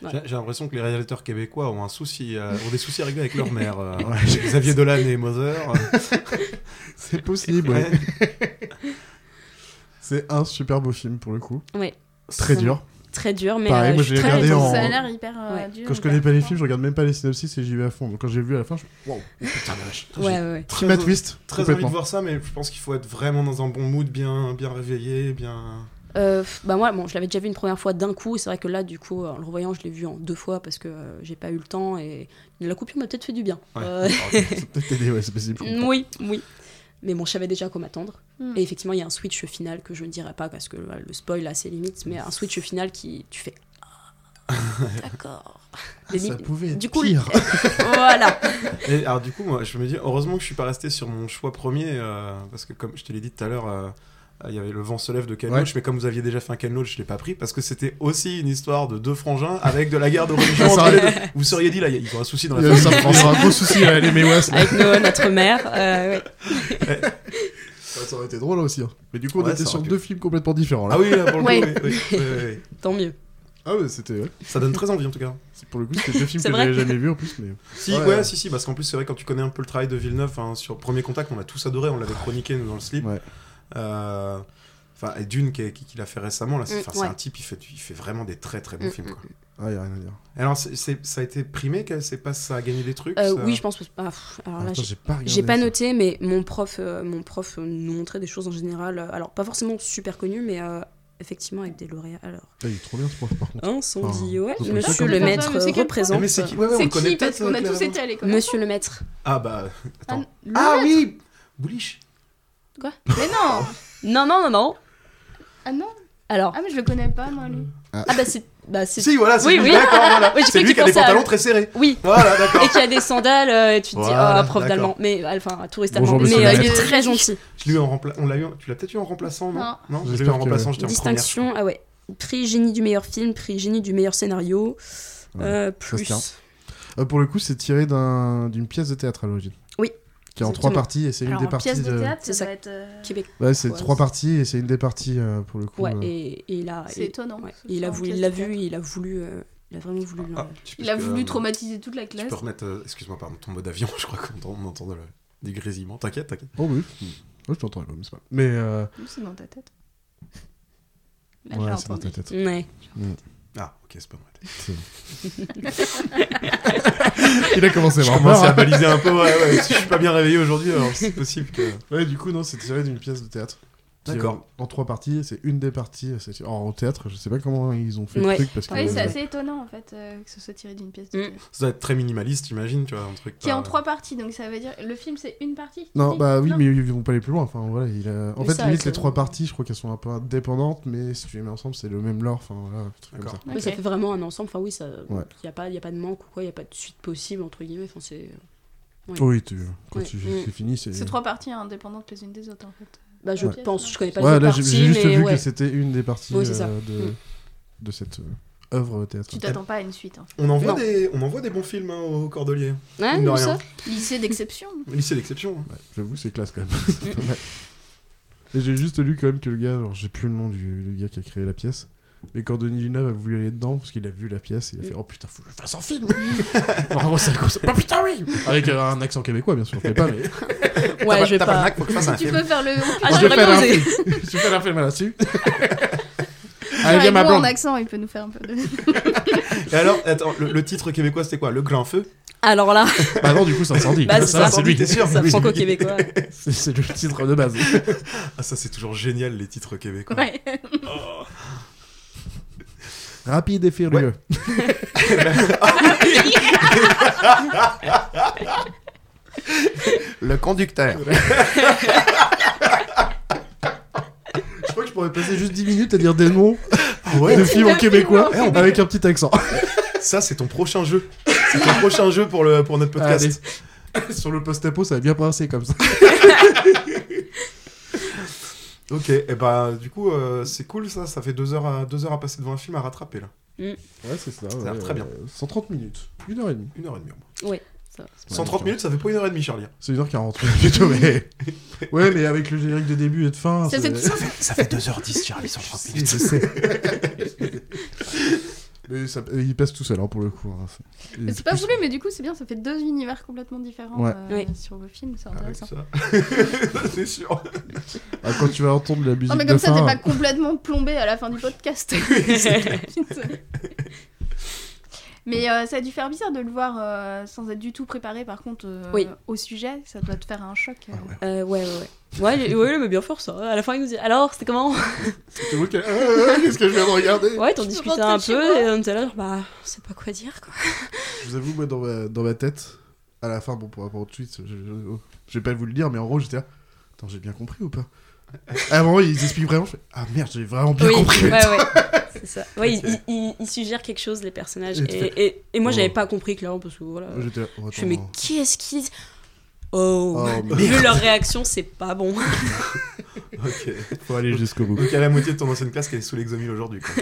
[SPEAKER 2] Ouais.
[SPEAKER 4] J'ai- J'ai l'impression que les réalisateurs québécois ont, un souci, euh, ont des soucis à régler avec leur mère. euh,
[SPEAKER 3] Ouais.
[SPEAKER 4] Xavier Dolan et Mother.
[SPEAKER 3] C'est possible, ouais. c'est un super beau film pour le coup.
[SPEAKER 2] Ouais.
[SPEAKER 3] Très
[SPEAKER 2] C'est
[SPEAKER 3] dur.
[SPEAKER 2] très dur, mais,
[SPEAKER 3] Pareil,
[SPEAKER 2] euh,
[SPEAKER 3] moi j'ai
[SPEAKER 2] très
[SPEAKER 3] regardé
[SPEAKER 2] dur.
[SPEAKER 3] en.
[SPEAKER 2] Ça a l'air hyper, euh, Ouais. dur,
[SPEAKER 3] Quand je
[SPEAKER 2] hyper
[SPEAKER 3] connais pas les
[SPEAKER 2] profond.
[SPEAKER 3] films, je regarde même pas les synopsis et j'y vais à fond. Donc quand j'ai vu à la fin, je. Waouh oh, Putain, la vache.
[SPEAKER 2] Ouais, ouais, ouais.
[SPEAKER 3] Petit mat twist.
[SPEAKER 4] Très envie de
[SPEAKER 3] complètement.
[SPEAKER 4] voir ça, mais je pense qu'il faut être vraiment dans un bon mood, bien, bien réveillé, bien.
[SPEAKER 2] Euh, pff, bah moi, bon, je l'avais déjà vu une première fois d'un coup. et C'est vrai que là, du coup, en le revoyant, je l'ai vu en deux fois parce que euh, j'ai pas eu le temps et la coupure m'a peut-être fait du bien.
[SPEAKER 3] Ouais.
[SPEAKER 2] Euh,
[SPEAKER 3] Ça peut t'aider, ouais, c'est possible, je comprends.
[SPEAKER 2] oui, oui. Mais bon, je savais déjà à quoi m'attendre.
[SPEAKER 8] Hmm.
[SPEAKER 2] Et effectivement, il y a un switch final que je ne dirai pas parce que voilà, le spoil a ses limites, mais un switch final qui tu fais. Ah, D'accord. Les
[SPEAKER 4] Ça
[SPEAKER 2] limites-
[SPEAKER 4] pouvait être
[SPEAKER 2] du coup,
[SPEAKER 4] pire.
[SPEAKER 2] voilà.
[SPEAKER 4] Et alors du coup, moi, je me dis, heureusement que je suis pas resté sur mon choix premier, euh, parce que comme je te l'ai dit tout à l'heure, euh, il y avait le vent se lève de Canloach,
[SPEAKER 3] Ouais.
[SPEAKER 4] mais comme vous aviez déjà fait un Canloach, je l'ai pas pris, parce que c'était aussi une histoire de deux frangins avec de la guerre de religion.
[SPEAKER 3] Ah, ça
[SPEAKER 4] entre les
[SPEAKER 3] aurait-
[SPEAKER 4] deux. Vous seriez dit, là, il y a- il y aura un souci dans
[SPEAKER 3] Il y a-
[SPEAKER 4] la
[SPEAKER 3] ça me prend un gros souci, là, les Méouas, là.
[SPEAKER 2] Avec Noah, notre mère. euh, ouais.
[SPEAKER 3] Ça aurait été drôle là, aussi. hein. Mais du coup, on
[SPEAKER 4] Ouais,
[SPEAKER 3] était
[SPEAKER 4] ça
[SPEAKER 3] sur
[SPEAKER 4] aurait
[SPEAKER 3] deux films complètement différents. Là.
[SPEAKER 4] Ah oui, là, pour le coup, Ouais. oui, oui, oui, oui,
[SPEAKER 2] Tant mieux.
[SPEAKER 3] Ah ouais, c'était. ouais.
[SPEAKER 4] Ça donne très envie en tout cas.
[SPEAKER 3] C'est- Pour le coup, c'était deux films que j'avais jamais vus en plus. Mais...
[SPEAKER 4] Si, ouais, si, si, parce qu'en plus, c'est vrai, quand tu connais un peu le travail de Villeneuve, hein, sur Premier Contact, on l'a tous adoré, on l'avait
[SPEAKER 3] Ah.
[SPEAKER 4] chroniqué nous, dans le slip. Euh, Enfin, et Dune qui- qui- qu'il a fait récemment, là, c'est
[SPEAKER 3] Mm,
[SPEAKER 4] enfin, c'est
[SPEAKER 3] ouais.
[SPEAKER 4] un type, il fait, du- il fait vraiment des très très bons
[SPEAKER 2] Mm,
[SPEAKER 4] films.
[SPEAKER 2] mm,
[SPEAKER 4] Quoi.
[SPEAKER 3] Ah, y a rien à dire.
[SPEAKER 4] Alors, c'est- c'est- ça a été primé, que- c'est pas ça a gagné des trucs
[SPEAKER 2] Euh,
[SPEAKER 4] ça-
[SPEAKER 2] oui, je pense. parce- ah, pff, alors là,
[SPEAKER 4] Attends,
[SPEAKER 2] j'ai
[SPEAKER 4] j'ai pas regardé
[SPEAKER 2] j'ai pas
[SPEAKER 4] ça.
[SPEAKER 2] noté, mais mon prof, euh, mon prof euh, nous montrait des choses en général. euh, alors, pas forcément super connues, mais euh, effectivement avec des lauréats. Alors,
[SPEAKER 3] Putain, Ah, il est trop bien ce prof par contre.
[SPEAKER 2] incendie, ouais.
[SPEAKER 3] Enfin, je sais pas
[SPEAKER 2] Monsieur
[SPEAKER 3] comment-
[SPEAKER 2] le
[SPEAKER 8] comment-
[SPEAKER 2] maître
[SPEAKER 8] Mais c'est
[SPEAKER 2] euh,
[SPEAKER 8] quel
[SPEAKER 4] Eh,
[SPEAKER 2] représente.
[SPEAKER 8] prof Mais c'est qui Ouais, ouais, on C'est le connaît qui Parce peut-être, qu'on a euh, tous clairement. été à l'école
[SPEAKER 2] Monsieur le maître.
[SPEAKER 4] Ah bah. Attends.
[SPEAKER 2] Ah
[SPEAKER 4] oui Bouliche
[SPEAKER 2] Quoi
[SPEAKER 8] Mais non
[SPEAKER 2] Non, non, non, non.
[SPEAKER 8] Ah non
[SPEAKER 2] Alors.
[SPEAKER 8] Ah mais je le connais pas moi lui.
[SPEAKER 2] Ah, bah c'est. Bah, c'est-
[SPEAKER 4] Si, voilà, c'est
[SPEAKER 2] oui,
[SPEAKER 4] lui,
[SPEAKER 2] oui.
[SPEAKER 4] d'accord, voilà.
[SPEAKER 2] Oui, j'ai
[SPEAKER 4] C'est
[SPEAKER 2] cru
[SPEAKER 4] lui
[SPEAKER 2] que tu
[SPEAKER 4] qui a des
[SPEAKER 2] pensais à-
[SPEAKER 4] pantalons très serrés.
[SPEAKER 2] Oui.
[SPEAKER 4] Voilà, d'accord.
[SPEAKER 2] Et qui a des sandales, euh, et tu te dis,
[SPEAKER 4] Voilà,
[SPEAKER 2] ah, prof
[SPEAKER 4] d'accord.
[SPEAKER 2] d'allemand. Mais, euh, enfin, touriste allemand.
[SPEAKER 4] Bonjour,
[SPEAKER 2] Mais
[SPEAKER 4] monsieur
[SPEAKER 2] euh,
[SPEAKER 4] le
[SPEAKER 2] il est
[SPEAKER 4] maître.
[SPEAKER 2] très gentil.
[SPEAKER 4] Je l'ai eu en rempla... On l'a eu... en- Tu l'as peut-être eu en remplaçant, non Non, je l'ai eu
[SPEAKER 3] J'espère
[SPEAKER 4] en
[SPEAKER 3] que-
[SPEAKER 4] remplaçant, j'étais en première.
[SPEAKER 2] Distinction, ah ouais. Prix génie du meilleur film, prix génie du meilleur scénario. euh,
[SPEAKER 3] Ouais, ça se
[SPEAKER 2] plus.
[SPEAKER 3] tient. Euh, pour le coup, c'est tiré d'un- d'une pièce de théâtre à l'origine.
[SPEAKER 2] Oui.
[SPEAKER 3] Qui est en
[SPEAKER 2] Exactement.
[SPEAKER 3] trois parties et c'est une
[SPEAKER 2] Alors,
[SPEAKER 3] des
[SPEAKER 2] en
[SPEAKER 3] parties.
[SPEAKER 2] pièce de
[SPEAKER 3] de-
[SPEAKER 8] Théâtre,
[SPEAKER 2] C'est
[SPEAKER 8] ça
[SPEAKER 2] ça.
[SPEAKER 8] va être. euh,
[SPEAKER 2] Québec.
[SPEAKER 3] Ouais, c'est
[SPEAKER 2] Ouais.
[SPEAKER 3] trois parties et c'est une des parties euh, pour le coup.
[SPEAKER 2] Ouais,
[SPEAKER 4] Mm.
[SPEAKER 3] euh.
[SPEAKER 2] et, et il a.
[SPEAKER 8] C'est
[SPEAKER 2] et-
[SPEAKER 8] étonnant,
[SPEAKER 2] ouais,
[SPEAKER 8] ce
[SPEAKER 2] il
[SPEAKER 8] soit
[SPEAKER 2] a
[SPEAKER 8] en
[SPEAKER 2] voulu, il
[SPEAKER 8] pièce
[SPEAKER 2] l'a
[SPEAKER 8] de
[SPEAKER 2] vu, euh, il a voulu, euh, il a vraiment voulu. le-
[SPEAKER 4] Ah.
[SPEAKER 8] Il a voulu traumatiser toute la
[SPEAKER 4] Je
[SPEAKER 8] classe.
[SPEAKER 4] peux remettre, euh, excuse-moi, pardon, ton mode avion, je crois qu'on entend- on entend de la- des grésillements. T'inquiète, t'inquiète.
[SPEAKER 3] Oh oui. Ouais, je t'entends quand même, c'est pas. Mais.
[SPEAKER 2] Bah,
[SPEAKER 3] euh,
[SPEAKER 8] Ouh, C'est dans ta tête.
[SPEAKER 3] ouais, c'est dans ta tête.
[SPEAKER 2] Ouais.
[SPEAKER 3] Mm.
[SPEAKER 4] Ah, ok, c'est pas mal.
[SPEAKER 3] Il a commencé à
[SPEAKER 4] Je
[SPEAKER 3] avoir
[SPEAKER 4] commence
[SPEAKER 3] peur.
[SPEAKER 4] à baliser un peu, ouais, ouais, je suis pas bien réveillé aujourd'hui, alors c'est possible que.
[SPEAKER 3] Ouais, du coup, non, c'est tiré d'une pièce de théâtre. Qui,
[SPEAKER 4] D'accord.
[SPEAKER 3] euh, En trois parties, c'est une des parties. euh, c'est- Alors, au théâtre, je sais pas comment ils ont fait
[SPEAKER 8] Ouais.
[SPEAKER 3] le truc parce que.
[SPEAKER 8] Ah Oui, c'est
[SPEAKER 3] euh,
[SPEAKER 8] assez étonnant en fait euh, que ce soit tiré d'une pièce de
[SPEAKER 2] Mm.
[SPEAKER 8] théâtre.
[SPEAKER 4] Ça doit être très minimaliste, j'imagine, tu vois, un truc.
[SPEAKER 2] Ah
[SPEAKER 8] Qui est en
[SPEAKER 4] pas-
[SPEAKER 8] trois parties, donc ça veut dire le film c'est une partie.
[SPEAKER 3] Non,
[SPEAKER 8] tu
[SPEAKER 3] bah oui,
[SPEAKER 8] Non.
[SPEAKER 3] mais ils vont pas aller plus loin. Enfin, voilà, il a... En
[SPEAKER 8] Mais
[SPEAKER 3] fait,
[SPEAKER 8] ça,
[SPEAKER 3] limite,
[SPEAKER 8] avec
[SPEAKER 3] les
[SPEAKER 8] le-
[SPEAKER 3] trois parties, je crois qu'elles sont un peu indépendantes, mais si tu les mets ensemble, c'est le même lore. Enfin, voilà, un truc comme ça.
[SPEAKER 2] Oui, ça fait vraiment un ensemble. Enfin, oui, ça. Il
[SPEAKER 3] Ouais.
[SPEAKER 2] n'y a, pas- y a pas de manque ou quoi, il n'y a pas de suite possible, entre guillemets. Enfin, c'est. ouais.
[SPEAKER 3] Oui, tu- quand
[SPEAKER 2] Ouais.
[SPEAKER 3] tu-
[SPEAKER 2] Mm.
[SPEAKER 3] c'est fini, c'est.
[SPEAKER 8] C'est trois parties hein, indépendantes les unes des autres en fait.
[SPEAKER 2] Bah, je
[SPEAKER 8] Ouais.
[SPEAKER 2] pense, je connais pas
[SPEAKER 3] Ouais,
[SPEAKER 2] les
[SPEAKER 3] là,
[SPEAKER 2] autres
[SPEAKER 3] j'ai-
[SPEAKER 2] parties.
[SPEAKER 3] j'ai juste
[SPEAKER 2] mais
[SPEAKER 3] vu
[SPEAKER 2] ouais.
[SPEAKER 3] que c'était une des parties
[SPEAKER 2] Oui, c'est ça.
[SPEAKER 3] euh, de...
[SPEAKER 2] Mm.
[SPEAKER 3] de cette euh, œuvre théâtrale.
[SPEAKER 8] Tu t'attends pas à une suite hein. en fait.
[SPEAKER 4] On envoie,
[SPEAKER 8] Non.
[SPEAKER 4] des, on envoie des bons films hein, au Cordelier.
[SPEAKER 2] Hein,
[SPEAKER 8] Ouais,
[SPEAKER 4] Mine de
[SPEAKER 8] mais
[SPEAKER 4] rien.
[SPEAKER 8] ça, lycée d'exception.
[SPEAKER 3] Ah,
[SPEAKER 4] Lycée d'exception. hein.
[SPEAKER 3] Ouais, J'avoue, c'est classe quand même. C'est pas mal. Et j'ai juste lu quand même que le gars, alors j'ai plus le nom du du gars qui a créé la pièce, mais quand Denis Villeneuve a voulu aller dedans, parce qu'il a vu la pièce, il a fait Oh putain, faut que je fasse un film Vraiment, c'est comme ça. Oh putain, oui Avec euh, un accent québécois, bien sûr, je l'ai pas, mais.
[SPEAKER 2] Ouais, je vais pas.
[SPEAKER 8] Tu peux faire le.
[SPEAKER 2] Ah,
[SPEAKER 3] je vais
[SPEAKER 2] j'aurais
[SPEAKER 3] faire un
[SPEAKER 2] osé.
[SPEAKER 3] film Je vais faire un film là-dessus
[SPEAKER 8] Avec
[SPEAKER 3] Allez, viens, ma
[SPEAKER 8] moi, en
[SPEAKER 3] blonde
[SPEAKER 8] accent, il peut nous faire un peu de.
[SPEAKER 4] Et alors, attends, le, le titre québécois, c'était quoi Le Grand Feu
[SPEAKER 2] Alors là.
[SPEAKER 3] Bah non, du coup, c'est incendie.
[SPEAKER 2] Bah, c'est ça,
[SPEAKER 3] c'est lui.
[SPEAKER 4] t'es sûr
[SPEAKER 2] C'est
[SPEAKER 4] Oui.
[SPEAKER 2] franco-québécois.
[SPEAKER 3] C'est- C'est le titre de base.
[SPEAKER 4] Ah, ça, c'est toujours génial, les titres québécois.
[SPEAKER 2] Ouais.
[SPEAKER 4] Oh.
[SPEAKER 3] Rapide et furieux.
[SPEAKER 4] Le conducteur.
[SPEAKER 3] crois que je pourrais passer juste 10 minutes à dire des noms
[SPEAKER 4] Ah ouais.
[SPEAKER 3] de films en
[SPEAKER 4] De films
[SPEAKER 3] québécois
[SPEAKER 4] en québécois.
[SPEAKER 3] avec un petit accent.
[SPEAKER 4] Ça, c'est ton prochain jeu. C'est ton prochain jeu pour, le, pour notre
[SPEAKER 3] Ah,
[SPEAKER 4] podcast.
[SPEAKER 3] Sur le post-apo, ça va bien passer comme ça.
[SPEAKER 4] Ok, et bah du coup, euh, c'est cool ça. Ça fait deux heures, à, deux heures à passer devant un film à rattraper là.
[SPEAKER 2] Mm.
[SPEAKER 3] Ouais, c'est ça.
[SPEAKER 4] Ça a l'air
[SPEAKER 3] ouais,
[SPEAKER 4] très bien.
[SPEAKER 3] euh, 130 minutes. Une heure et demie.
[SPEAKER 4] Une heure et demie. au moins.
[SPEAKER 2] Oui, ça va.
[SPEAKER 4] 130 minutes, ça fait pas une heure et demie, Charlie.
[SPEAKER 3] C'est 1h40. Plutôt, mais... Ouais, mais avec le générique de début et de fin.
[SPEAKER 4] Ça
[SPEAKER 3] c'est-
[SPEAKER 4] fait- ça fait- ça fait 2h10, Charlie, 130 minutes.
[SPEAKER 3] Je sais. mais ça- il passe tout seul, hein, pour le coup. hein. C'est-
[SPEAKER 8] C'est pas voulu, mais du coup, c'est bien, ça fait deux univers complètement différents
[SPEAKER 3] Ouais.
[SPEAKER 8] euh, sur vos films, c'est intéressant.
[SPEAKER 4] c'est sûr.
[SPEAKER 3] Ah, quand tu vas entendre la musique
[SPEAKER 8] Non, mais
[SPEAKER 3] de
[SPEAKER 8] comme ça, t'es
[SPEAKER 3] fin,
[SPEAKER 8] pas complètement plombé à la fin du podcast. mais euh, ça a dû faire bizarre de le voir euh, sans être du tout préparé, par contre, euh,
[SPEAKER 2] Oui.
[SPEAKER 8] au sujet. Ça doit te faire un choc. euh.
[SPEAKER 3] Ah
[SPEAKER 2] Euh, ouais, ouais, ouais. Ouais, il- ouais, il aimait bien fort ça. À la fin, il nous dit Alors, c'était comment
[SPEAKER 3] C'était vous qui- Ah, Qu'est-ce que je viens de regarder
[SPEAKER 2] Ouais, t'en
[SPEAKER 3] Je
[SPEAKER 2] discutais
[SPEAKER 3] rentrais
[SPEAKER 2] un
[SPEAKER 3] chez
[SPEAKER 2] peu
[SPEAKER 3] moi.
[SPEAKER 2] et on était là, genre, bah, on sait pas quoi dire quoi.
[SPEAKER 3] Je vous avoue, moi, dans ma, dans ma tête, à la fin, bon, pour rapport au tweet, je, je, je vais pas vous le dire, mais en gros, j'étais là. Attends, j'ai bien compris ou pas Avant, ils expliquent vraiment. je fais, ah merde, j'ai vraiment bien
[SPEAKER 2] oui,
[SPEAKER 3] compris.
[SPEAKER 2] ouais, ouais. C'est ça. Ouais,
[SPEAKER 3] Ok.
[SPEAKER 2] il, il- il suggère quelque chose, les personnages.
[SPEAKER 3] Et tu
[SPEAKER 2] Et,
[SPEAKER 3] fais-
[SPEAKER 2] et- et moi,
[SPEAKER 3] Oh.
[SPEAKER 2] j'avais pas compris, clairement, parce que voilà.
[SPEAKER 3] Moi, j'étais là, oh,
[SPEAKER 2] je fais, mais
[SPEAKER 3] attends.
[SPEAKER 2] qui est-ce qui dit Oh,
[SPEAKER 3] Oh,
[SPEAKER 2] Vu
[SPEAKER 3] merde.
[SPEAKER 2] leur réaction, c'est pas bon.
[SPEAKER 4] Ok.
[SPEAKER 3] Faut aller jusqu'au bout.
[SPEAKER 4] Donc, à la moitié de ton ancienne classe qui est sous l'exomile aujourd'hui. quoi.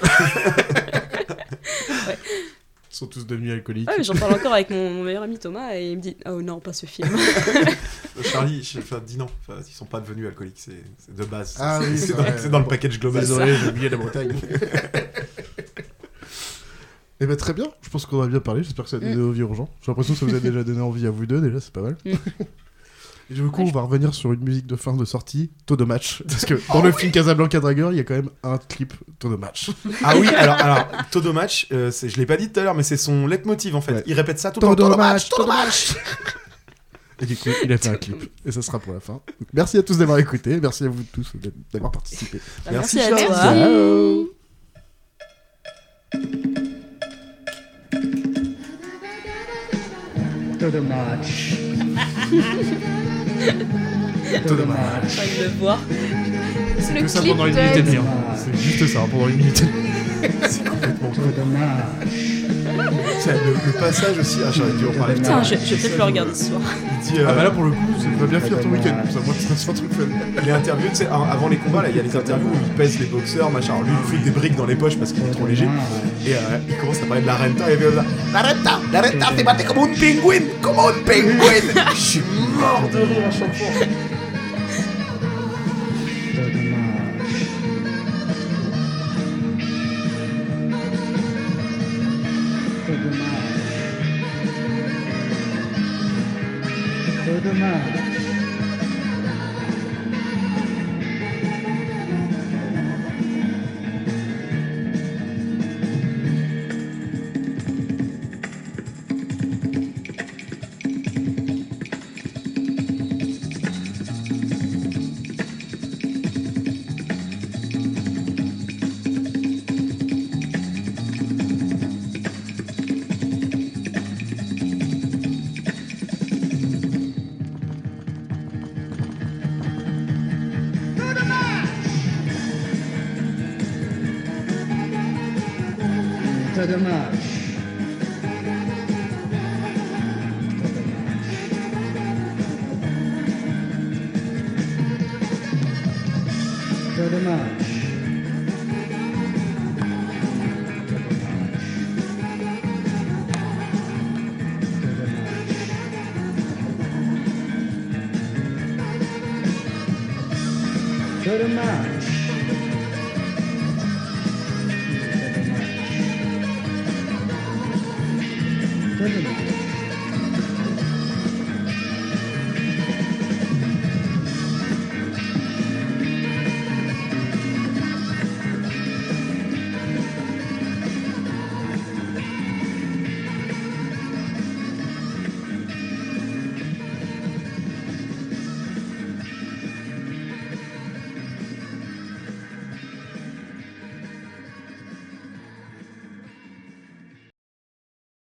[SPEAKER 3] Ils sont tous devenus alcooliques.
[SPEAKER 2] Ah Ouais, mais j'en parle encore avec mon, mon meilleur ami Thomas et il me dit Oh non, pas ce film.
[SPEAKER 4] Euh, Charlie, je- enfin, dis non. Enfin, ils sont pas devenus alcooliques, c'est c'est de base.
[SPEAKER 3] Ah
[SPEAKER 4] C'est-
[SPEAKER 3] oui,
[SPEAKER 4] c'est
[SPEAKER 3] c'est
[SPEAKER 4] dans,
[SPEAKER 3] vrai.
[SPEAKER 4] c'est dans le package global.
[SPEAKER 3] Désolé, j'ai oublié la Bretagne. Eh ben très bien, je pense qu'on a bien parlé, j'espère que ça a donné
[SPEAKER 4] Mm.
[SPEAKER 3] envie aux gens. J'ai l'impression que ça vous a déjà donné envie à vous deux, déjà c'est pas mal. Et du coup, on va revenir sur une musique de fin de sortie, Taux de match. Parce que dans le film Casablanca Dragueur, il y a quand même un clip Taux de match.
[SPEAKER 4] Ah oui, alors, alors Todomatch, euh, c'est- je l'ai pas dit tout à l'heure, mais c'est son leitmotiv en fait. Il répète ça tout le temps.
[SPEAKER 3] Todomatch,
[SPEAKER 4] Todomatch
[SPEAKER 3] Et du coup, il a fait un clip. Et ça sera pour la fin. Merci à tous d'avoir écouté, merci à vous tous d'a- d'avoir participé.
[SPEAKER 4] Bah, Merci, merci à Charles. toi.
[SPEAKER 3] Ciao.
[SPEAKER 13] To the match.
[SPEAKER 3] To the match.
[SPEAKER 2] Je le voir.
[SPEAKER 3] C'est que ça pendant une minute et demie. hein. C'est juste ça pendant une minute et demie. C'est complètement
[SPEAKER 4] Tiens, le, le passage aussi, ah, j'aurais dû en parler. euh,
[SPEAKER 2] Putain, je, je vais peut-être le regarder ce soir.
[SPEAKER 3] Ah bah là pour le coup, ça va bien finir ton week-end. Ça va se faire tout fun.
[SPEAKER 4] Les interviews, tu sais, av- avant les combats, là, il y a les interviews où il pèse les boxeurs, machin. Alors, Lui, il fout des briques dans les poches parce qu'il est trop léger. Et euh, il commence à parler de la renta. Et il fait comme ça, La renta, la renta, t'es battu comme un pingouin, comme un pingouin. Je suis mort de rire à chaque fois.
[SPEAKER 13] To the match. To the march. To the march. To the march.